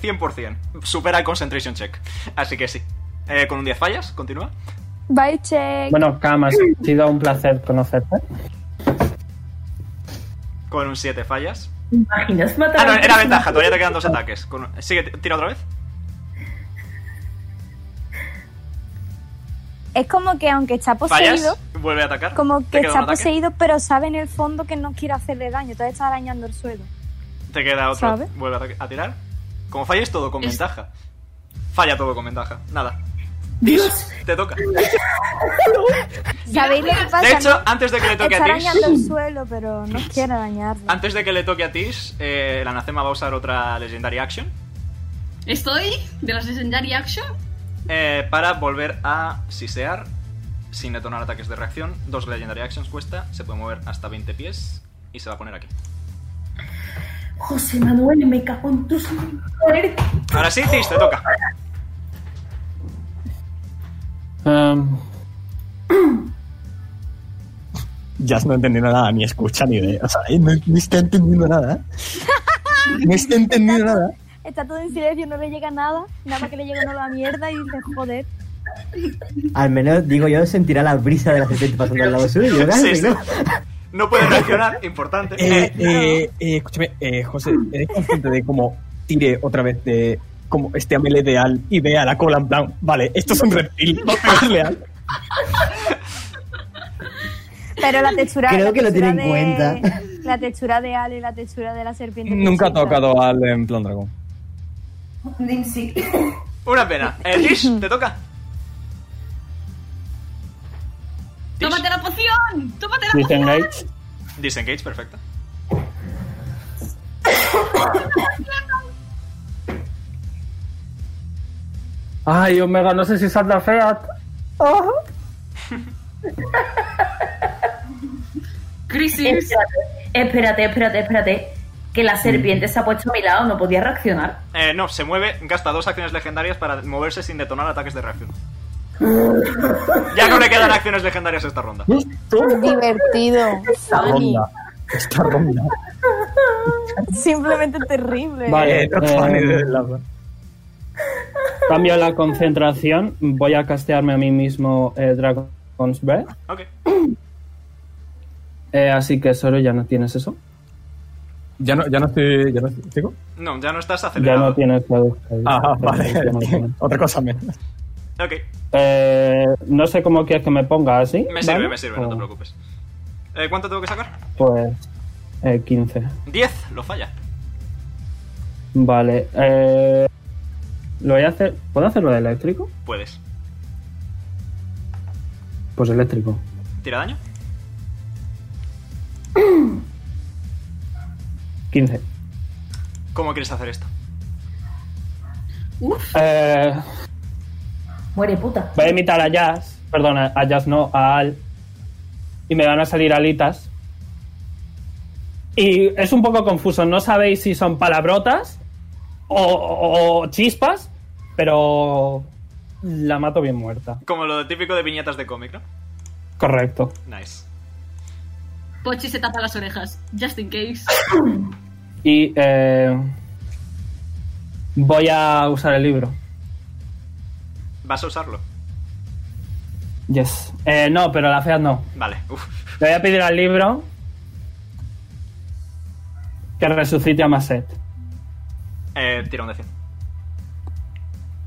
S1: 100%. Supera el concentration check. Así que sí. Eh, con un 10 fallas, continúa.
S3: Bye, check.
S4: Bueno, Cam, ha sido un placer conocerte.
S1: Con un 7 fallas.
S6: Imaginas matar
S1: Ah, no,
S6: a-
S1: era ventaja, todavía te quedan dos ataques. Con- Sigue, tira otra vez.
S3: Es como que aunque está poseído,
S1: Fallas, vuelve a atacar.
S3: como
S1: Te
S3: que
S1: queda
S3: está
S1: un ataque.
S3: poseído, pero sabe en el fondo que no quiere hacerle daño, entonces está arañando el suelo.
S1: Te queda otro.
S3: ¿Sabe?
S1: Vuelve a, ata- a tirar. Como falles todo con ventaja. Falla todo con ventaja. Nada. Dios. Te toca.
S3: ¿Sabéis lo que pasa?
S1: De hecho,
S3: no?
S1: antes de que le toque
S3: está
S1: a Tish.
S3: arañando el suelo, pero no quiere dañarlo.
S1: Antes de que le toque a Tish, eh, el anacema va a usar otra Legendary Action
S2: Estoy de las Legendary Action.
S1: eh, para volver a sisear sin detonar ataques de reacción. Dos Legendary Actions cuesta, se puede mover hasta 20 pies y se va a poner aquí.
S6: José Manuel, me cago en tus madres.
S1: Ahora sí, Tish, te toca.
S4: Um,
S9: Jazz no entendiendo nada, ni escucha ni idea. O sea, eh, no, no está entendiendo nada.
S7: ¿eh?
S9: No está entendiendo nada.
S3: Está todo en silencio, no le llega nada, nada más que le llega una mierda y dice, joder.
S5: Al menos, digo yo, sentirá la brisa de la serpiente pasando al lado suyo. ¿verdad?
S1: Sí, sí.
S5: ¿No?
S1: No puede reaccionar, importante.
S9: Eh, eh, eh, escúchame, eh, José, ¿eres consciente de cómo tire otra vez de como este a melee de Al y vea la cola en plan, vale, esto es un reptil, no pegarle a Al?
S3: Pero la textura.
S9: Creo
S3: la
S9: que lo
S3: textura
S9: tiene en
S3: de- La textura de Ale y la textura de la serpiente.
S9: Nunca ha
S3: pichita.
S9: tocado al en plan dragón.
S6: Nimsi.
S1: Una pena. Eh, Tish, te toca.
S2: ¡Tómate la poción! ¡Tómate la poción!
S4: Disengage.
S1: Disengage, perfecto.
S4: Ay, Omega, no sé si salta fea.
S10: Eh.
S2: Crisis.
S6: Espérate, espérate, espérate. Que la serpiente se ha puesto a mi lado, no podía reaccionar.
S1: Eh, no, se mueve, gasta dos acciones legendarias para moverse sin detonar ataques de reacción. Ya no le quedan acciones legendarias esta ronda.
S3: Divertido. funny.
S9: Esta ronda.
S3: Simplemente terrible.
S9: Eh,
S4: Vale, eh,
S9: no funny de
S4: Cambio la concentración. Voy a castearme a mí mismo eh, Dragon's Breath.
S1: Ok.
S4: Eh, así que, Soro, ya no tienes eso.
S9: Ya no, ya no estoy. Ya no estoy ¿sigo?
S1: No, ya no estás
S4: Ya
S1: acelerado.
S4: no tienes Eh, reducción.
S9: Ah, vale. Otra cosa menos.
S1: Ok,
S4: Eh, no sé cómo quieres que me ponga así.
S1: me sirve,
S4: ¿vale?
S1: me sirve, no te
S4: O-
S1: preocupes. Eh, ¿Cuánto tengo que sacar?
S4: Pues eh, 15.
S1: 10, lo falla.
S4: Vale. eh, lo voy a hacer. ¿Puedo hacerlo de eléctrico?
S1: Puedes.
S4: Pues eléctrico.
S1: ¿Tira daño?
S4: 15.
S1: ¿Cómo quieres hacer esto?
S4: Eh,
S6: Muere puta.
S4: voy a imitar a Jazz. Perdona, a Jazz no, a Al. Y me van a salir alitas. Y es un poco confuso. No sabéis si son palabrotas o, o- o chispas, pero la mato bien muerta.
S1: Como lo típico de viñetas de cómic, ¿no?
S4: Correcto.
S1: Nice.
S2: Pochi se tapa las orejas. Just in case.
S4: Y eh, voy a usar el libro.
S1: ¿Vas a usarlo?
S4: Yes. Eh, no, pero la fea no.
S1: Vale, uff.
S4: Le voy a pedir al libro que resucite a Maset.
S1: Eh, tira un de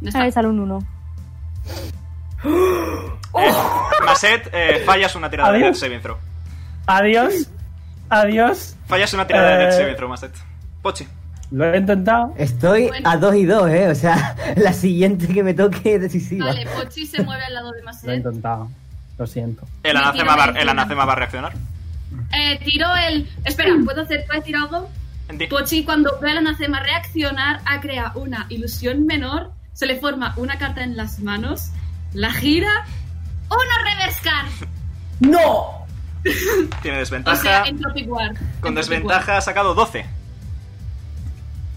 S1: 100.
S3: Ahí sale un 1.
S1: Maset, eh, fallas una tirada de Death
S4: Adiós.
S1: Saving Throw.
S4: Adiós. Adiós.
S1: Fallas una tirada de
S4: Eh.
S1: Death Saving Throw, Maset. Pochi.
S4: Lo he intentado.
S5: Estoy a 2 y 2, ¿eh? O sea, la siguiente que me toque es decisiva.
S2: Vale, Pochi se mueve al lado de
S4: Lo he
S2: Maset.
S4: intentado. Lo siento.
S1: El
S2: Me
S1: anacema,
S2: tiro
S1: va,
S2: de
S1: el
S2: cien.
S1: anacema va a reaccionar.
S2: Eh, tiro el. Espera, ¿puedo hacer? ¿Puedo decir algo?
S1: Enti-
S2: Pochi, cuando ve a la anacema reaccionar, ha creado una ilusión menor, se le forma una carta en las manos, la gira, ¡Uno reverse card!
S6: ¡No!
S1: Tiene
S2: O sea,
S1: desventaja.
S2: en Tropic War.
S1: Con
S2: En Tropic
S1: desventaja ha sacado 12.
S2: War.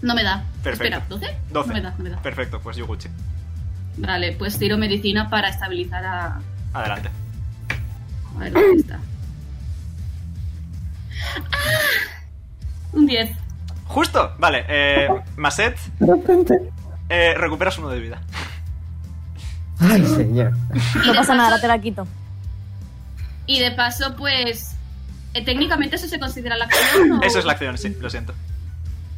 S2: No me da.
S1: Perfecto.
S2: Espera, ¿12?
S1: 12.
S2: No me da, no me da.
S1: Perfecto, pues Yoguchi.
S2: Vale, pues tiro medicina para estabilizar a.
S1: Adelante.
S2: A ver dónde está. Ah, Un 10.
S1: Justo, vale. Eh, Maset, eh, recuperas uno de vida.
S5: Ay, señor.
S2: Y
S10: No
S2: de
S10: pasa nada, ahora
S2: paso-
S10: te la quito.
S2: Y de paso, pues. eh, técnicamente eso se considera la acción. ¿o?
S1: Eso es la acción, sí, lo siento.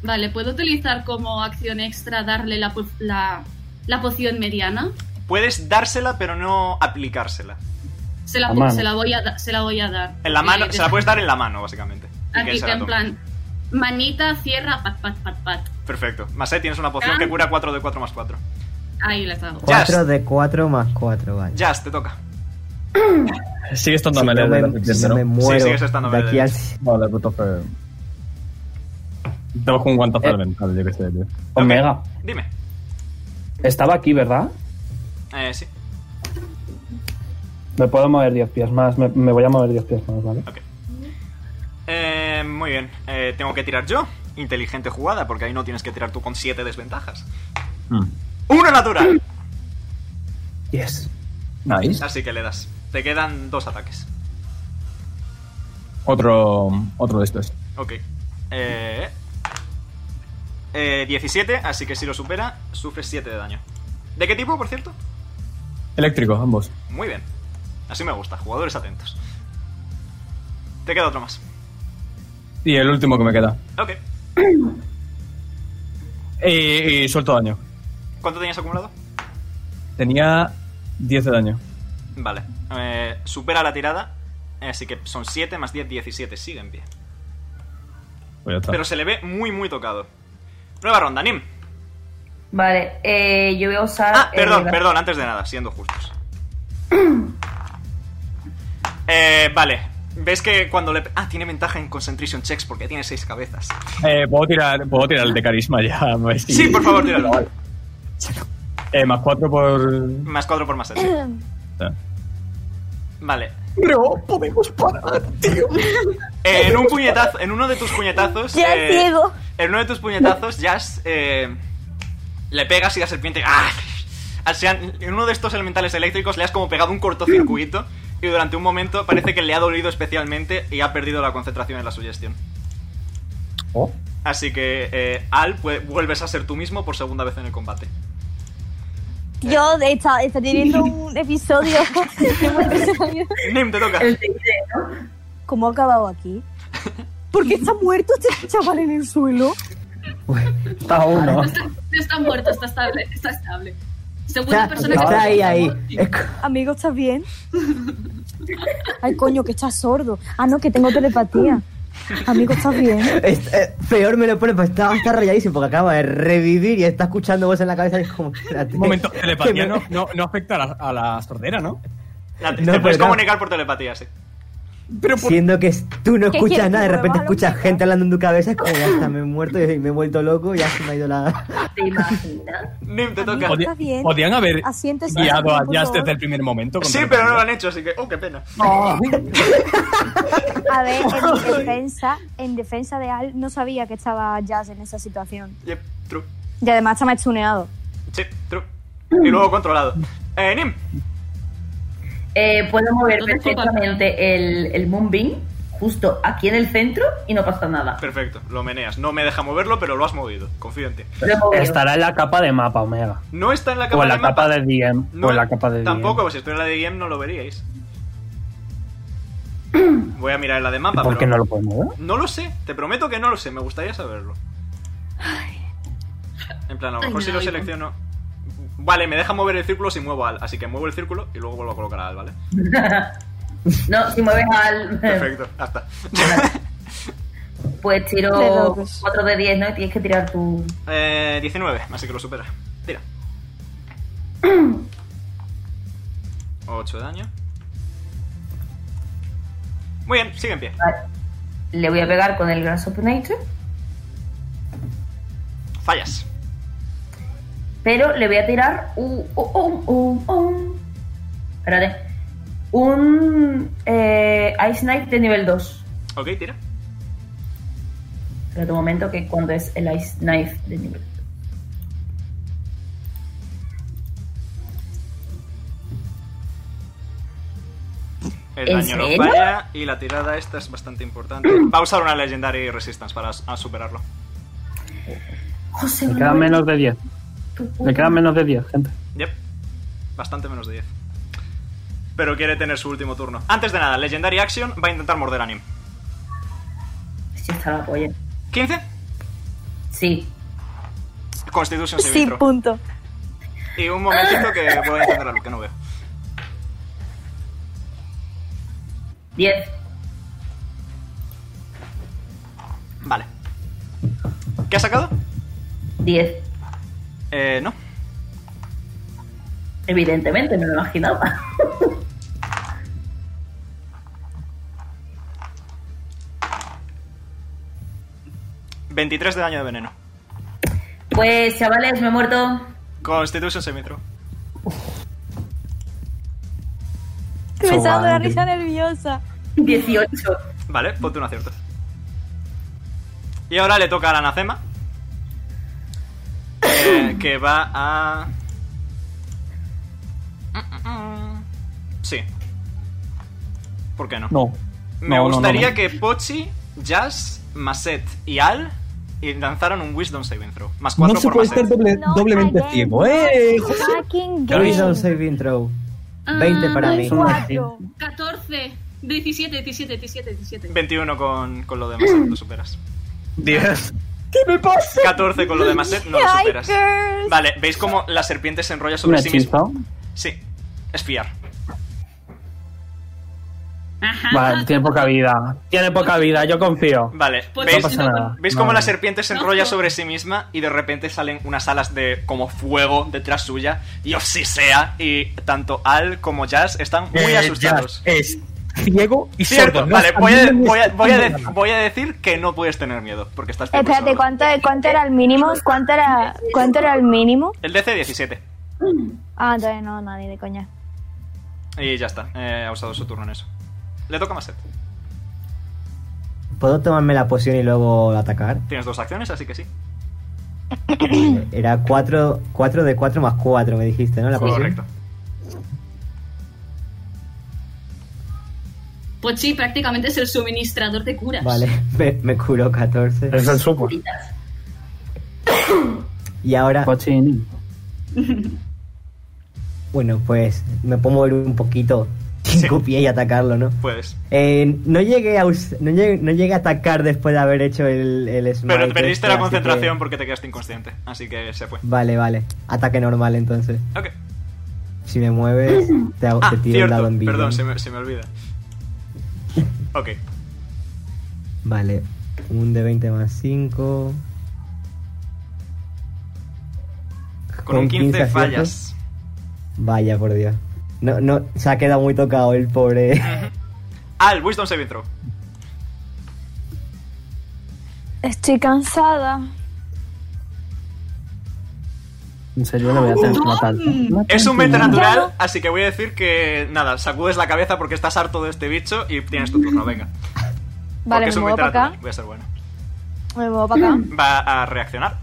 S2: Vale, ¿puedo utilizar como acción extra darle la, po- la, la poción mediana?
S1: Puedes dársela, pero no aplicársela.
S2: Se la,
S1: La
S2: po-
S1: mano.
S2: se la, voy, a da- se la voy a dar.
S1: En la mano,
S2: Eh,
S1: se la puedes dar en la mano, básicamente. y que él
S2: Aquí
S1: se
S2: está
S1: la
S2: en
S1: tome.
S2: plan. Manita, cierra, pat, pat, pat, pat.
S1: Perfecto. Maset, tienes una
S2: Ah.
S1: poción que cura 4 de 4 más 4.
S2: Ahí la hago.
S5: 4 de 4 más 4, vale.
S1: Jazz, te toca.
S7: Sigue estando
S5: Si
S7: melee
S5: no me-
S7: de la serpiente,
S5: si no
S7: ¿no?
S5: me muero Sí, sigues
S1: estando
S5: de melee. aquí al-
S7: Vale, puto feo. Tengo un guantazo elemental, yo qué sé, tío.
S4: Omega.
S1: Dime.
S4: Estaba aquí, ¿verdad?
S1: Eh, sí.
S4: Me puedo mover 10 pies más. Me, me voy a mover 10 pies más, ¿vale?
S1: Eh, muy bien. Eh, tengo que tirar yo. Inteligente jugada, porque ahí no tienes que tirar tú con 7 desventajas. ¡Uno natural!
S4: Yes.
S7: Nice.
S1: Así que le das. Te quedan dos ataques.
S7: Otro, otro de estos.
S1: Ok. Eh, eh, 17, así que si lo supera, sufres 7 de daño. ¿De qué tipo, por cierto?
S7: Eléctrico, ambos.
S1: Muy bien. Así me gusta, jugadores atentos. Te queda otro más.
S7: Y el último que me queda.
S1: Ok.
S7: Y, y suelto daño.
S1: ¿Cuánto tenías acumulado?
S7: Tenía 10 de daño.
S1: Vale. Eh, supera la tirada, Eh, así que son 7 más 10, 17. Sigue en pie.
S7: Pues ya está.
S1: Pero se le ve muy, muy tocado. Nueva ronda, Nim.
S6: Vale, eh, yo voy a usar.
S1: Ah, perdón,
S6: eh,
S1: perdón, antes de nada, siendo justos. Eh, vale. ¿Ves que cuando le... Ah, tiene ventaja en concentration checks porque tiene seis cabezas.
S7: Eh, ¿puedo, tirar, puedo tirar el de carisma ya.
S1: Sí, por favor, tíralo.
S7: Eh, más 4 por.
S1: Más cuatro por más seis. Vale.
S7: No podemos parar, tío.
S1: Eh, en un puñetazo, en uno de tus puñetazos...
S10: Ya
S1: eh,
S10: ciego.
S1: En uno de tus puñetazos, Jazz, eh, le pegas y la serpiente... ¡ah! O sea, en uno de estos elementales eléctricos le has como pegado un cortocircuito y durante un momento parece que le ha dolido especialmente y ha perdido la concentración en la sugestión.
S7: Oh.
S1: Así que, eh, Al, pues, vuelves a ser tú mismo por segunda vez en el combate.
S3: Oh,
S10: Yo de- está, está teniendo un episodio. de muerte sangre.
S1: Nim, te toca.
S10: ¿Cómo ha acabado aquí? ¿Por qué está muerto este chaval en el suelo?
S4: Está uno.
S2: Está, no está muerto, está estable. Está estable. Segunda
S5: Está,
S2: persona que
S5: está ahí, ahí.
S10: Amigo, ¿estás bien? Ay, coño, que estás sordo. Ah, no, que tengo telepatía. Amigo, ¿estás bien?
S5: Es- eh, peor me lo pone, pues está, está rayadísimo porque acaba de revivir y está escuchando voz en la cabeza y es como, espérate.
S7: Un momento,
S5: Que
S7: telepatía
S5: me-
S7: no, no, no afecta a la, a la sordera, ¿no?
S1: Nate,
S5: No,
S1: te puedes
S5: pero-
S1: comunicar por telepatía, sí.
S7: Pero por-
S5: Siendo que tú no
S10: ¿Qué
S5: escuchas
S10: quieres,
S5: nada, de
S10: que
S5: repente
S10: mueva los
S5: escuchas gente hablando en tu cabeza, es como ya está, me he muerto y me he vuelto loco y ya se me ha ido la.
S6: ¿Te imaginas?
S1: Nim,
S5: Ah,
S1: te toca.
S10: Amigo,
S7: Podía-
S10: ¿estás bien?
S7: podían haber
S10: Asiéntese,
S7: guiado a
S10: por
S7: Jazz
S9: este
S10: favor.
S7: desde el primer momento. con
S1: Sí, pero no lo han hecho, así que... ¡Oh, qué pena!
S10: A ver, en defensa, en defensa de Al, no sabía que estaba Jazz en esa situación.
S1: Yep, true.
S10: Y además está machuneado.
S1: Sí, true. Y luego controlado. Eh, Nim.
S6: Eh, puedo mover
S2: ¿Dónde está
S6: perfectamente el, el Moonbeam justo aquí en el centro y no pasa nada.
S1: Perfecto, lo meneas. No me deja moverlo, pero lo has movido. Confío en ti.
S6: Lo he movido.
S4: Estará en la capa de mapa, Omega.
S1: No está en la capa
S4: O en la
S1: del mapa.
S4: capa de DM.
S1: No,
S4: o en la capa de
S1: Tampoco, si estuviera en la de DM no lo veríais. Voy a mirar en la de mapa,
S4: DM. ¿Por
S1: pero...
S4: qué no lo puedo mover?
S1: No lo sé, te prometo que no lo sé, me gustaría saberlo. En plan, a lo
S2: Ay,
S1: mejor
S2: me
S1: si
S2: da
S1: lo
S2: igual.
S1: selecciono. Vale, me deja mover el círculo si muevo al. Así que muevo el círculo y luego vuelvo a colocar al, ¿vale?
S6: No, si mueves
S2: Eh.
S6: al.
S1: Perfecto, hasta.
S6: Pues
S10: Le
S6: tiro
S10: doy.
S6: 4 de 10, ¿no? Y tienes que tirar tu.
S1: Eh, 19, así que lo supera. Tira. 8 de daño. Muy bien, sigue en pie.
S6: Le voy a pegar con el Grasshopper Nature.
S1: Fallas.
S6: Pero le voy a tirar un. un, un, un- espérate. Un. eh, Ice Knight de nivel 2.
S1: Ok, tira.
S6: Espérate un momento, que cuando es el Ice Knife de nivel 2.
S1: El
S6: ¿En
S1: daño no
S6: serio?
S1: falla y la tirada esta es bastante importante. Va a usar una Legendary Resistance para s- a superarlo.
S6: José,
S4: Le queda menos de 10. Le queda menos de 10, gente.
S1: Yep. Bastante menos de 10. Pero quiere tener su último turno. Antes de nada, Legendary Action va a intentar morder a Nim.
S6: Si está la polla.
S1: ¿15?
S6: Sí.
S1: Constitution
S10: Sí,
S1: Saving throw.
S10: punto.
S1: Y un momentito que voy a encender la luz, que no veo.
S6: 10.
S1: Vale. ¿Qué has sacado?
S6: 10.
S1: Eh, no.
S6: Evidentemente, me lo imaginaba.
S1: ¿23 de daño de veneno?
S6: Pues, chavales, me he muerto.
S1: Constitution Saving throw.
S10: Que me está dando la
S1: Sobante.
S10: risa nerviosa.
S6: 18.
S1: Vale, ponte un acierto. Y ahora le toca a la Nacema. eh, que va a. Sí. ¿Por qué no?
S7: No.
S1: Me
S7: No, no, no,
S1: gustaría
S7: no.
S1: que Pochi, Jazz, Maset y Al lanzaran un Wisdom Saving Throw. Más 4
S7: no se
S1: por
S7: puede
S1: Maset.
S7: estar doble- doblemente ciego, ¿eh?
S10: Fucking
S5: Yo
S10: gay.
S5: hice un saving throw.
S2: Ah,
S5: 20 para mí.
S1: Son unos
S2: 14, 17, 17, 17, 17.
S1: 21 con, con lo de Maset, lo superas.
S9: 10.
S10: ¿Qué me pasa?
S1: 14 con lo de Maset, no lo
S10: Ay,
S1: superas.
S10: girls.
S1: Vale, ¿veis cómo la serpiente se enrolla
S4: ¿Un
S1: sobre sí misma?
S4: hechizo?
S1: Sí, espiar.
S4: Vale, tiene poca vida. Tiene poca vida, yo confío.
S1: Vale,
S4: Pues
S1: ¿veis,
S4: no pasa nada.
S1: ¿veis cómo
S4: Vale.
S1: la serpiente se enrolla sobre sí misma y de repente salen unas alas de como fuego detrás suya? Dios sí sea. Y tanto Al como Jazz están muy
S9: Eh,
S1: asustados.
S9: ya, es ciego y
S1: Cierto,
S9: sordo. No
S1: vale,
S9: está
S1: voy a,
S9: viendo ni
S1: voy, a,
S9: está
S1: voy a
S9: viendo
S1: de-
S9: nada.
S1: voy a decir que no puedes tener miedo, porque estás ciego y
S3: Espérate,
S1: sordo.
S3: ¿cuánto, cuánto era el mínimo? ¿Cuánto era, cuánto era el mínimo?
S1: El DC 17.
S3: Ah, entonces no, nadie de coña.
S1: Y ya está, eh, ha usado su turno en eso. Le toca a Maset.
S5: ¿Puedo tomarme la poción y luego atacar?
S1: Tienes dos acciones, así que sí.
S5: Era 4, 4 de 4 más 4, me dijiste, ¿no? La poción.
S1: Correcto.
S2: Pochi Pues prácticamente es el suministrador de curas.
S5: Vale, me, me curó 14.
S4: Es el supo.
S5: Y ahora,
S4: Pochini.
S5: bueno, pues me puedo mover un poquito, 5 pies y atacarlo, ¿no?
S1: Puedes.
S5: Eh, no, llegué a us- no, llegué, no llegué a atacar después de haber hecho el, el smite.
S1: Pero perdiste
S5: este,
S1: la
S5: así
S1: concentración
S5: que-
S1: porque te quedaste inconsciente, así que se fue.
S5: Vale, vale. Ataque normal entonces.
S1: Ok.
S5: Si me mueves, te, hago,
S1: Ah,
S5: te tiro el
S1: cierto,
S5: dado en vivo.
S1: perdón, se me, se me olvida. Ok,
S5: Vale, un de 20 más 5.
S1: con un 15, fallas.
S5: Vaya, por Dios. No, no, se ha quedado muy tocado el pobre.
S1: Al, Ah, Wisdom Saving Throw.
S3: Estoy cansada.
S4: En serio, le voy a tener que matar.
S1: Es un meta
S3: Ya
S1: natural,
S3: no.
S1: así que voy a decir que nada, sacudes la cabeza porque estás harto de este bicho y tienes tu turno, venga.
S3: Vale,
S1: porque
S3: me
S1: es un
S3: muevo
S1: meta
S3: para acá.
S1: natural, voy a ser bueno.
S3: Me muevo para acá.
S1: Va a reaccionar.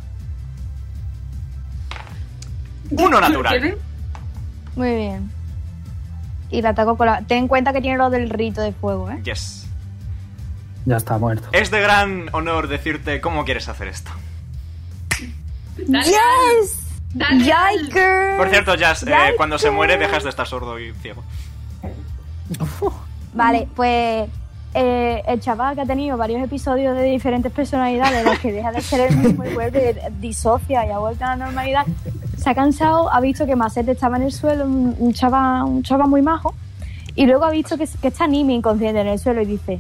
S1: Uno natural.
S3: Muy bien. Y la ataco con la. Ten en cuenta que tiene lo del rito de fuego, ¿eh?
S1: Yes.
S4: Ya está muerto.
S1: Es de gran honor decirte cómo quieres hacer esto.
S2: Dale,
S3: ¡Yes!
S2: Dale, dale.
S3: Yikers.
S1: Por cierto, Jazz, eh,
S3: Yikes.
S1: cuando se muere dejas de estar sordo y ciego.
S3: Vale, pues eh, el chaval que ha tenido varios episodios de diferentes personalidades, los que deja de ser el mismo y vuelve, disocia y ha vuelto a la normalidad, se ha cansado, ha visto que Macete estaba en el suelo, un, un chaval, un chaval muy majo, y luego ha visto que, que está Nimi inconsciente en el suelo y dice,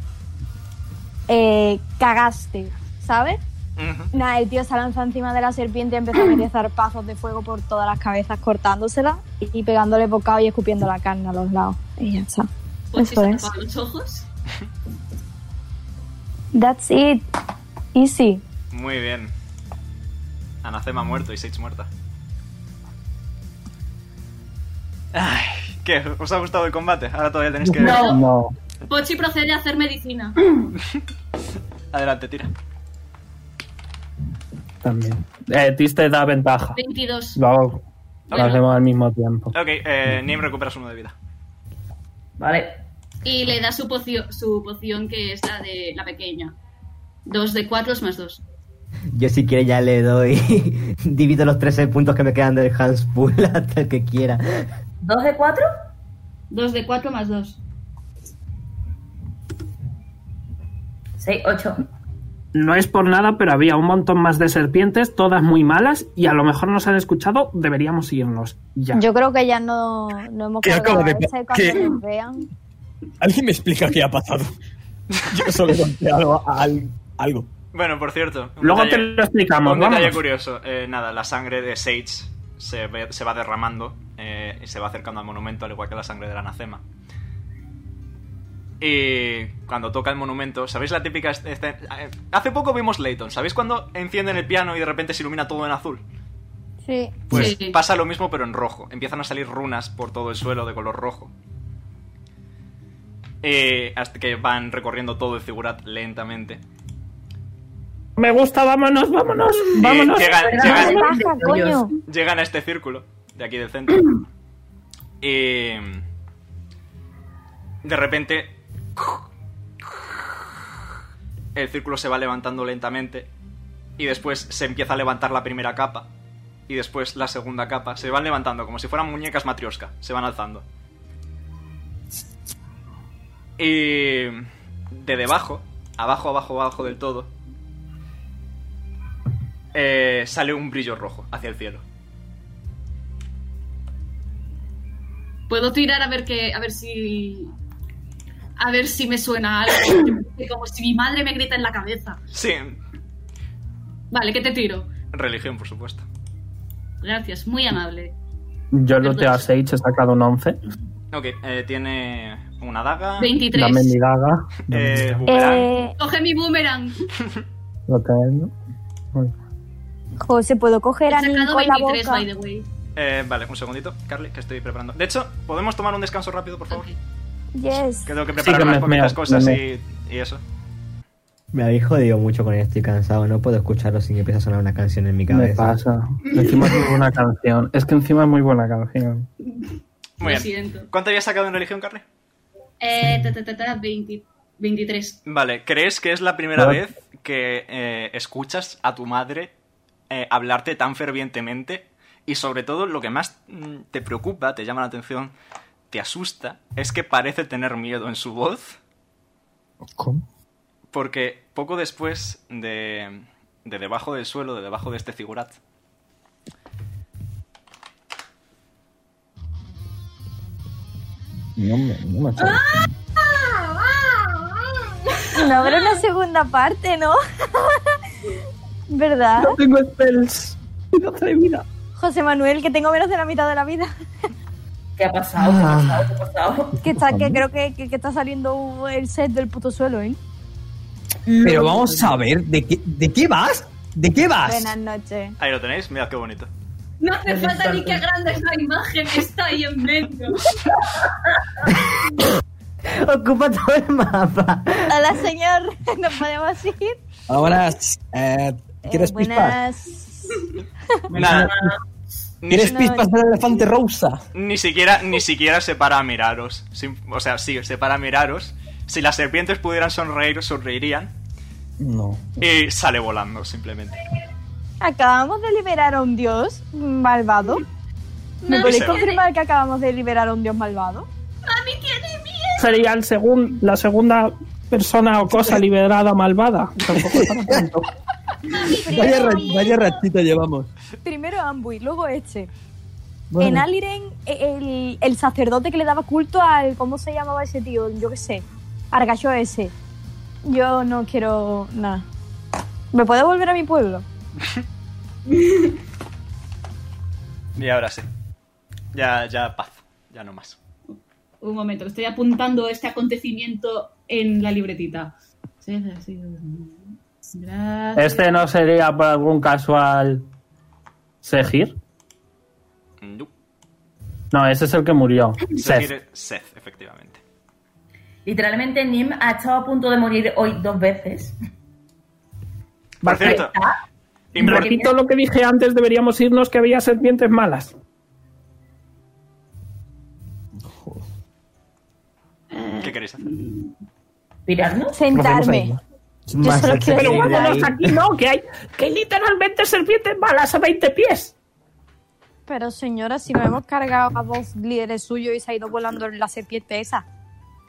S3: eh, cagaste, ¿sabes?
S1: Ujú.
S3: Nada, el tío se ha lanzado encima de la serpiente y empezó a meter zarpazos de fuego por todas las cabezas, cortándosela y pegándole bocado y escupiendo la carne a los lados. Y ya está.
S2: Pochi Pues
S3: Eso
S2: se
S3: es.
S2: tapa los ojos.
S3: That's it. Easy.
S1: Muy bien. Anacema muerto y Sage muerta. Ay, ¿Qué? ¿Os ha gustado el combate? Ahora todavía tenéis que...
S4: No.
S2: Pochi Pues procede a hacer medicina.
S1: Adelante, tira.
S4: También. Eh, Tis te da ventaja.
S2: 22.
S4: Lo, hago- lo
S2: Bueno.
S4: hacemos al mismo tiempo.
S1: Ok, eh, Nim recuperas uno de vida.
S6: Vale.
S2: Y le da su, pocio- su poción que es la de la pequeña. Dos de cuatro es más dos.
S5: Yo si quiere ya le doy. Divido los 13 puntos que me quedan del Hans Pool hasta el que quiera.
S6: ¿Dos de cuatro?
S2: Dos de cuatro más dos.
S6: Seis, ocho.
S4: No es por nada, pero había un montón más de serpientes, todas muy malas, y a lo mejor nos han escuchado, deberíamos irnos. Ya.
S3: Yo creo que ya no, no hemos
S7: Que
S3: cargado
S7: acabo de-
S3: esa y cuando
S7: que-
S3: nos vean.
S7: ¿Alguien me explica qué ha pasado? Yo solo he golpeado a al- algo.
S1: Bueno, por cierto. un
S4: Luego te
S1: detalle-
S4: lo explicamos,
S1: Un detalle
S4: vámonos.
S1: curioso. Eh, nada, la sangre de Sage se, ve- se va derramando eh, y se va acercando al monumento, al igual que la sangre de la Anacema. Y cuando toca el monumento, ¿sabéis la típica escena? eh, Hace poco vimos Layton, ¿sabéis cuando encienden el piano y de repente se ilumina todo en azul?
S3: Sí.
S1: Pues
S2: Sí.
S1: pasa lo mismo pero en rojo. Empiezan a salir runas por todo el suelo de color rojo. Eh, hasta que van recorriendo todo el figurat lentamente.
S4: Me gusta, vámonos, vámonos,
S1: Eh,
S4: vámonos.
S1: llegan,
S3: ¡Qué
S1: llegan-
S3: baja, coño!
S1: llegan a este círculo de aquí del centro. Y de repente el círculo se va levantando lentamente y después se empieza a levantar la primera capa y después la segunda capa. Se van levantando como si fueran muñecas matriosca, se van alzando. Y de debajo, abajo, abajo, abajo del todo, eh, sale un brillo rojo hacia el cielo.
S2: Puedo tirar a ver que, a ver si. A ver si me suena algo. Como si mi madre me grita en la cabeza.
S1: Sí,
S2: Vale, ¿qué te tiro?
S1: religión, por supuesto.
S2: Gracias, muy amable.
S4: Yo lo a 6, he sacado un 11.
S1: Ok, eh, tiene una
S10: Ah,
S1: daga,
S2: 23.
S4: Dame mi daga.
S1: eh, boomerang,
S3: Eh,
S2: Coge mi boomerang.
S4: Lo tengo. Bueno.
S10: José, ¿puedo
S2: He
S10: coger a Nin
S2: sacado
S10: con la
S2: 23, by
S10: boca?
S2: the way.
S1: eh, vale, un segundito, Carly, que estoy preparando. De hecho, ¿podemos tomar un descanso rápido, por favor?
S2: Ok.
S10: Yes.
S1: Que tengo que preparar
S4: que me-
S1: unas poquitas
S4: me-
S1: cosas
S4: me-
S1: y, y eso.
S5: Me habéis jodido mucho con esto y cansado. No puedo escucharlo sin que empiece a sonar una canción en mi
S4: Me
S5: cabeza.
S4: pasa. Encima es muy buena canción. Es que encima es muy buena canción.
S1: Muy
S2: Lo
S1: bien.
S2: siento.
S1: ¿Cuánto habías sacado en religión, Carly?
S2: Eh, ta, ta, ta, ta, 20 23.
S1: Vale, ¿crees que es la primera
S4: Ah.
S1: vez que eh, escuchas a tu madre eh, hablarte tan fervientemente? Y sobre todo, lo que más mm, te preocupa, te llama la atención, te asusta, es que parece tener miedo en su voz.
S7: ¿Cómo?
S1: Porque poco después de, de debajo del suelo, de debajo de este figurat,
S7: No me, no me acuerdo.
S3: No habrá una segunda parte, ¿no? ¿Verdad?
S4: tengo spells. No de vida.
S3: José Manuel, que tengo menos de la mitad de la vida.
S6: ¿Qué ha pasado? ¿Qué ha pasado? ¿Qué ha pasado?
S3: Que está, que creo que, que- que está saliendo el set del puto suelo, ¿eh?
S7: Pero vamos a ver, ¿de qué, de qué vas? ¿De qué vas?
S3: Buenas noches.
S1: ahí lo tenéis, mirad qué bonito.
S2: No hace falta ni que grande es la imagen, está ahí en medio.
S5: Ocupa todo el mapa.
S3: Hola, señor. Nos podemos ir.
S7: Ahora, eh,
S3: Eh,
S7: ¿quieres pispas?
S3: buenas.
S1: Nada, ni,
S7: ¿Quieres
S3: No,
S7: pispas del elefante rosa?
S1: ni siquiera, ni siquiera se para a miraros. Sin- o sea, sí, se para a miraros. Si las serpientes pudieran sonreír, sonreirían.
S7: No.
S1: Y sale volando, simplemente.
S3: Acabamos de liberar a un dios malvado. ¿Me
S1: No,
S3: podéis
S1: sí.
S3: confirmar que acabamos de liberar a un dios malvado?
S2: Mami tiene miedo.
S4: Sería el segun- la segunda persona o cosa liberada malvada. Tampoco es para tanto.
S7: Vaya, ra- vaya ratita llevamos.
S3: Primero Ambuy, luego este.
S7: Bueno.
S3: En Aliren,
S10: eh,
S3: el, el sacerdote que le daba culto al. ¿Cómo se llamaba ese tío? Yo qué sé. Argacho ese. Yo no quiero nada. ¿Me puedo volver a mi pueblo?
S1: Y ahora sí. Ya, ya paz. Ya no más.
S2: Un momento, que estoy apuntando este acontecimiento en la libretita. Sí, sí, sí. Gracias.
S4: Este no sería por algún casual ¿Segir?
S1: No.
S4: No, ese es el que murió.
S1: Seth.
S4: Seth.
S1: Seth, efectivamente.
S12: Literalmente Nim ha estado a punto de morir hoy dos veces.
S1: Por cierto,
S12: Está-
S4: Repito lo que dije antes, deberíamos irnos que había serpientes malas.
S1: ¿qué queréis hacer?
S12: ¿Pirarnos?
S10: Sentarme. Yo solo quiero
S4: Pero
S10: sentarme.
S4: vámonos aquí, no, que hay, que hay literalmente serpientes malas a 20 pies.
S10: Pero señora, si no hemos cargado a dos líderes suyos y se ha ido volando la serpiente esa.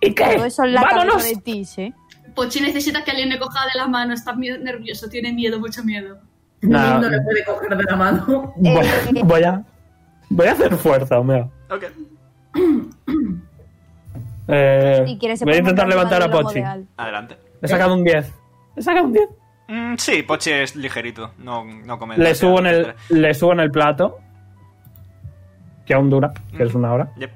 S4: ¿Y qué?
S10: Todo eso es la cabeza
S4: Vámonos.
S10: de Tiche.
S2: Pochi necesita que alguien le coja de la mano, está mie- nervioso, tiene miedo, mucho miedo.
S4: Nah.
S12: No le puede coger de la mano.
S10: Eh,
S4: Voy, voy a, voy a hacer fuerza, Omega.
S1: Ok.
S4: Eh,
S10: Si quiere se
S4: voy a
S10: puede
S4: intentar
S10: montar
S4: levantar a
S10: en el lomo
S4: Pochi.
S10: de Al.
S1: Adelante.
S4: Le he sacado un 10. Le he sacado un 10.
S1: Mm, sí, Pochi es ligerito. No, no come
S4: Le
S1: demasiado,
S4: subo, en el,
S1: etcétera.
S4: le subo en el plato. Que aún dura, que es una hora.
S1: Yep.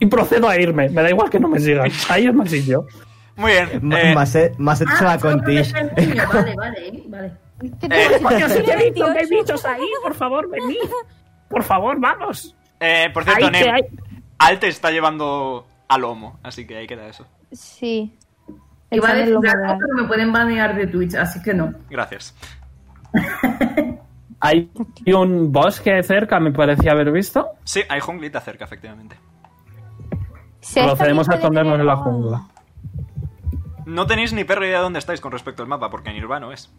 S4: Y procedo a irme. Me da igual que no me sigan. Ahí es más sitio.
S1: Muy bien. eh,
S5: Más se va con ti.
S12: Vale, vale, eh, vale.
S1: eh,
S4: Porque os he
S10: Tiene
S4: dicho que hay
S10: 28.
S4: bichos ahí. Por favor, venid. Por favor, vamos.
S1: eh, por cierto,
S4: Ahí que
S1: Nem,
S4: hay.
S1: Al te está llevando al lomo, así que ahí queda eso.
S10: Sí.
S12: Iba a
S10: Echar el
S12: decir
S10: lomo de
S12: algo,
S10: Al.
S12: pero me pueden banear de Twitch, así que no.
S1: Gracias.
S4: Hay un bosque cerca, me parecía haber visto.
S1: Sí, hay junglita cerca, efectivamente.
S10: Sí, esta
S4: Procedemos
S10: mierda
S4: a
S10: de
S4: escondernos en la
S10: mierda.
S4: jungla.
S1: No tenéis ni perra idea de dónde estáis con respecto al mapa, porque Nirvana es.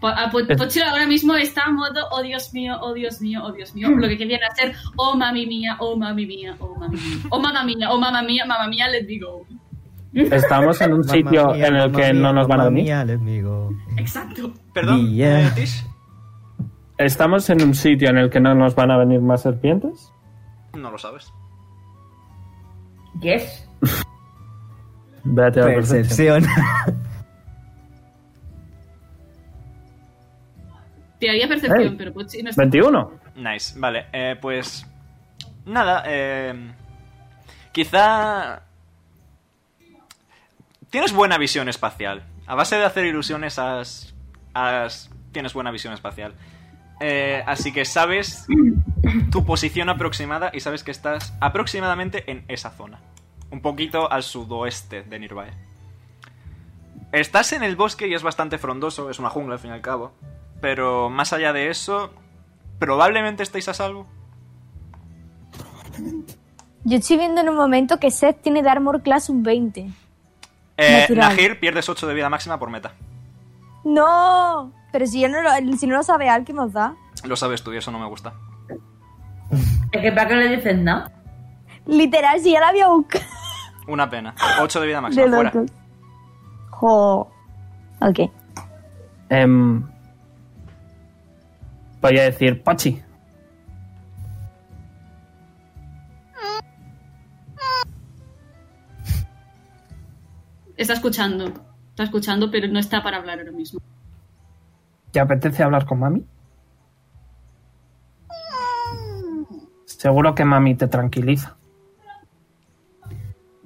S2: Po- a Po- Pochi ahora mismo está en modo, oh Dios mío, oh Dios mío, oh Dios mío. Lo que querían hacer, oh mami mía, oh mami mía, oh mami mía, oh mamá mía, oh mamá mía, mamá mía, let's be go.
S4: Estamos en un
S5: Mamma
S4: sitio
S5: mía,
S4: en el
S5: mamma
S4: que
S5: mía,
S4: no nos van a
S5: mamma
S4: venir.
S5: mía, les digo.
S2: Exacto.
S1: Perdón,
S5: Yeah.
S1: eh, Tish.
S4: Estamos en un sitio en el que no nos van a venir más serpientes.
S1: No lo sabes.
S12: Yes.
S4: Véate a la percepción.
S5: Percepción.
S2: Tiraría percepción,
S4: Ey.
S2: pero Pochi no está.
S4: 21.
S1: Nice, vale, eh, pues. Nada, eh. Quizá. Tienes buena visión espacial. A base de hacer ilusiones, has. has- tienes buena visión espacial. Eh, así que sabes tu posición aproximada y sabes que estás aproximadamente en esa zona. Un poquito al sudoeste de Nirvae. Estás en el bosque y es bastante frondoso, es una jungla al fin y al cabo. Pero más allá de eso, probablemente estáis a salvo.
S10: Yo estoy viendo en un momento que Seth tiene de Armor Class un 20.
S1: Eh,
S10: Natural.
S1: Nahir, pierdes 8 de vida máxima por meta.
S10: ¡No! Pero si, ya no lo, si no lo sabe Al, ¿qué nos da?
S1: Lo sabes tú y eso no me gusta.
S12: Es que para qué le dices nada.
S10: Literal, si ya la había buscado.
S1: Una pena. 8 de vida
S10: De
S1: máxima, fuera.
S10: locos. Jo. Ok.
S4: Em, voy a decir, Pachi.
S2: Está escuchando, está escuchando, pero no está para hablar ahora mismo.
S4: ¿Te apetece hablar con mami? Seguro que mami te tranquiliza.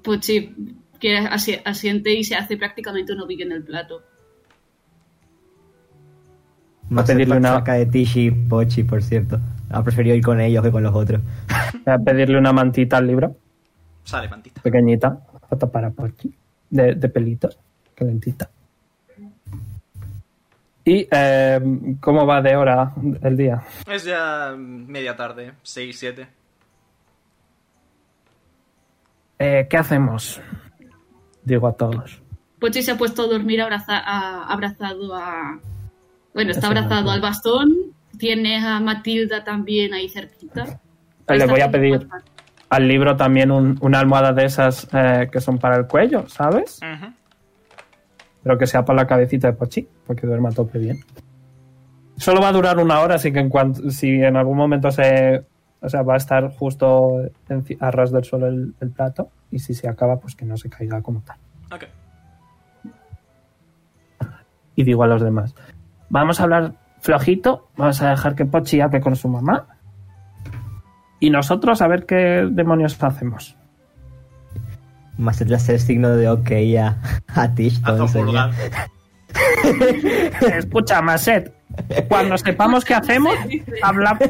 S2: Pochi pues que asi- asiente y se hace prácticamente un oblique en el plato.
S5: Más
S4: pedirle una-
S5: cerca de Tishi y Pochi, por cierto. Ha preferido ir con ellos que con los otros.
S4: Voy a pedirle una mantita al libro,
S1: Sale, pantita.
S4: pequeñita, para tapar por aquí, de, de pelitos, calentita. ¿Y em, cómo va de hora el día?
S1: Es ya media tarde, 6, 7.
S4: Eh, ¿Qué hacemos? Digo a todos.
S2: Pochi se ha puesto a dormir abraza- a- abrazado a... Bueno, está
S4: Es un
S2: abrazado
S4: montón.
S2: al bastón. Tienes a Matilda también ahí cerquita.
S4: Ah, Le
S2: Está
S4: voy a
S2: con-
S4: pedir al libro también un- una almohada de esas eh, que son para el cuello, ¿sabes? Pero que sea para la cabecita de Pochi, porque duerma a tope bien. Solo va a durar una hora, así que en cuanto, si en algún momento se... O sea, va a estar justo enci- a ras del suelo el, el plato y si se acaba, pues que no se caiga como tal.
S1: Ok.
S4: Y digo a los demás, vamos a hablar flojito, vamos a dejar que Pochi hable con su mamá y nosotros a ver qué demonios hacemos.
S5: Más el tercer signo de ok a, a Tish. todo enseguida.
S4: Escucha, Maset, cuando sepamos qué hacemos, hablamos.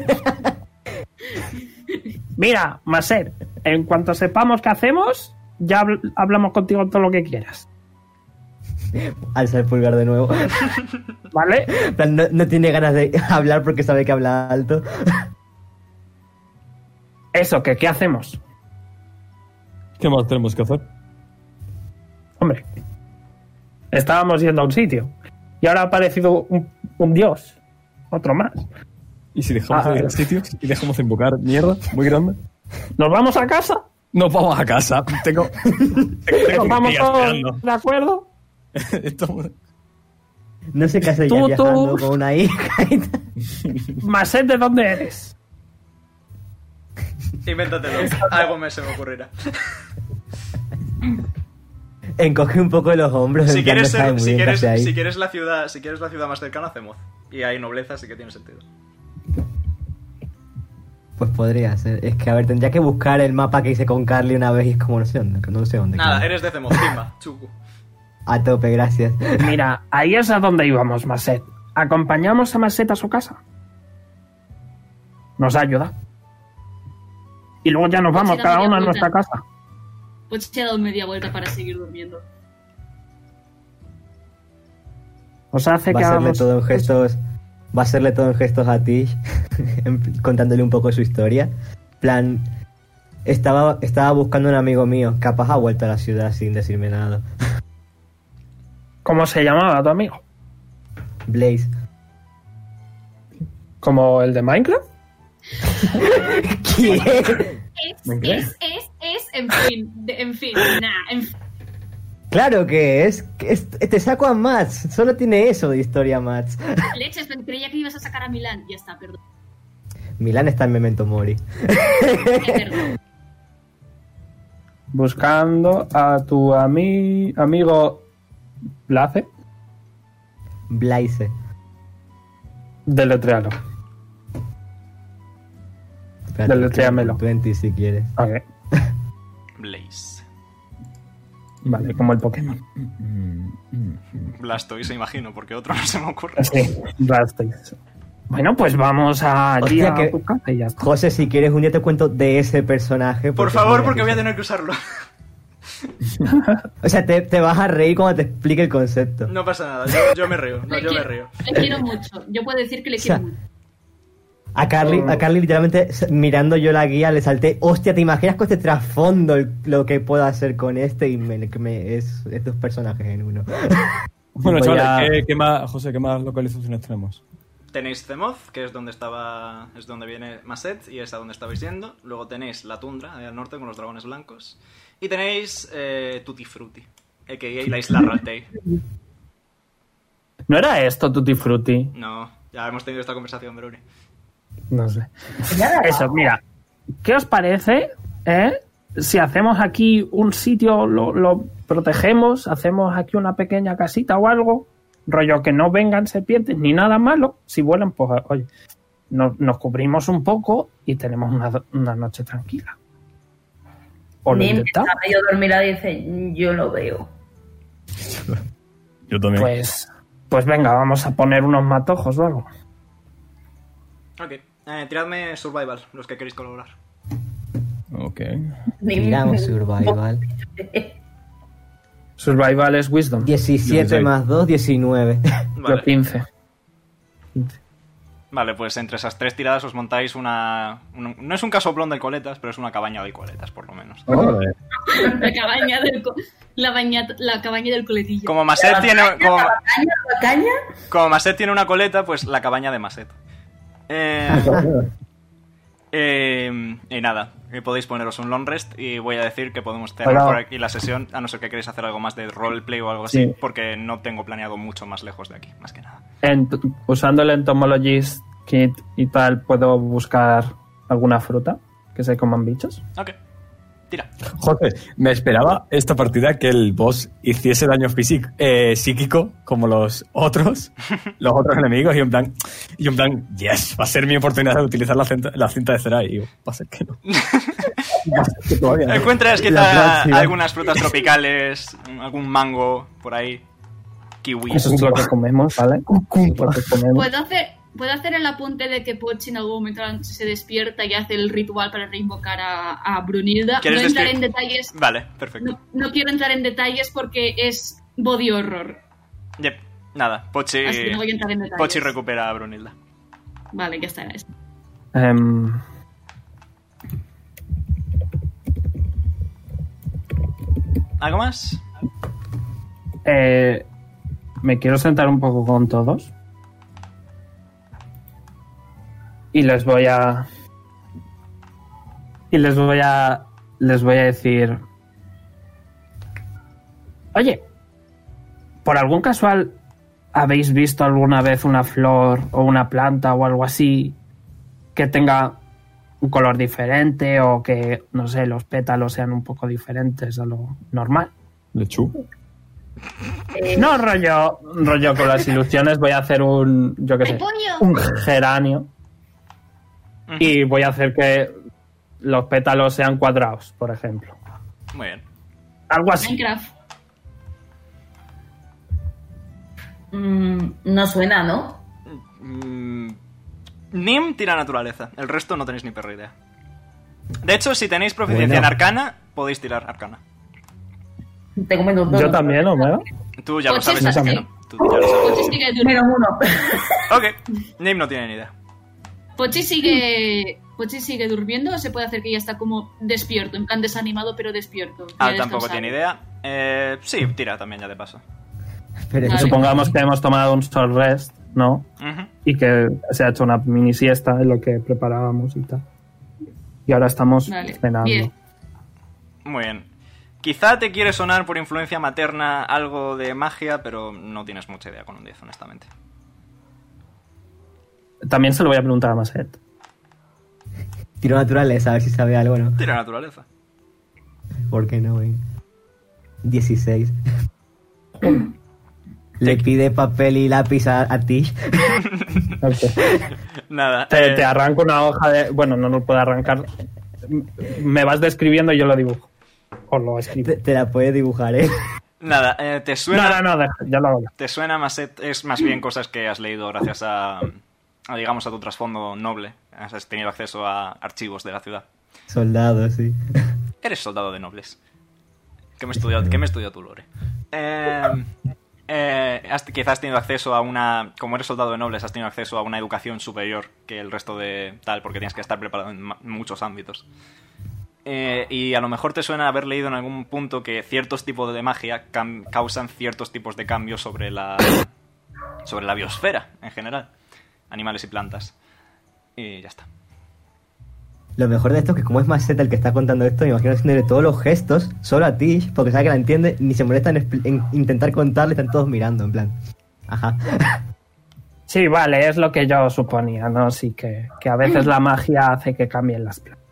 S4: Mira, Maset, en cuanto sepamos qué hacemos, ya habl- hablamos contigo todo lo que quieras.
S5: Alza el pulgar de nuevo.
S4: ¿Vale?
S5: En plan, No, no tiene ganas de hablar porque sabe que habla alto.
S4: Eso, que ¿qué hacemos?
S7: ¿Qué más tenemos que hacer?
S4: Hombre, estábamos yendo a un sitio y ahora ha aparecido un, un dios, otro más.
S7: ¿Y si dejamos
S4: Ah,
S7: de ir a sitios y dejamos de invocar mierda muy grande?
S4: ¿Nos vamos a casa?
S7: Nos vamos a casa. Tengo.
S4: Nos vamos
S7: días
S4: todos,
S7: esperando.
S4: ¿de acuerdo?
S7: Esto-
S5: No se casa ya
S4: Tú,
S5: viajando
S4: tú.
S5: con una hija.
S4: Maset, ¿de dónde eres?
S1: Invéntatelo. Algo me se me ocurrirá.
S5: Encoge un poco los hombros.
S1: Si
S5: en plan,
S1: quieres,
S5: no sabe
S1: ser-
S5: muy
S1: si,
S5: bien qué
S1: quieres,
S5: hace ahí.
S1: si quieres la ciudad, si quieres la ciudad más cercana, hacemos. Y hay nobleza, así que tiene sentido.
S5: Pues podría ser. Es que, a ver, tendría que buscar el mapa que hice con Carly una vez y es como no sé dónde. No sé dónde.
S1: Nada,
S5: queda.
S1: eres de Zemozimba, Chuku.
S5: A tope, gracias.
S4: Mira, ahí es a donde íbamos, Maset. Acompañamos a Maset a su casa. Nos ayuda. Y luego ya nos vamos,
S2: Pues sí,
S4: cada
S2: dame
S4: uno a
S2: la
S4: nuestra
S2: vuelta.
S4: casa.
S2: Pochi se ha dado media vuelta para seguir durmiendo.
S4: Os hace
S5: Va
S4: que
S5: a hacerle
S4: hagamos.
S5: todo en gestos. Va a hacerle todo en gestos a Tish, en- contándole un poco su historia. Plan. Estaba, estaba buscando un amigo mío. Capaz ha vuelto a la ciudad sin decirme nada.
S4: ¿Cómo se llamaba tu amigo?
S5: Blaze.
S4: ¿Como el de Minecraft?
S2: Es,
S5: ¿Me crees?
S2: es, es, es, en fin, de- en fin, nah, en fin.
S5: Claro que es, que es- Te saco a Mats. Solo tiene eso de historia, Mats.
S2: Leches, me creía que ibas a sacar a Milán. Ya está, perdón.
S5: Milán está en Memento Mori.
S2: Ya, perdón.
S4: Buscando a tu ami- amigo Blaze.
S5: Blaze.
S4: Deletrealo.
S5: Espérate,
S4: Deletréamelo.
S5: 20 si quieres.
S4: Ok,
S1: Blaze.
S4: vale, como el Pokémon.
S1: Blastoise, imagino, porque otro no se me ocurre.
S4: Sí, Blastoise. Bueno, pues vamos a allí
S5: Hostia,
S4: a
S5: que-
S4: tu casa y ya está.
S5: José, si quieres un día te cuento de ese personaje.
S1: Por favor, porque voy a tener que usarlo.
S5: O sea, te, te vas a reír cuando te explique el concepto.
S1: No pasa nada, yo, yo me río. No,
S2: Le
S1: yo me
S2: quiero-
S1: río.
S2: Le quiero mucho. Yo puedo decir que le
S5: O sea,
S2: quiero mucho.
S5: A Carly, a Carly literalmente s- mirando yo la guía le salté, hostia, ¿te imaginas con este trasfondo el- lo que puedo hacer con este y me, que me- es, es dos personajes en uno?
S7: Bueno,
S5: Voy
S7: chavales,
S5: a-
S7: ¿qué, qué más, José, ¿qué más localizaciones tenemos?
S1: Tenéis Zemoz, que es donde estaba. es donde viene Maset y es a donde estabais yendo. Luego tenéis la tundra al norte con los dragones blancos. Y tenéis eh, Tutti Frutti, a.k.a. la isla Raltei.
S4: ¿No era esto Tutti Frutti?
S1: No, ya hemos tenido esta conversación, Veroni.
S4: No sé. Eso, mira. ¿Qué os parece eh, si hacemos aquí un sitio, lo, lo protegemos, hacemos aquí una pequeña casita o algo? Rollo que no vengan serpientes ni nada malo. Si vuelan, pues oye, no- nos cubrimos un poco y tenemos una, una noche tranquila. O lo
S12: Nim
S4: intentamos.
S12: está medio dormida y dice, yo lo veo.
S7: Yo también.
S4: Pues, pues venga, vamos a poner unos matojos o algo.
S1: Ok, eh, tiradme Survival, los que queréis colaborar.
S7: Ok.
S12: Nim-
S5: Tiramos survival.
S4: Survival es Wisdom.
S5: 17 más 2, 19.
S4: Yo 15.
S1: Vale, pues entre esas tres tiradas os montáis una. un- no es un casoplón de coletas, pero es una cabaña de coletas, por lo menos.
S2: La cabaña del co- la, baña- la cabaña del coletillo.
S1: Como Maset tiene. Como,
S12: ¿Caña, caña?
S1: como Maset tiene una coleta, pues la cabaña de Maset. Eh, eh, y nada, eh, podéis poneros un long rest y voy a decir que podemos cerrar
S4: Hola.
S1: por aquí la sesión, a no ser que queréis hacer algo más de roleplay o algo así,
S4: Sí.
S1: porque no tengo planeado mucho más lejos de aquí, más que nada.
S4: Ent- usando el Entomologist Kit y tal, ¿puedo buscar alguna fruta que se coman bichos?
S1: Ok, tira.
S7: José, me esperaba esta partida que el boss hiciese daño físico, eh, psíquico como los otros, los otros enemigos, y en plan, y en plan, yes, va a ser mi oportunidad de utilizar la cinta, la cinta de cera. Y digo, va a ser que no. Va a ser que todavía no.
S1: Encuentras
S7: La
S1: quizá
S7: próxima.
S1: algunas frutas tropicales, algún mango por ahí. Kiwi.
S4: Eso es lo que comemos, ¿vale? Lo que comemos.
S2: ¿Puedo hacer, ¿Puedo hacer el apunte de que Pochi en algún momento de la noche se despierta y hace el ritual para reinvocar a, a Brunilda? No
S1: ¿Quieres
S2: entrar
S1: descri-
S2: en detalles.
S1: Vale, perfecto.
S2: No, no quiero entrar en detalles porque es body horror.
S1: Yep, Nada, Pochi,
S2: Así que no voy a entrar en detalles.
S1: Pochi recupera a Brunilda.
S2: Vale, ya estará eso.
S4: Em,
S1: ¿Algo más?
S4: eh, me quiero sentar un poco con todos. Y les voy a. Y les voy a. Les voy a decir. Oye, ¿por algún casual habéis visto alguna vez una flor o una planta o algo así que tenga un color diferente o que, no sé, los pétalos sean un poco diferentes a lo normal?
S7: Lechu.
S4: No, rollo, rollo con las ilusiones voy a hacer un, yo qué sé,
S8: Petunio.
S4: un geranio. Y voy a hacer que los pétalos sean cuadrados, por ejemplo.
S1: Muy bien.
S4: Algo así.
S2: Minecraft.
S12: Mm, no suena, ¿no?
S1: Mm, Nim tira naturaleza. El resto no tenéis ni perra idea. De hecho, si tenéis proficiencia
S4: Bueno.
S1: en arcana, podéis tirar arcana.
S12: Tengo menos dos.
S4: Yo también, Homero.
S1: Tú ya lo
S12: Pues
S1: sabes,
S12: esa-
S1: así que no. Tú ya lo sabes.
S2: Pochi sigue, dur-
S12: Menos uno.
S1: Ok, Nim no tiene ni idea.
S2: Pochi sigue, Pochi sigue durmiendo o se puede hacer que ya está como despierto, en plan desanimado pero despierto.
S1: Ah,
S2: Ya
S1: tampoco
S2: descansado.
S1: tiene idea. Eh, sí, tira también, ya de paso.
S5: Pero
S2: Vale.
S4: Supongamos que hemos tomado un short rest, ¿no?
S1: Ujú.
S4: Y que se ha hecho una mini siesta en lo que preparábamos y tal. Y ahora estamos
S2: Vale,
S4: cenando.
S2: bien.
S1: Muy bien. Quizá te quiere sonar por influencia materna algo de magia, pero no tienes mucha idea con un 10, honestamente.
S4: También se lo voy a preguntar a Maset.
S5: Tiro naturaleza, a ver si sabe algo o no.
S1: Tira naturaleza.
S5: ¿Por qué no, güey? 16. Le pide papel y lápiz a, a Tish.
S1: Nada.
S4: Te,
S1: eh,
S4: te arranco una hoja de. Bueno, no lo puedo arrancar. M- Me vas describiendo y yo lo dibujo. O lo escribo.
S5: Te, te la puede dibujar, ¿eh?
S1: Nada, eh, te
S4: No,
S1: suena.
S4: no, no, deja, ya lo hago. yo.
S1: Te suena más. eh, Es más bien cosas que has leído gracias a. a, digamos, a tu trasfondo noble. Has tenido acceso a archivos de la ciudad.
S5: Soldado, sí.
S1: Eres soldado de nobles. ¿Qué me estudió, qué me estudió tu lore? Eh, eh, has- quizás has tenido acceso a una... Como eres soldado de nobles, has tenido acceso a una educación superior que el resto de tal, porque tienes que estar preparado en ma- muchos ámbitos. Eh, y a lo mejor te suena haber leído en algún punto que ciertos tipos de magia cam- causan ciertos tipos de cambios sobre la... sobre la biosfera, en general. Animales y plantas. Y ya está.
S5: Lo mejor de esto es que como es Maceta el que está contando esto, me imagino haciéndole todos los gestos solo a Tish, porque sabe que la entiende, ni se molesta en, expli- en intentar contarle, están todos mirando, en plan. Ajá.
S4: Sí, vale, es lo que yo suponía, ¿no? Sí, que, que a veces la magia hace que cambien las plantas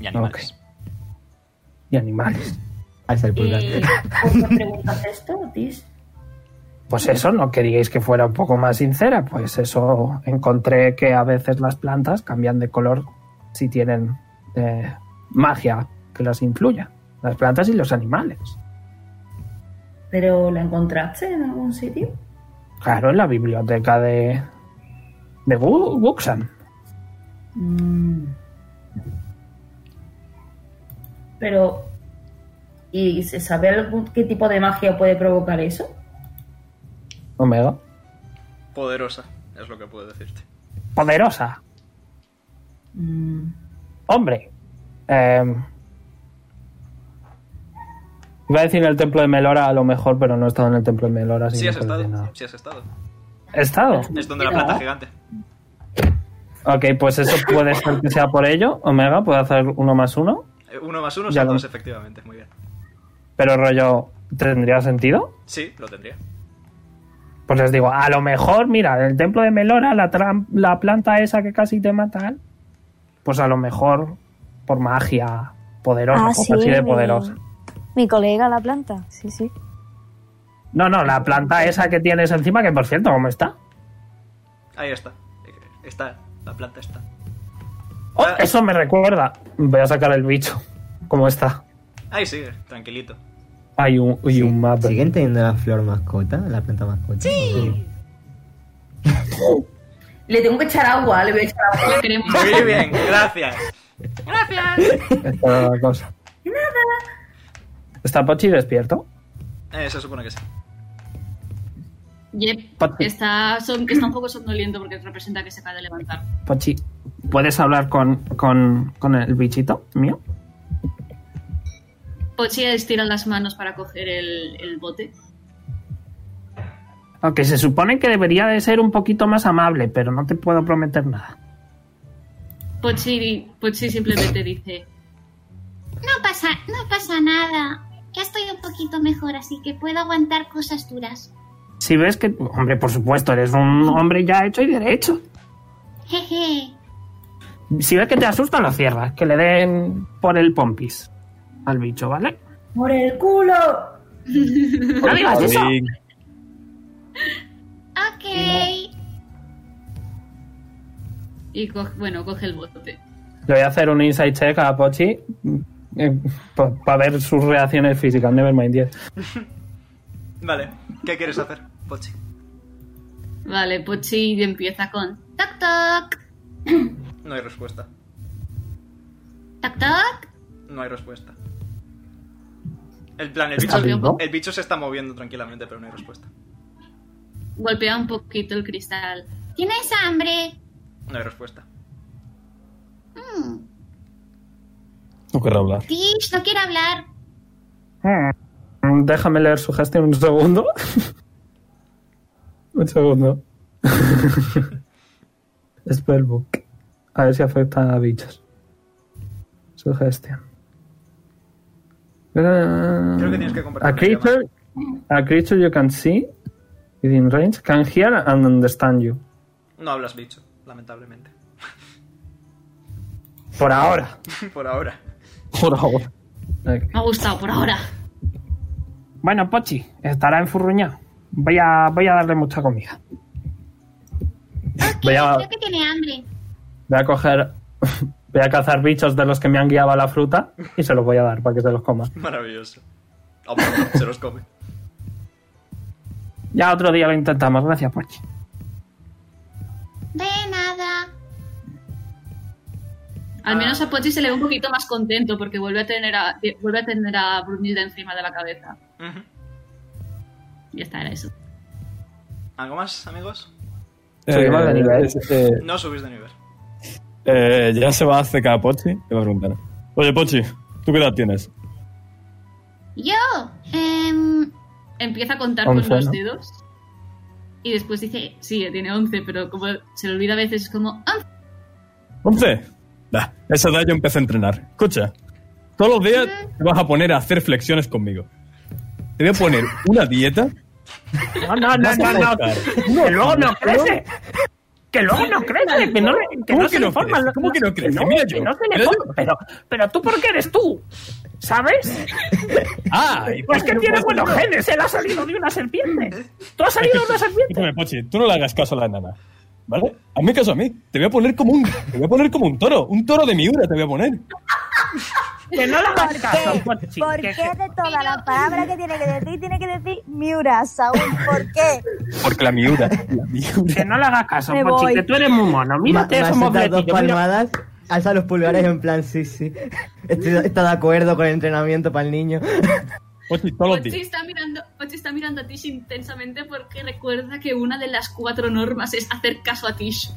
S1: Y animales.
S4: y animales.
S5: Alza el pulgar.
S12: ¿Y por qué preguntas esto, Tis?
S4: Pues eso, no queríais que fuera un poco más sincera, pues eso encontré que a veces las plantas cambian de color si tienen eh, magia que las influya. Las plantas y los animales.
S12: ¿Pero la encontraste en algún sitio?
S4: Claro, en la biblioteca de. de Wu- Wuxan.
S12: Mm. Pero. ¿Y se sabe algún, qué tipo de magia puede provocar eso?
S4: Omega.
S1: Poderosa, es lo que puedo decirte.
S4: Poderosa.
S12: Mm.
S4: Hombre. Eh, iba a decir en el templo de Melora a lo mejor, pero no he estado en el templo de Melora. así
S1: Sí
S4: que
S1: has
S4: no puedo decir
S1: estado,
S4: nada.
S1: sí has estado.
S4: ¿He estado?
S1: Es donde la planta gigante.
S4: Ok, pues eso puede ser que sea por ello. Omega puede hacer uno más uno.
S1: Eh, Uno más uno
S4: Ya
S1: son
S4: lo-
S1: dos, efectivamente. Muy bien.
S4: Pero rollo, ¿tendría sentido?
S1: Sí, lo tendría.
S4: Pues les digo, a lo mejor, mira, en el templo de Melora, la, tram- la planta esa que casi te matan, pues a lo mejor por magia poderosa,
S10: Ah,
S4: por
S10: sí,
S4: así de
S10: mi-
S4: poderosa.
S10: Mi colega, la planta. Sí, sí.
S4: No, no, la planta esa que tienes encima, que por cierto, ¿cómo está?
S1: Ahí está. Está, la planta está.
S4: Oh,
S1: Ah.
S4: eso me recuerda. Voy a sacar el bicho. ¿Cómo está?
S1: Ahí sigue, tranquilito.
S4: Hay un, hay un mapa.
S5: ¿Siguen teniendo la flor mascota? ¿La planta mascota?
S12: Sí. Le tengo que echar agua, le voy a echar agua.
S1: Muy bien, gracias.
S8: Gracias.
S4: Esta es la cosa. ¿Está Pochi despierto?
S1: Eh, se supone que sí.
S2: Yep, está, son- está un poco somnoliento porque representa que se acaba de levantar.
S4: Pochi, ¿puedes hablar con, con, con el bichito mío?
S2: Pochi estira las manos para coger el, el bote.
S4: Aunque se supone que debería de ser un poquito más amable, pero no te puedo prometer nada.
S2: Pochi, Pochi simplemente dice,
S8: No pasa, no pasa nada. Ya estoy un poquito mejor, así que puedo aguantar cosas duras.
S4: Si ves que... Hombre, por supuesto, eres un hombre ya hecho y derecho.
S8: Jeje.
S4: Si ves que te asusta, lo cierras. Que le den por el pompis al bicho, ¿vale?
S12: ¡Por el culo!
S4: ¡No digas eso!
S8: Ok.
S2: y co- bueno, coge el bote.
S4: Le voy a hacer un inside check a Pochi para ver sus reacciones físicas. Nevermind 10.
S1: Vale, ¿qué quieres hacer, Pochi?
S2: Vale, Pochi empieza con,
S8: Toc, toc.
S1: No hay respuesta.
S8: Toc, toc.
S1: No hay respuesta. El plan, el
S4: ¿Está
S1: bicho,
S4: vivo?
S1: el bicho se está moviendo tranquilamente, pero no hay respuesta.
S2: golpea un poquito el cristal.
S8: ¿Tienes hambre?
S1: No hay respuesta.
S8: Mm.
S7: No quiero hablar.
S8: Tish, no quiero hablar.
S4: Mm, Déjame leer su gestión un segundo. un segundo. Spellbook. A ver si afecta a bichos. Su gestión.
S1: Creo que tienes que compartir
S4: A
S1: la llamada.
S4: creature, a creature you can see within range can hear and understand you.
S1: No hablas bicho, lamentablemente.
S4: Por ahora.
S1: Por ahora.
S7: Por ahora.
S4: Ok.
S2: Me ha gustado por ahora.
S4: Bueno, Pochi, estará enfurruñado. Voy a, voy a darle mucha comida.
S8: Ok,
S4: Voy a-
S8: creo que tiene hambre.
S4: Voy a coger. Voy a cazar bichos de los que me han guiado a la fruta y se los voy a dar para que se los coma.
S1: Maravilloso. Hombre, se los come.
S4: Ya otro día lo intentamos. Gracias, Pochi.
S8: De nada. Ah.
S2: Al menos a Pochi se le ve un poquito más contento porque vuelve a tener a, vuelve a, tener a Brunilda encima de la cabeza.
S1: Ujú.
S2: Ya está, era eso.
S1: ¿Algo más, amigos?
S7: Eh,
S4: Subimos de nivel.
S6: Eh.
S7: este,
S1: No subís de nivel.
S7: eh, ya se va a acercar a Pochi y va a preguntar. Oye, Pochi, ¿tú qué edad tienes?
S8: Yo. em,
S2: Empieza a contar
S4: Once,
S2: con los
S4: ¿no?
S2: dedos y después dice, sí, tiene 11, pero como se le olvida a veces es como, "Ah,
S7: ¿11? Da, esa edad yo empecé a entrenar. Escucha, todos los días te vas a poner a hacer flexiones conmigo. Te voy a poner una dieta.
S4: No, no, no,
S7: Vas a
S4: no, no.
S7: cortar.
S4: Que luego no crece. Que luego no crece. Que no, le- que
S7: ¿Cómo
S4: no
S7: que
S4: se le
S7: no
S4: forman
S7: crece?
S4: los-
S7: ¿Cómo que no crece?
S4: no,
S7: Mira
S4: que
S7: yo.
S4: no se le
S7: Mira yo.
S4: forman. Pero, pero tú, ¿por qué eres tú? ¿Sabes?
S7: Ah, y
S4: Pues que
S7: no
S4: tiene
S7: puedes-
S4: buenos genes. Él ha salido de una serpiente. Tú has salido de una serpiente.
S7: Escúchame, Pochi, tú no le hagas caso a la nana. ¿Vale? Hazme caso a mí. Te voy a poner como un. Te voy a poner como un toro. Un toro de miura te voy a poner.
S4: Que no le hagas caso,
S10: ¿Por
S4: Pochi. que-
S10: qué de todas las palabras que tiene que decir, tiene que decir Miura, Saúl? ¿Por qué?
S7: Porque la miura. La
S4: Que
S7: miura.
S4: no le hagas caso,
S10: Me
S4: Pochi,
S10: voy.
S4: que tú eres muy mono. Mírate
S5: Ma-
S4: esos
S5: Marcel da dos
S4: mofletillos. mira.
S5: palmadas, alza los pulgares en plan, sí, sí. Estoy- está de acuerdo con el entrenamiento para el niño.
S7: Pochi, todos
S4: Pues
S7: los
S2: Pochi
S7: días.
S2: está, mirando, Pochi está mirando a Tish intensamente porque recuerda que una de las cuatro normas es hacer caso a Tish.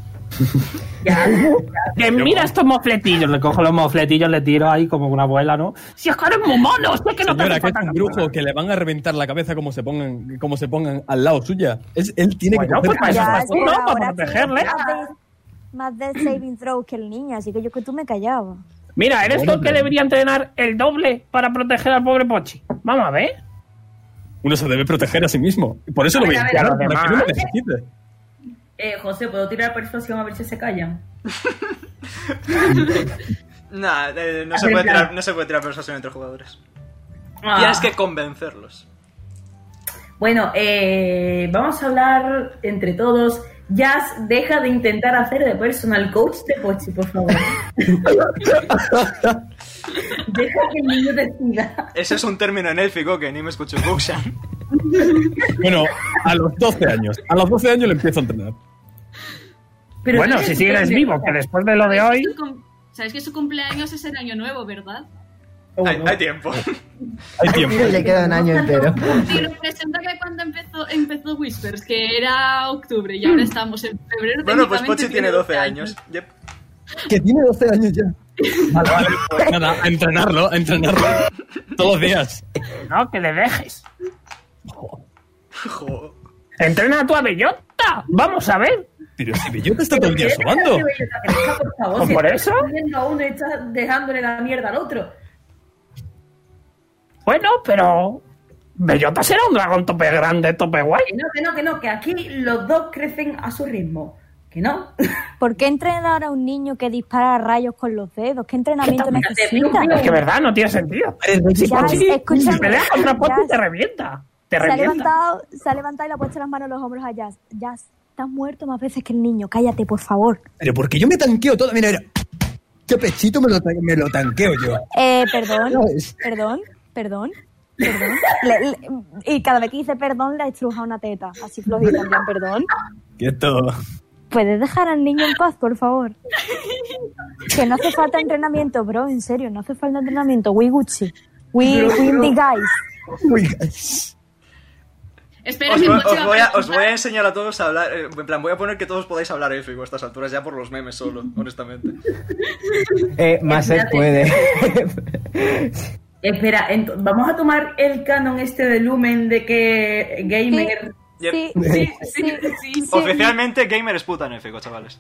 S4: Que mira estos mofletillos. Le cojo los mofletillos, le tiro ahí como una abuela, ¿no? Si es que eres muy mono, si es que no te
S7: Señora,
S4: hace
S7: que es
S4: falta
S7: un
S4: nada.
S7: brujo que le van a reventar la cabeza como se pongan, como se pongan al lado suya. Es, él tiene
S4: Bueno,
S7: que
S4: pues para eso
S10: Ya,
S4: está
S10: es que
S4: no, para
S10: ahora
S4: protegerle.
S10: sí, Más de, más de saving throws que el niño, así que yo que tú me callabas.
S4: Mira, eres
S7: Bueno,
S4: tú el que
S7: pero-
S4: debería entrenar el doble para proteger al pobre Pochi. Vamos a ver.
S7: Uno se debe proteger a sí mismo. Por eso lo voy a
S12: A ver, a
S7: enseñar,
S12: ver,
S7: para
S4: a
S7: que
S4: ver.
S7: no me necesite.
S12: Eh, José, ¿puedo tirar persuasión a ver si se callan?
S1: Nah, eh, no,
S6: Ah,
S1: se
S12: Hacer
S1: puede
S12: plan.
S1: tirar, no se puede tirar persuasión entre jugadores.
S12: Ah.
S1: Tienes que convencerlos.
S12: Bueno, eh, vamos a hablar entre todos
S6: Jazz, deja de intentar hacer de personal coach de Pochi, por favor. deja que el niño decida.
S1: Ese es un término en élfico que ni me escuchó Bookshan.
S7: Bueno, a los 12 años. A los 12 años le empiezo a entrenar.
S6: Pero
S4: bueno,
S6: no
S4: si
S6: es-
S4: sigues vivo, que después de lo de hoy.
S2: Su cum- Sabes que su cumpleaños es el año nuevo, ¿verdad?
S1: Hay, hay tiempo.
S7: Hay tiempo.
S13: Le queda un año entero.
S2: Y representa que cuando empezó, empezó Whispers, que era octubre y ahora estamos en febrero.
S1: Bueno, pues
S2: técnicamente
S1: Pochi tiene 12 años. Yep.
S7: Que tiene 12 años ya. Vale, vale. pues nada, a entrenarlo, a entrenarlo. Todos los días.
S4: No, que le dejes.
S1: Jo.
S4: Entrena a tu abellota. Vamos a ver.
S7: Pero si Bellota está todo el día asomando.
S6: Por favor,
S4: ¿Por
S6: si estás
S4: eso?
S6: viendo a uno y estás dejándole la mierda al otro.
S4: Bueno, pero. Bellota será un dragón tope grande, tope guay.
S6: Que no, que no, que no, que aquí los dos crecen a su ritmo. Que no.
S3: ¿Por qué entrenar a un niño que dispara rayos con los dedos? ¿Qué entrenamiento necesita?
S4: Es que verdad, no tiene sentido. Si,
S3: Ya,
S4: Pochi-
S3: escúchame.
S4: si peleas contra Pochi,
S3: Ya.
S4: te revienta. Te
S3: se, ha
S4: revienta.
S3: levantado, se ha levantado y le ha puesto las manos en los hombros a Jazz. Jazz, estás muerto más veces que el niño. Cállate, por favor.
S14: Pero porque yo me tanqueo todo. Mira, mira. Qué pechito me lo, ta- me lo tanqueo yo.
S3: Eh, perdón,
S14: No, es-
S3: perdón, perdón, perdón. Le- le- y cada vez que dice perdón, le estruja una teta. Así flojita, en plan, perdón.
S7: Quieto.
S3: ¿Puedes dejar al niño en paz, por favor? Que no hace falta entrenamiento, bro. En serio, no hace falta entrenamiento. We Gucci. We,
S1: Bro,
S3: we
S1: bro.
S3: the guys.
S2: Espera,
S1: Os,
S2: que
S1: voy-
S2: Pochi va
S1: os voy a, os
S2: preguntar.
S1: voy a enseñar a todos a hablar. eh, En plan, voy a poner que todos podáis hablar élfico a estas alturas ya por los memes solo, honestamente.
S5: Eh, más se puede.
S6: Espera, ento- vamos a tomar el canon este de Lumen de que gamer.
S1: Yep.
S6: sí, sí,
S1: Oficialmente, gamer es puta en élfico, chavales.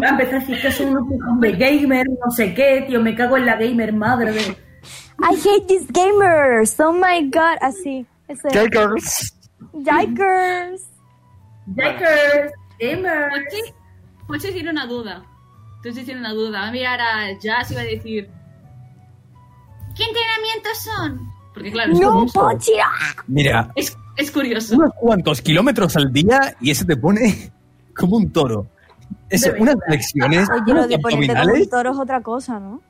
S6: Va a empezar a decir que son unos hijos de gamer, no sé qué, tío, me cago en la gamer madre. De...
S3: I hate these gamers. Oh my god. Así. Ese.
S4: Yikers.
S3: Yikers.
S6: Yikers. Gamers.
S2: Pochi, Pochi tiene una duda. Entonces tiene una duda. Va a mirar a Jazz y va a decir.
S15: ¿Qué entrenamientos son?
S2: Porque claro, es
S15: No,
S2: curioso.
S15: Pochi.
S3: ah.
S7: Mira,
S2: Es, es curioso.
S7: unos cuantos kilómetros al día y ese te pone como un toro. Eso, unas flexiones,
S3: Oye, lo
S7: unos
S3: de ponerte como
S7: abdominales.
S3: un toro es otra cosa, ¿no?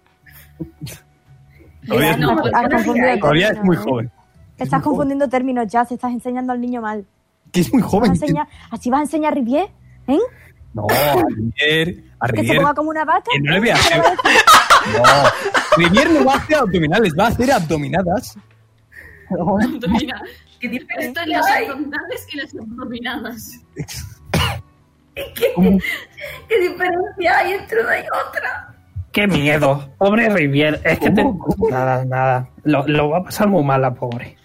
S7: Todavía, es
S3: No,
S7: muy-
S3: has confundido el
S7: todavía es
S3: término,
S7: muy
S3: ¿no?
S7: joven.
S3: Te estás confundiendo términos, Jazz. Estás enseñando al niño mal.
S7: Que es muy joven.
S3: Vas a enseñar- ¿Así vas a enseñar Rivier? ¿Eh?
S7: No, Rivier, a
S3: ¿Que se
S7: Rivier.
S3: ponga como una vaca?
S7: Que no le voy a hacer. No. Rivier no va a hacer abdominales, va a hacer abdominadas.
S2: Mira,
S6: ¿Qué
S2: están las abdominales y las abdominadas.
S6: ¿Qué diferencia hay entre una y otra?
S4: Qué miedo. Pobre Rivier. Es que
S5: Uh.
S4: te... Nada, nada. Lo, lo va a pasar muy mal la pobre.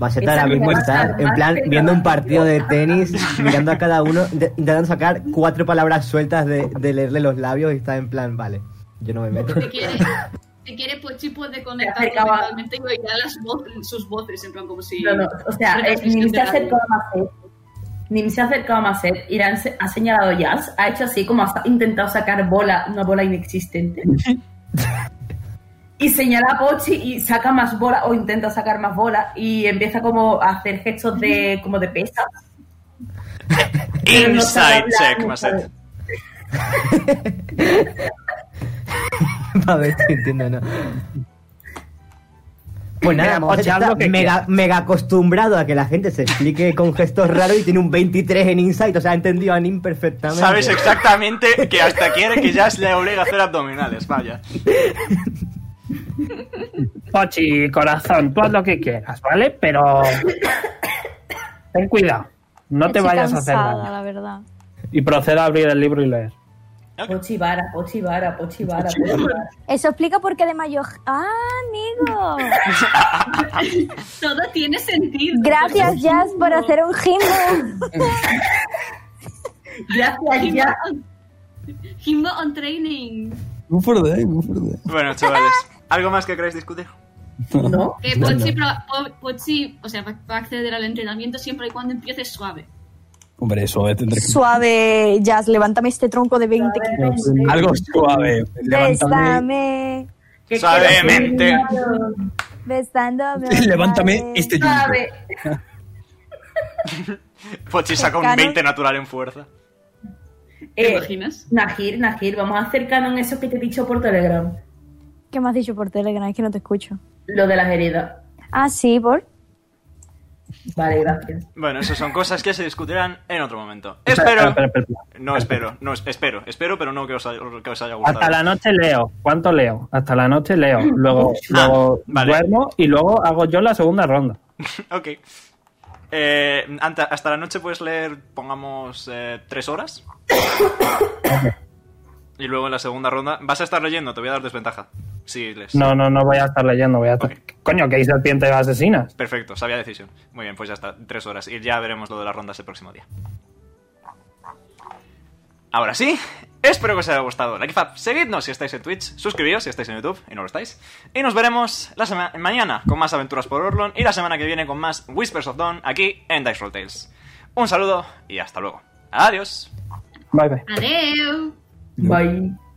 S5: Vas a estar ahora mismo estar, en plan viendo un partido de tenis, mirando a cada uno, de- intentando sacar cuatro palabras sueltas de, de leerle los labios y está en plan, vale, yo no me meto.
S2: Si quiere, si quiere Pochi puede conectar
S6: acercaba.
S2: mentalmente y oirá las vo- sus voces, en plan como si...
S6: No, no, o sea, eh, ni se ha acercado a Macet. Ni se ha acercado a Macet. Irán se- ha señalado Jazz. Ha hecho así como ha sa- intentado sacar bola, una bola inexistente. y señala a Pochi y saca más bola o intenta sacar más bola y empieza como a hacer gestos de como de pesas. Pero no
S1: Inside
S6: sabe hablar,
S1: check,
S6: no sabe.
S1: Maset.
S5: A ver, te entiendo, no. Pues nada,
S4: Mira,
S5: Mozart
S4: Pochi, haz
S5: está
S4: lo que
S5: mega,
S4: quieras.
S5: mega acostumbrado a que la gente se explique con gestos raros y tiene un 23 en Insight, o sea, ha entendido a Nim perfectamente.
S1: Sabes exactamente que hasta quiere que Jazz le obligue a hacer abdominales, vaya.
S4: Pochi, corazón, tú haz lo que quieras, ¿vale? Pero. Ten cuidado. No te
S3: Estoy
S4: vayas a hacer
S3: cansada,
S4: daño.
S3: la verdad.
S4: Y proceda a abrir el libro y leer.
S6: Pochi vara, Pochi vara, Pochi vara, Pochi vara.
S3: Eso explica por qué de mayor... ¡Ah, amigo!
S2: Todo tiene sentido.
S3: Gracias, Jazz, por hacer un gimbo.
S6: Gracias, Jazz.
S2: Himbo on training.
S7: Muy fuerte, eh, muy fuerte.
S1: Bueno, chavales, ¿algo más que queráis discutir?
S6: No.
S2: Que Pochi, pro- po- Pochi, o sea, va va a acceder al entrenamiento siempre y cuando empiece suave.
S7: Hombre, suave tendré que.
S3: Suave, Jazz, levántame este tronco de 20 kilos.
S7: Algo suave. Levántame,
S3: Bésame,
S1: Suavemente.
S3: besándome.
S7: este levántame este yunque.
S6: Sabe.
S1: Pochi saca un
S12: Cercano.
S1: 20 natural en fuerza.
S6: eh,
S12: ¿Te imaginas? Najir, Najir, vamos a acercarnos en eso que te he dicho por Telegram.
S10: ¿Qué me has dicho por Telegram? Es que no te escucho.
S12: Lo de las heridas.
S10: Ah, sí, por.
S12: Vale, gracias.
S1: Bueno, esas son cosas que se discutirán en otro momento. Espero.
S4: Espera, espera, espera,
S1: No espero, no es- espero, espero, pero no que os haya, que os haya gustado.
S4: Hasta la noche leo. ¿Cuánto leo? Hasta la noche leo. Luego,
S1: Ah,
S4: luego duermo y luego hago yo la segunda ronda.
S1: Ok. Eh, anta- hasta la noche puedes leer, pongamos, eh, tres horas. y luego en la segunda ronda. Vas a estar leyendo, te voy a dar desventaja. Sí, lees.
S4: No, no, no voy a estar leyendo. Voy a estar... Coño, que hay serpientes asesinas.
S1: Perfecto, sabia decisión. Muy bien, pues ya está, tres horas. Y ya veremos lo de las rondas el próximo día. Ahora sí, espero que os haya gustado. Like Fab, seguidnos si estáis en Twitch, suscribiros si estáis en YouTube y no lo estáis. Y nos veremos la sema- mañana con más aventuras por Orlon y la semana que viene con más Whispers of Dawn aquí en Dice Roll Tales. Un saludo y hasta luego. Adiós.
S4: Bye, bye.
S8: Adeu.
S12: Bye.